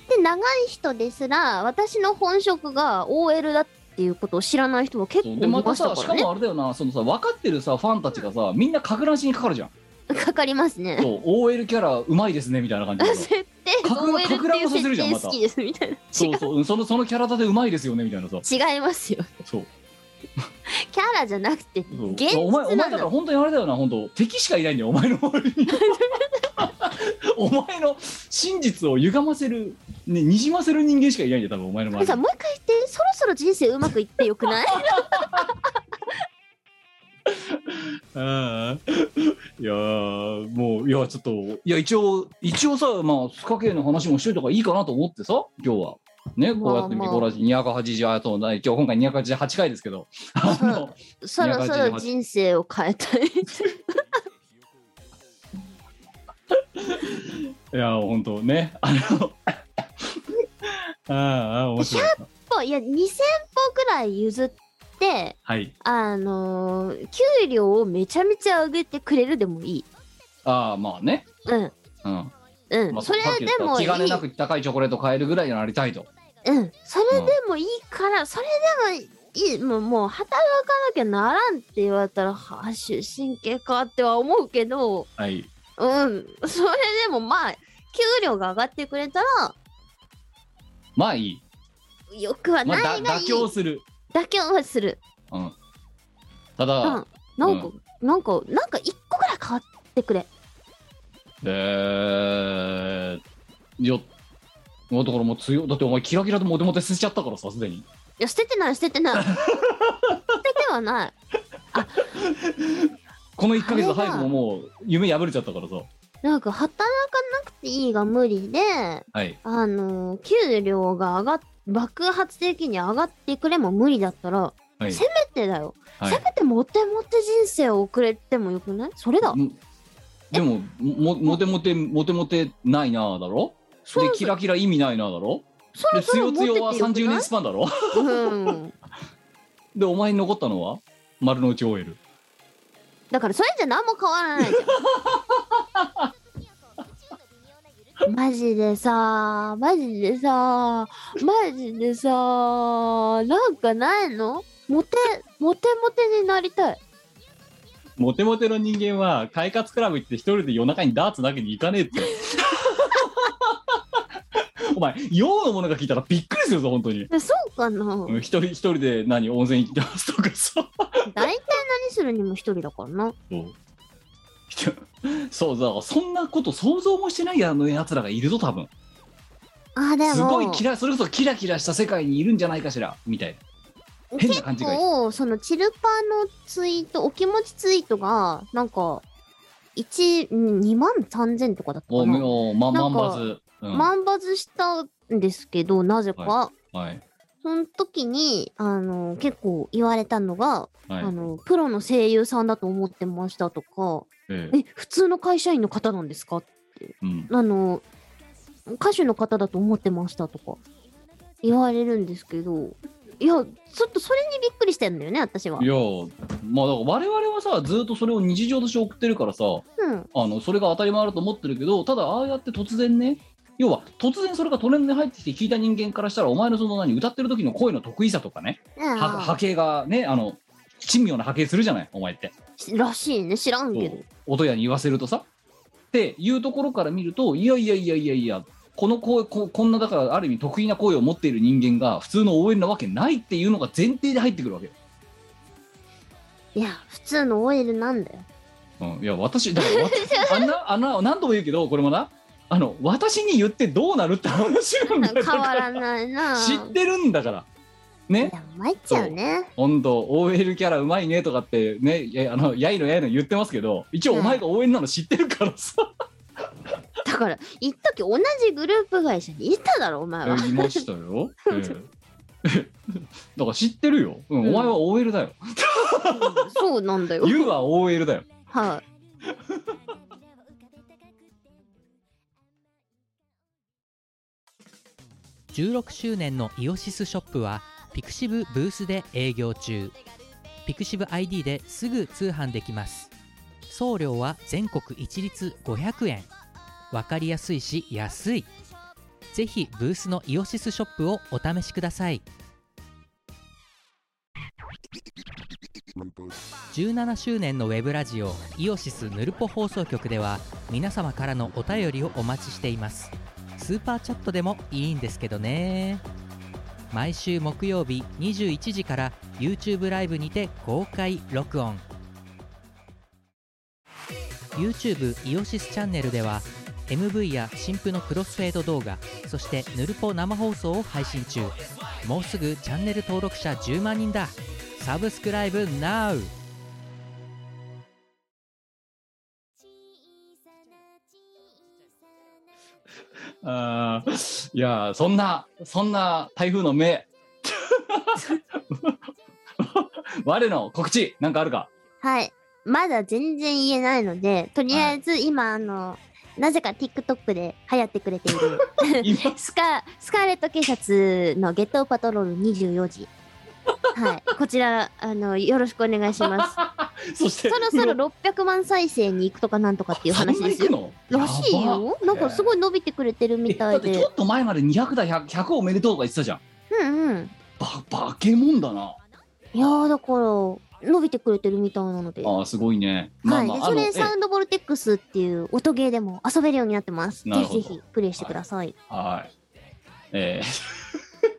[SPEAKER 1] て長い人ですら私の本職が OL だっていうことを知らない人は結構
[SPEAKER 3] そうで
[SPEAKER 1] い
[SPEAKER 3] ま
[SPEAKER 1] ま
[SPEAKER 3] た
[SPEAKER 1] した
[SPEAKER 3] さし
[SPEAKER 1] から
[SPEAKER 3] か
[SPEAKER 1] ね
[SPEAKER 3] もあれだよなそのさ分かってるさファンたちがさみんな格乱しにかかるじゃん
[SPEAKER 1] かかりますね
[SPEAKER 3] そう OL キャラうまいですねみたいな感じ で
[SPEAKER 1] 設定
[SPEAKER 3] かく
[SPEAKER 1] OL って
[SPEAKER 3] かく
[SPEAKER 1] い
[SPEAKER 3] 乱
[SPEAKER 1] う
[SPEAKER 3] をさせ
[SPEAKER 1] 設
[SPEAKER 3] るじゃん
[SPEAKER 1] 定
[SPEAKER 3] また
[SPEAKER 1] 好きですみたいな
[SPEAKER 3] そうそううんそのそのキャラ立てうまいですよねみたいなさ
[SPEAKER 1] 違いますよ
[SPEAKER 3] そう
[SPEAKER 1] キャラじゃなくて
[SPEAKER 3] そう
[SPEAKER 1] 現
[SPEAKER 3] お前お
[SPEAKER 1] 実な
[SPEAKER 3] 前だから
[SPEAKER 1] の
[SPEAKER 3] 本当にあれだよな本当敵しかいないんだよお前の周 りにお前の真実を歪ませる、ね、にじませる人間しかいないんだよ多分お前の周りに
[SPEAKER 1] さもう一回言ってそろそろ人生うまくいってよくない
[SPEAKER 3] ああ いやーもういやちょっといや一応一応さまあスカ系の話もしといた方がいいかなと思ってさ今日はねこうやって
[SPEAKER 1] まあ
[SPEAKER 3] ミ
[SPEAKER 1] まあ
[SPEAKER 3] コラジ280あそうない今日今回288回ですけどあの
[SPEAKER 1] そろそろ人生を変えたい
[SPEAKER 3] いや本当ねあの ああ面白い
[SPEAKER 1] もういや2000歩ぐらい譲って
[SPEAKER 3] はい
[SPEAKER 1] あのー給料をめちゃめちゃ上げてくれるでもいい
[SPEAKER 3] ああまあね
[SPEAKER 1] うん
[SPEAKER 3] うん、
[SPEAKER 1] うん、
[SPEAKER 3] まあ、
[SPEAKER 1] それ
[SPEAKER 3] さっき言っ
[SPEAKER 1] で
[SPEAKER 3] た
[SPEAKER 1] もい
[SPEAKER 3] 気
[SPEAKER 1] い
[SPEAKER 3] 兼ねなく高いチョコレート買えるぐらいになりたいと
[SPEAKER 1] うん、それでもいいから、それでもいいもうもう働かなきゃならんって言われたらはあ出身系かっては思うけど
[SPEAKER 3] はい
[SPEAKER 1] うんそれでもまあ給料が上がってくれたら
[SPEAKER 3] まあいい、
[SPEAKER 1] よくは
[SPEAKER 3] ま
[SPEAKER 1] な
[SPEAKER 3] あ、
[SPEAKER 1] いがいい、
[SPEAKER 3] だ妥協する、
[SPEAKER 1] 妥協はする
[SPEAKER 3] うん、ただ、
[SPEAKER 1] うんなんか、なんかなんか一個ぐらい変わってくれ
[SPEAKER 3] えー、よだからもう強いだってお前キラキラとモテモテ捨てちゃったからさすでに
[SPEAKER 1] いや捨ててない捨ててない捨ててはない
[SPEAKER 3] この1か月
[SPEAKER 1] あれ
[SPEAKER 3] 早
[SPEAKER 1] だ
[SPEAKER 3] くももう夢破れちゃったからさ
[SPEAKER 1] なんか働かなくていいが無理で
[SPEAKER 3] はい
[SPEAKER 1] あのー給料が上がっ爆発的に上がってくれも無理だったら
[SPEAKER 3] はい
[SPEAKER 1] せめてだよ、
[SPEAKER 3] はい
[SPEAKER 1] せめてモテモテ人生を送れてもよくないそれだ
[SPEAKER 3] んでももモテモテモテモテないなあだろ
[SPEAKER 1] そ
[SPEAKER 3] で
[SPEAKER 1] ろ
[SPEAKER 3] キ
[SPEAKER 1] そろ
[SPEAKER 3] ラキラ意味ないなあだろ
[SPEAKER 1] そろ
[SPEAKER 3] で
[SPEAKER 1] そ
[SPEAKER 3] つ
[SPEAKER 1] ろ
[SPEAKER 3] よ
[SPEAKER 1] モ
[SPEAKER 3] つ
[SPEAKER 1] テて
[SPEAKER 3] よ
[SPEAKER 1] よ
[SPEAKER 3] は
[SPEAKER 1] くない
[SPEAKER 3] 30年スパンだろ
[SPEAKER 1] うん
[SPEAKER 3] でお前に残ったのは丸の内 OL
[SPEAKER 1] だからそれじゃ何も変わらないじ ゃんマジでさマジでさマジでさなんかないのモテモテモテになりたい
[SPEAKER 3] モテモテの人間は快活クラブ行って一人で夜中にダーツだけに行かねえってお前用のものが聞いたらびっくりするぞ本当に
[SPEAKER 1] えそうかな
[SPEAKER 3] うん一人一人で何温泉行ってますとかさ
[SPEAKER 1] 大体何するにも一人だからな
[SPEAKER 3] そうだからそんなこと想像もしてないあのやつらがいるぞ多分
[SPEAKER 1] あです
[SPEAKER 3] ごい
[SPEAKER 1] も
[SPEAKER 3] キラそれこそキラキラした世界にいるんじゃないかしらみたいな変な感じがいい
[SPEAKER 1] こうそのチルパーのツイートお気持ちツイートがなんか12万3000とかだったか
[SPEAKER 3] おう
[SPEAKER 1] な
[SPEAKER 3] もうま
[SPEAKER 1] な
[SPEAKER 3] ま
[SPEAKER 1] ん
[SPEAKER 3] ん
[SPEAKER 1] か
[SPEAKER 3] ばず、うん
[SPEAKER 1] 万バズしたんですけどなぜか、
[SPEAKER 3] はい
[SPEAKER 1] その時にあの結構言われたのが、
[SPEAKER 3] はい
[SPEAKER 1] あのプロの声優さんだと思ってましたとか
[SPEAKER 3] ええ
[SPEAKER 1] え普通の会社員の方なんですか
[SPEAKER 3] うん。
[SPEAKER 1] あの歌手の方だと思ってましたとか言われるんですけどいやちょっとそれにびっくりしてんだよね私はい
[SPEAKER 3] やまあだから我々はさずっとそれを日常として送ってるからさ
[SPEAKER 1] うん、
[SPEAKER 3] あのそれが当たり前だと思ってるけどただああやって突然ね要は突然それがトレンドに入ってきて聞いた人間からしたらお前のその何歌ってる時の声の得意さとかね
[SPEAKER 1] ねえ
[SPEAKER 3] は波形がねあの珍妙な波形するじゃないお前って
[SPEAKER 1] らしいね知らんけ
[SPEAKER 3] そ
[SPEAKER 1] ど
[SPEAKER 3] う音屋に言わせるとさっていうところから見るといやいやいやいやいやこの声ここんなだからある意味得意な声を持っている人間が普通の応援なわけないっていうのが前提で入ってくるわけよ、
[SPEAKER 1] いや普通の OL なんだ よ
[SPEAKER 3] うん、いや私だ からわあんなあんな何度も言うけどこれもなあの私に言ってどうなるって話なんだよ
[SPEAKER 1] 変わらないな
[SPEAKER 3] 知ってるんだからね
[SPEAKER 1] や参っちゃうね
[SPEAKER 3] 本当 OL キャラうまいねとかってねえあのやいのやいの言ってますけど一応お前が OL なの知ってるからさ、
[SPEAKER 1] だから一時同じグループ会社にいただろお前は、
[SPEAKER 3] いましたよ、 ええだから知ってるよ、うん
[SPEAKER 1] うん
[SPEAKER 3] お前は OL だよ
[SPEAKER 1] うんそうなんだよ
[SPEAKER 3] YOU は OL だよ
[SPEAKER 1] はい
[SPEAKER 2] 16周年のイオシスショップはピクシブブースで営業中ピクシブ ID ですぐ通販できます送料は全国一律500円わかりやすいし安いぜひブースのイオシスショップをお試しください17周年のウェブラジオイオシスヌルポ放送局では皆様からのお便りをお待ちしていますスーパーチャットでもいいんですけどね毎週木曜日21時から YouTube ライブにて公開録音 YouTube イオシスチャンネルでは MV や新婦のクロスフェード動画そしてヌルポ生放送を配信中もうすぐチャンネル登録者10万人だサブスクライブ NOW!
[SPEAKER 3] あーいやーそんなそんな台風の目 我の告知なんかあ るか
[SPEAKER 1] はい。まだ全然言えないので、とりあえず今、あの、なぜか TikTok で流行ってくれている
[SPEAKER 3] 今
[SPEAKER 1] スカ、スカーレット警察のゲットパトロール24時。はい。こちら、あの、よろしくお願いします。
[SPEAKER 3] そして
[SPEAKER 1] そろそろ600万再生に行くとかなんとかっていう話です
[SPEAKER 3] そん
[SPEAKER 1] よ。
[SPEAKER 3] な行くの
[SPEAKER 1] らしい
[SPEAKER 3] やば
[SPEAKER 1] よ。なんかすごい伸びてくれてるみ
[SPEAKER 3] え
[SPEAKER 1] た
[SPEAKER 3] だっ
[SPEAKER 1] い
[SPEAKER 3] てち
[SPEAKER 1] で
[SPEAKER 3] ょ。っと前まで200だ 100, 100おめでとうとか言ってたじゃん
[SPEAKER 1] うんうん。
[SPEAKER 3] ば化け物だない
[SPEAKER 1] やー、だから、伸びてくれてるみたいなので。
[SPEAKER 3] ああすごいね
[SPEAKER 1] はい、
[SPEAKER 3] まあ
[SPEAKER 1] で
[SPEAKER 3] まあ
[SPEAKER 1] そ
[SPEAKER 3] あのえ
[SPEAKER 1] れサウンドボルテックスっていう音ゲーでも遊べるようになってます。
[SPEAKER 3] な
[SPEAKER 1] ぜ
[SPEAKER 3] るほど
[SPEAKER 1] ひぜひプレイしてください。
[SPEAKER 3] はい。えー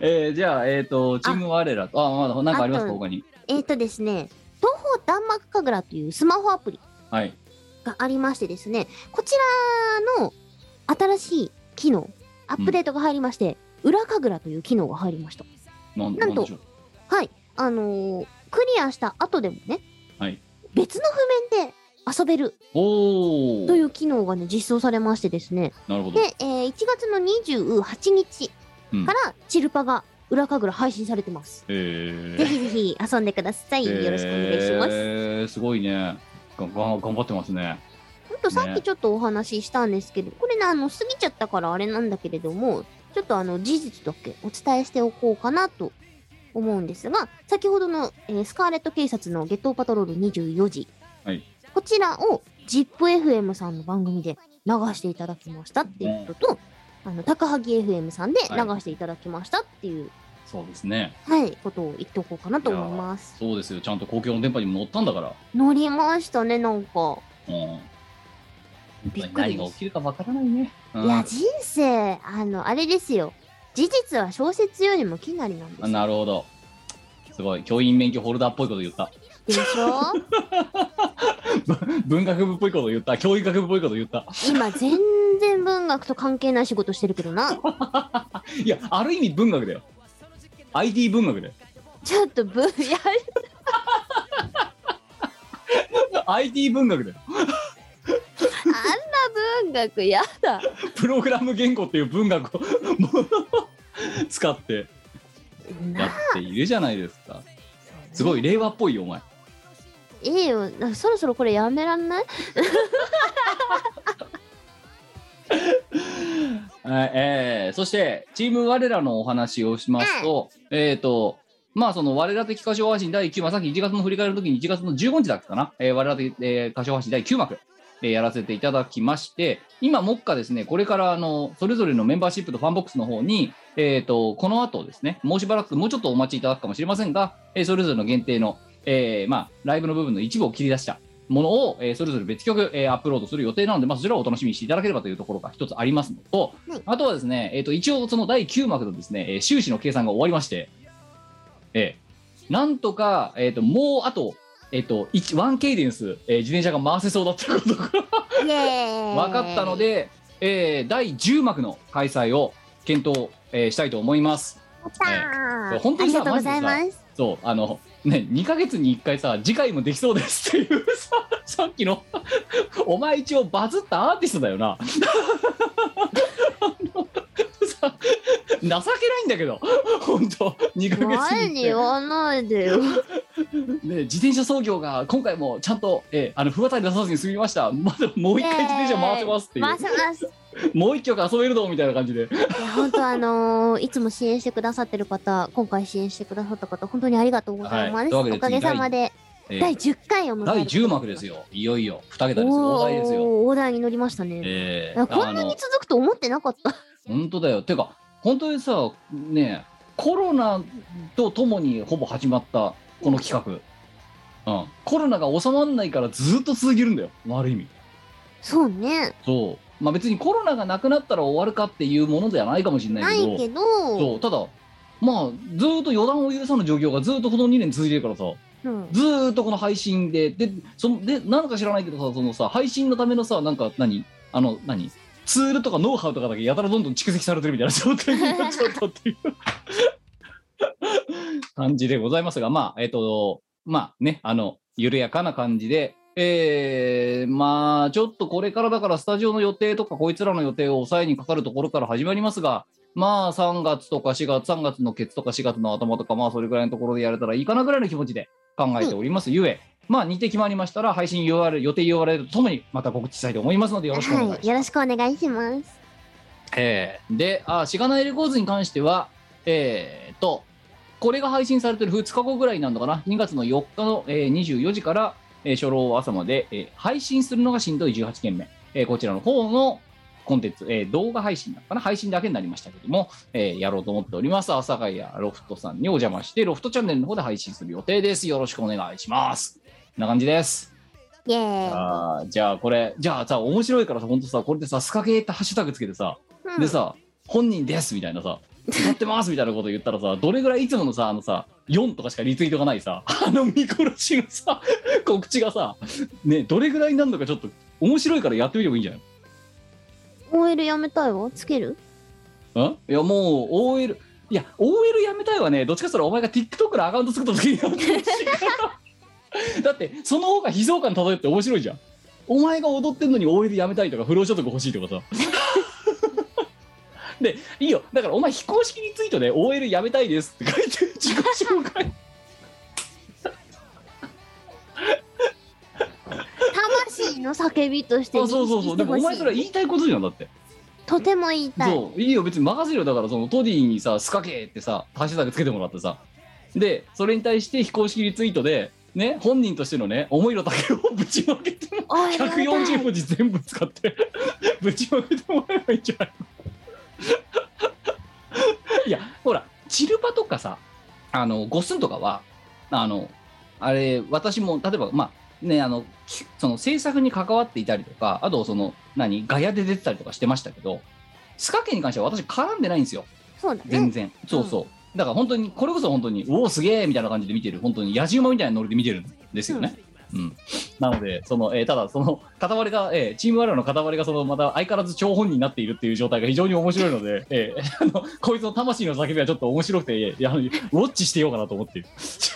[SPEAKER 3] えーじゃあ、えっ、と、チーム我らと、あ、まだ、なんかあります
[SPEAKER 1] あ
[SPEAKER 3] か、
[SPEAKER 1] と
[SPEAKER 3] 他に。
[SPEAKER 1] えっ、とですね、東方弾幕神楽というスマホアプリ
[SPEAKER 3] はい。
[SPEAKER 1] がありましてですね、こちらの新しい機能、アップデートが入りまして、裏神楽という機能が入りました。
[SPEAKER 3] なん
[SPEAKER 1] なんと
[SPEAKER 3] なんでしょう。
[SPEAKER 1] はい、あのークリアした後でもね、
[SPEAKER 3] はい
[SPEAKER 1] 別の譜面で遊べる
[SPEAKER 3] おお。
[SPEAKER 1] という機能がね、実装されましてですね、
[SPEAKER 3] なるほど
[SPEAKER 1] で。、えー1月の28日からチルパが裏神楽配信されてます。
[SPEAKER 3] え
[SPEAKER 1] ぜひぜひ遊んでください。よろしくお願いします。
[SPEAKER 3] えーすごいね。がが頑張ってますね。
[SPEAKER 1] ほんとさっきちょっとお話ししたんですけど、これね、あの、過ぎちゃったからあれなんだけれども、ちょっとあの、事実だけお伝えしておこうかなと思うんですが、先ほどの、えースカーレット警察のゲットーパトロール24時。
[SPEAKER 3] はい
[SPEAKER 1] こちらを ZIPFM さんの番組で流していただきましたっていうことと、あの、高萩 FM さんで流していただきましたっていう、
[SPEAKER 3] そうですね。
[SPEAKER 1] はい、ことを言っておこうかなと思います。
[SPEAKER 3] そうですよ。ちゃんと公共の電波にも乗ったんだから。
[SPEAKER 1] 乗りましたね、なんか。
[SPEAKER 3] うん。
[SPEAKER 1] びっくりです
[SPEAKER 3] 何が起きるかわからないね。うん
[SPEAKER 1] いや人生あのあれですよ事実は小説よりもきなりなんです
[SPEAKER 3] あ
[SPEAKER 1] よ
[SPEAKER 3] なるほど。すごい教員免許ホルダーっぽいこと言った。
[SPEAKER 1] でしょ
[SPEAKER 3] 文学部っぽいこと言った。教育学部っぽいこと言った。
[SPEAKER 1] 今全然文学と関係ない仕事してるけどない
[SPEAKER 3] や、ある意味文学だよ。IT 文学だよ。
[SPEAKER 1] ちょっと文いや
[SPEAKER 3] IT 文学だよ。
[SPEAKER 1] あんな文学やだ
[SPEAKER 3] プログラム言語っていう文学を もう使ってや
[SPEAKER 1] な
[SPEAKER 3] っているじゃないですか。すごい令和っぽいよ、お前。
[SPEAKER 1] いいよなそろそろこれやめらんない
[SPEAKER 3] はいえーそして、チーム我らのお話をしますと、えっ、と、まあ、その、我ら的歌唱配信第9幕、さっき1月の振り返りの時に1月の15日だったかな、えー我ら的、えー歌唱配信第9幕、えーやらせていただきまして、今、目下ですね、これから、あの、それぞれのメンバーシップとファンボックスの方に、えっ、と、この後ですね、もうしばらく、もうちょっとお待ちいただくかもしれませんが、えーそれぞれの限定の、えーまあ、ライブの部分の一部を切り出した、ものを、えーそれぞれ別曲、えーアップロードする予定なので、まあ、そちらをお楽しみにしていただければというところが一つありますのと、
[SPEAKER 1] はい
[SPEAKER 3] あとはですね、えー、と一応その第9幕のですね、えー収支の計算が終わりまして、えーなんとか、えー、ともうあと、えー、と1ワンケイデンス、えー自転車が回せそうだったことが
[SPEAKER 1] イエーイ
[SPEAKER 3] 分かったので、えー第10幕の開催を検討、えーしたいと思います。
[SPEAKER 4] った
[SPEAKER 3] そう
[SPEAKER 4] ー
[SPEAKER 3] 本当
[SPEAKER 1] あ
[SPEAKER 3] に
[SPEAKER 1] り
[SPEAKER 3] さ
[SPEAKER 1] がとうございます。
[SPEAKER 3] そうあのね2ヶ月に1回さ次回もできそうですっていうさ さっきのお前一応バズったアーティストだよな あのさ情けないんだけど本当2ヶ月
[SPEAKER 1] 前に
[SPEAKER 3] に
[SPEAKER 1] 言
[SPEAKER 3] 1
[SPEAKER 1] わないでよ。
[SPEAKER 3] 回、ね、自転車操業が今回もちゃんと、えーあの不渡り出さずに済みましたまだもう1回自転車回せますっていう、
[SPEAKER 1] 回せます。い
[SPEAKER 3] もう1曲遊べるぞみたいな感じで
[SPEAKER 1] や、本当あのーいつも支援してくださってる方、今回支援してくださった方、本当にありがとうございます。
[SPEAKER 3] はいというわけで
[SPEAKER 1] おかげさまで、
[SPEAKER 3] えー
[SPEAKER 1] 第10回を迎える
[SPEAKER 3] 第10幕です。よいよいよ2桁ですよ
[SPEAKER 1] おー
[SPEAKER 3] 大台ですよ
[SPEAKER 1] 大台に乗りましたね。
[SPEAKER 3] え
[SPEAKER 1] い
[SPEAKER 3] ー
[SPEAKER 1] やこんな
[SPEAKER 3] あの
[SPEAKER 1] に続くと思ってなかった。
[SPEAKER 3] 本当だよてか本当にさねえコロナとともにほぼ始まったこの企画、うん、コロナが収まらないからずっと続けるんだよある意味
[SPEAKER 1] そうね。
[SPEAKER 3] そうまあ別にコロナがなくなったら終わるかっていうものではないかもしれな
[SPEAKER 1] ない
[SPEAKER 3] けど
[SPEAKER 1] いけど、
[SPEAKER 3] そうただまあずーっと予断を許さぬ状況がずーっとこの2年続いてるからさ
[SPEAKER 1] うん
[SPEAKER 3] ずーっとこの配信ででそのでなんか知らないけどさそのさ配信のためのさなんか何あの何ツールとかノウハウとかだけやたらどんどん蓄積されてるみたいな 状態になっちゃったっ ていう感じでございますがまあえっ、とまあねあの緩やかな感じでえー、まあちょっとこれからだからスタジオの予定とかこいつらの予定を抑えにかかるところから始まりますがまあ3月とか4月3月のケツとか4月の頭とかまあそれぐらいのところでやれたらいいかなぐらいの気持ちで考えております、ゆえまあ日程決まりましたら配信 URL 予定 URL とともにまた告知したいと思いますのでよろしくお願いします
[SPEAKER 1] はい、。よろしくお願いします。
[SPEAKER 3] えーで、あ、しがないレコーズに関しては、えーと、これが配信されてる2日後ぐらいになるのかな、2月の4日の、えー24時から、えー初老朝まで、えー配信するのがしんどい18件目、えーこちらの方のコンテンツ、えー動画配信なのかな、配信だけになりましたけども、えーやろうと思っております。朝ヶ谷ロフトさんにお邪魔して、ロフトチャンネルの方で配信する予定です。よろしくお願いします。こんな感じです。
[SPEAKER 1] イエーイ。
[SPEAKER 3] あーじゃあこれじゃあさ面白いからさほんとさこれでさスカゲーってハッシュタグつけてさ、
[SPEAKER 1] うん
[SPEAKER 3] でさ「本人です」みたいなさ「やってます」みたいなこと言ったらさどれぐらいいつものさあのさ4とかしかリツイートがないさあの見殺しのさ告知がさねどれぐらいになるのかちょっと面白いからやってみればいいんじゃない
[SPEAKER 1] OL やめたいわ。つけ る
[SPEAKER 3] んいやもう OL いや OL やめたいわねどっちかって言ったらお前が TikTok のアカウント作った時にやってほしいからだってその方が悲壮感漂って面白いじゃんお前が踊ってんのに OL やめたいとか不労所得欲しいとかさでいいよだからお前非公式についてで OL やめたいですって書いて自己紹 介
[SPEAKER 1] 魂の叫びとして
[SPEAKER 3] あそうそうそうでもお前それは言いたいことじゃんだって
[SPEAKER 1] とても言いたい。
[SPEAKER 3] そういいよ別に任せるよだからそのトディにさ「スカケー」ってさハッシュタグつけてもらってさでそれに対して非公式リツイートでね本人としてのね思いの丈をぶちまけても
[SPEAKER 1] OL やめたい
[SPEAKER 3] 140文字全部使って ぶちまけてもらえばいいんじゃないの いやほらチルパとかさあのゴスンとかはあのあれ私も例えばまあねあのきその制作に関わっていたりとかあとその何ガヤで出てたりとかしてましたけどスカケに関しては私絡んでないんですよ
[SPEAKER 1] そうだ
[SPEAKER 3] 全
[SPEAKER 1] ね。
[SPEAKER 3] 然、そうそうだから本当にこれこそ本当におおすげえみたいな感じで見てる本当に野じ馬みたいなノリで見てるんですよね、うんなのでその、えーただその片割れが、えーチーム我らの片割れがそのまた相変わらず張本人になっているっていう状態が非常に面白いので、えーあのこいつの魂の叫びはちょっと面白くて、えーあのウォッチしてようかなと思っている
[SPEAKER 1] じ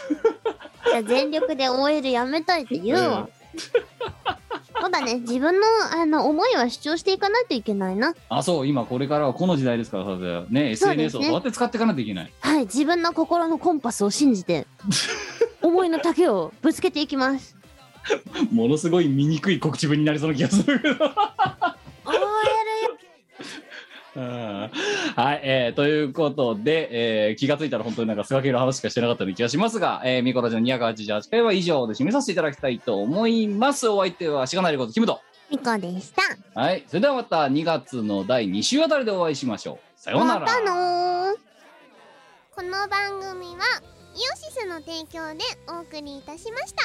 [SPEAKER 1] ゃあ全力で OL やめたいって言うわ。 そうだね。自分のあの思いは主張していかないといけないな。
[SPEAKER 3] あそう今これからはこの時代ですからさね
[SPEAKER 1] そうで
[SPEAKER 3] SNS
[SPEAKER 1] す
[SPEAKER 3] を
[SPEAKER 1] ね
[SPEAKER 3] どうやって使っていかないといけない
[SPEAKER 1] はい。自分の心のコンパスを信じ て、思いの丈をぶつけていきます。
[SPEAKER 3] ものすごい醜い告知文になりそうな気がするけど
[SPEAKER 1] OL
[SPEAKER 3] うんはい、えーということで、えー気がついたら本当になんかスガキの話しかしてなかったような気がしますが、えー、ミコラジの288回は以上で締めさせていただきたいと思います。お相手はしがないレコードキムと。
[SPEAKER 1] ミコでした。
[SPEAKER 3] はい、それではまた2月の第2週あたりでお会いしましょう。さようなら。
[SPEAKER 1] またのー。
[SPEAKER 4] この番組はイオシスの提供でお送りいたしました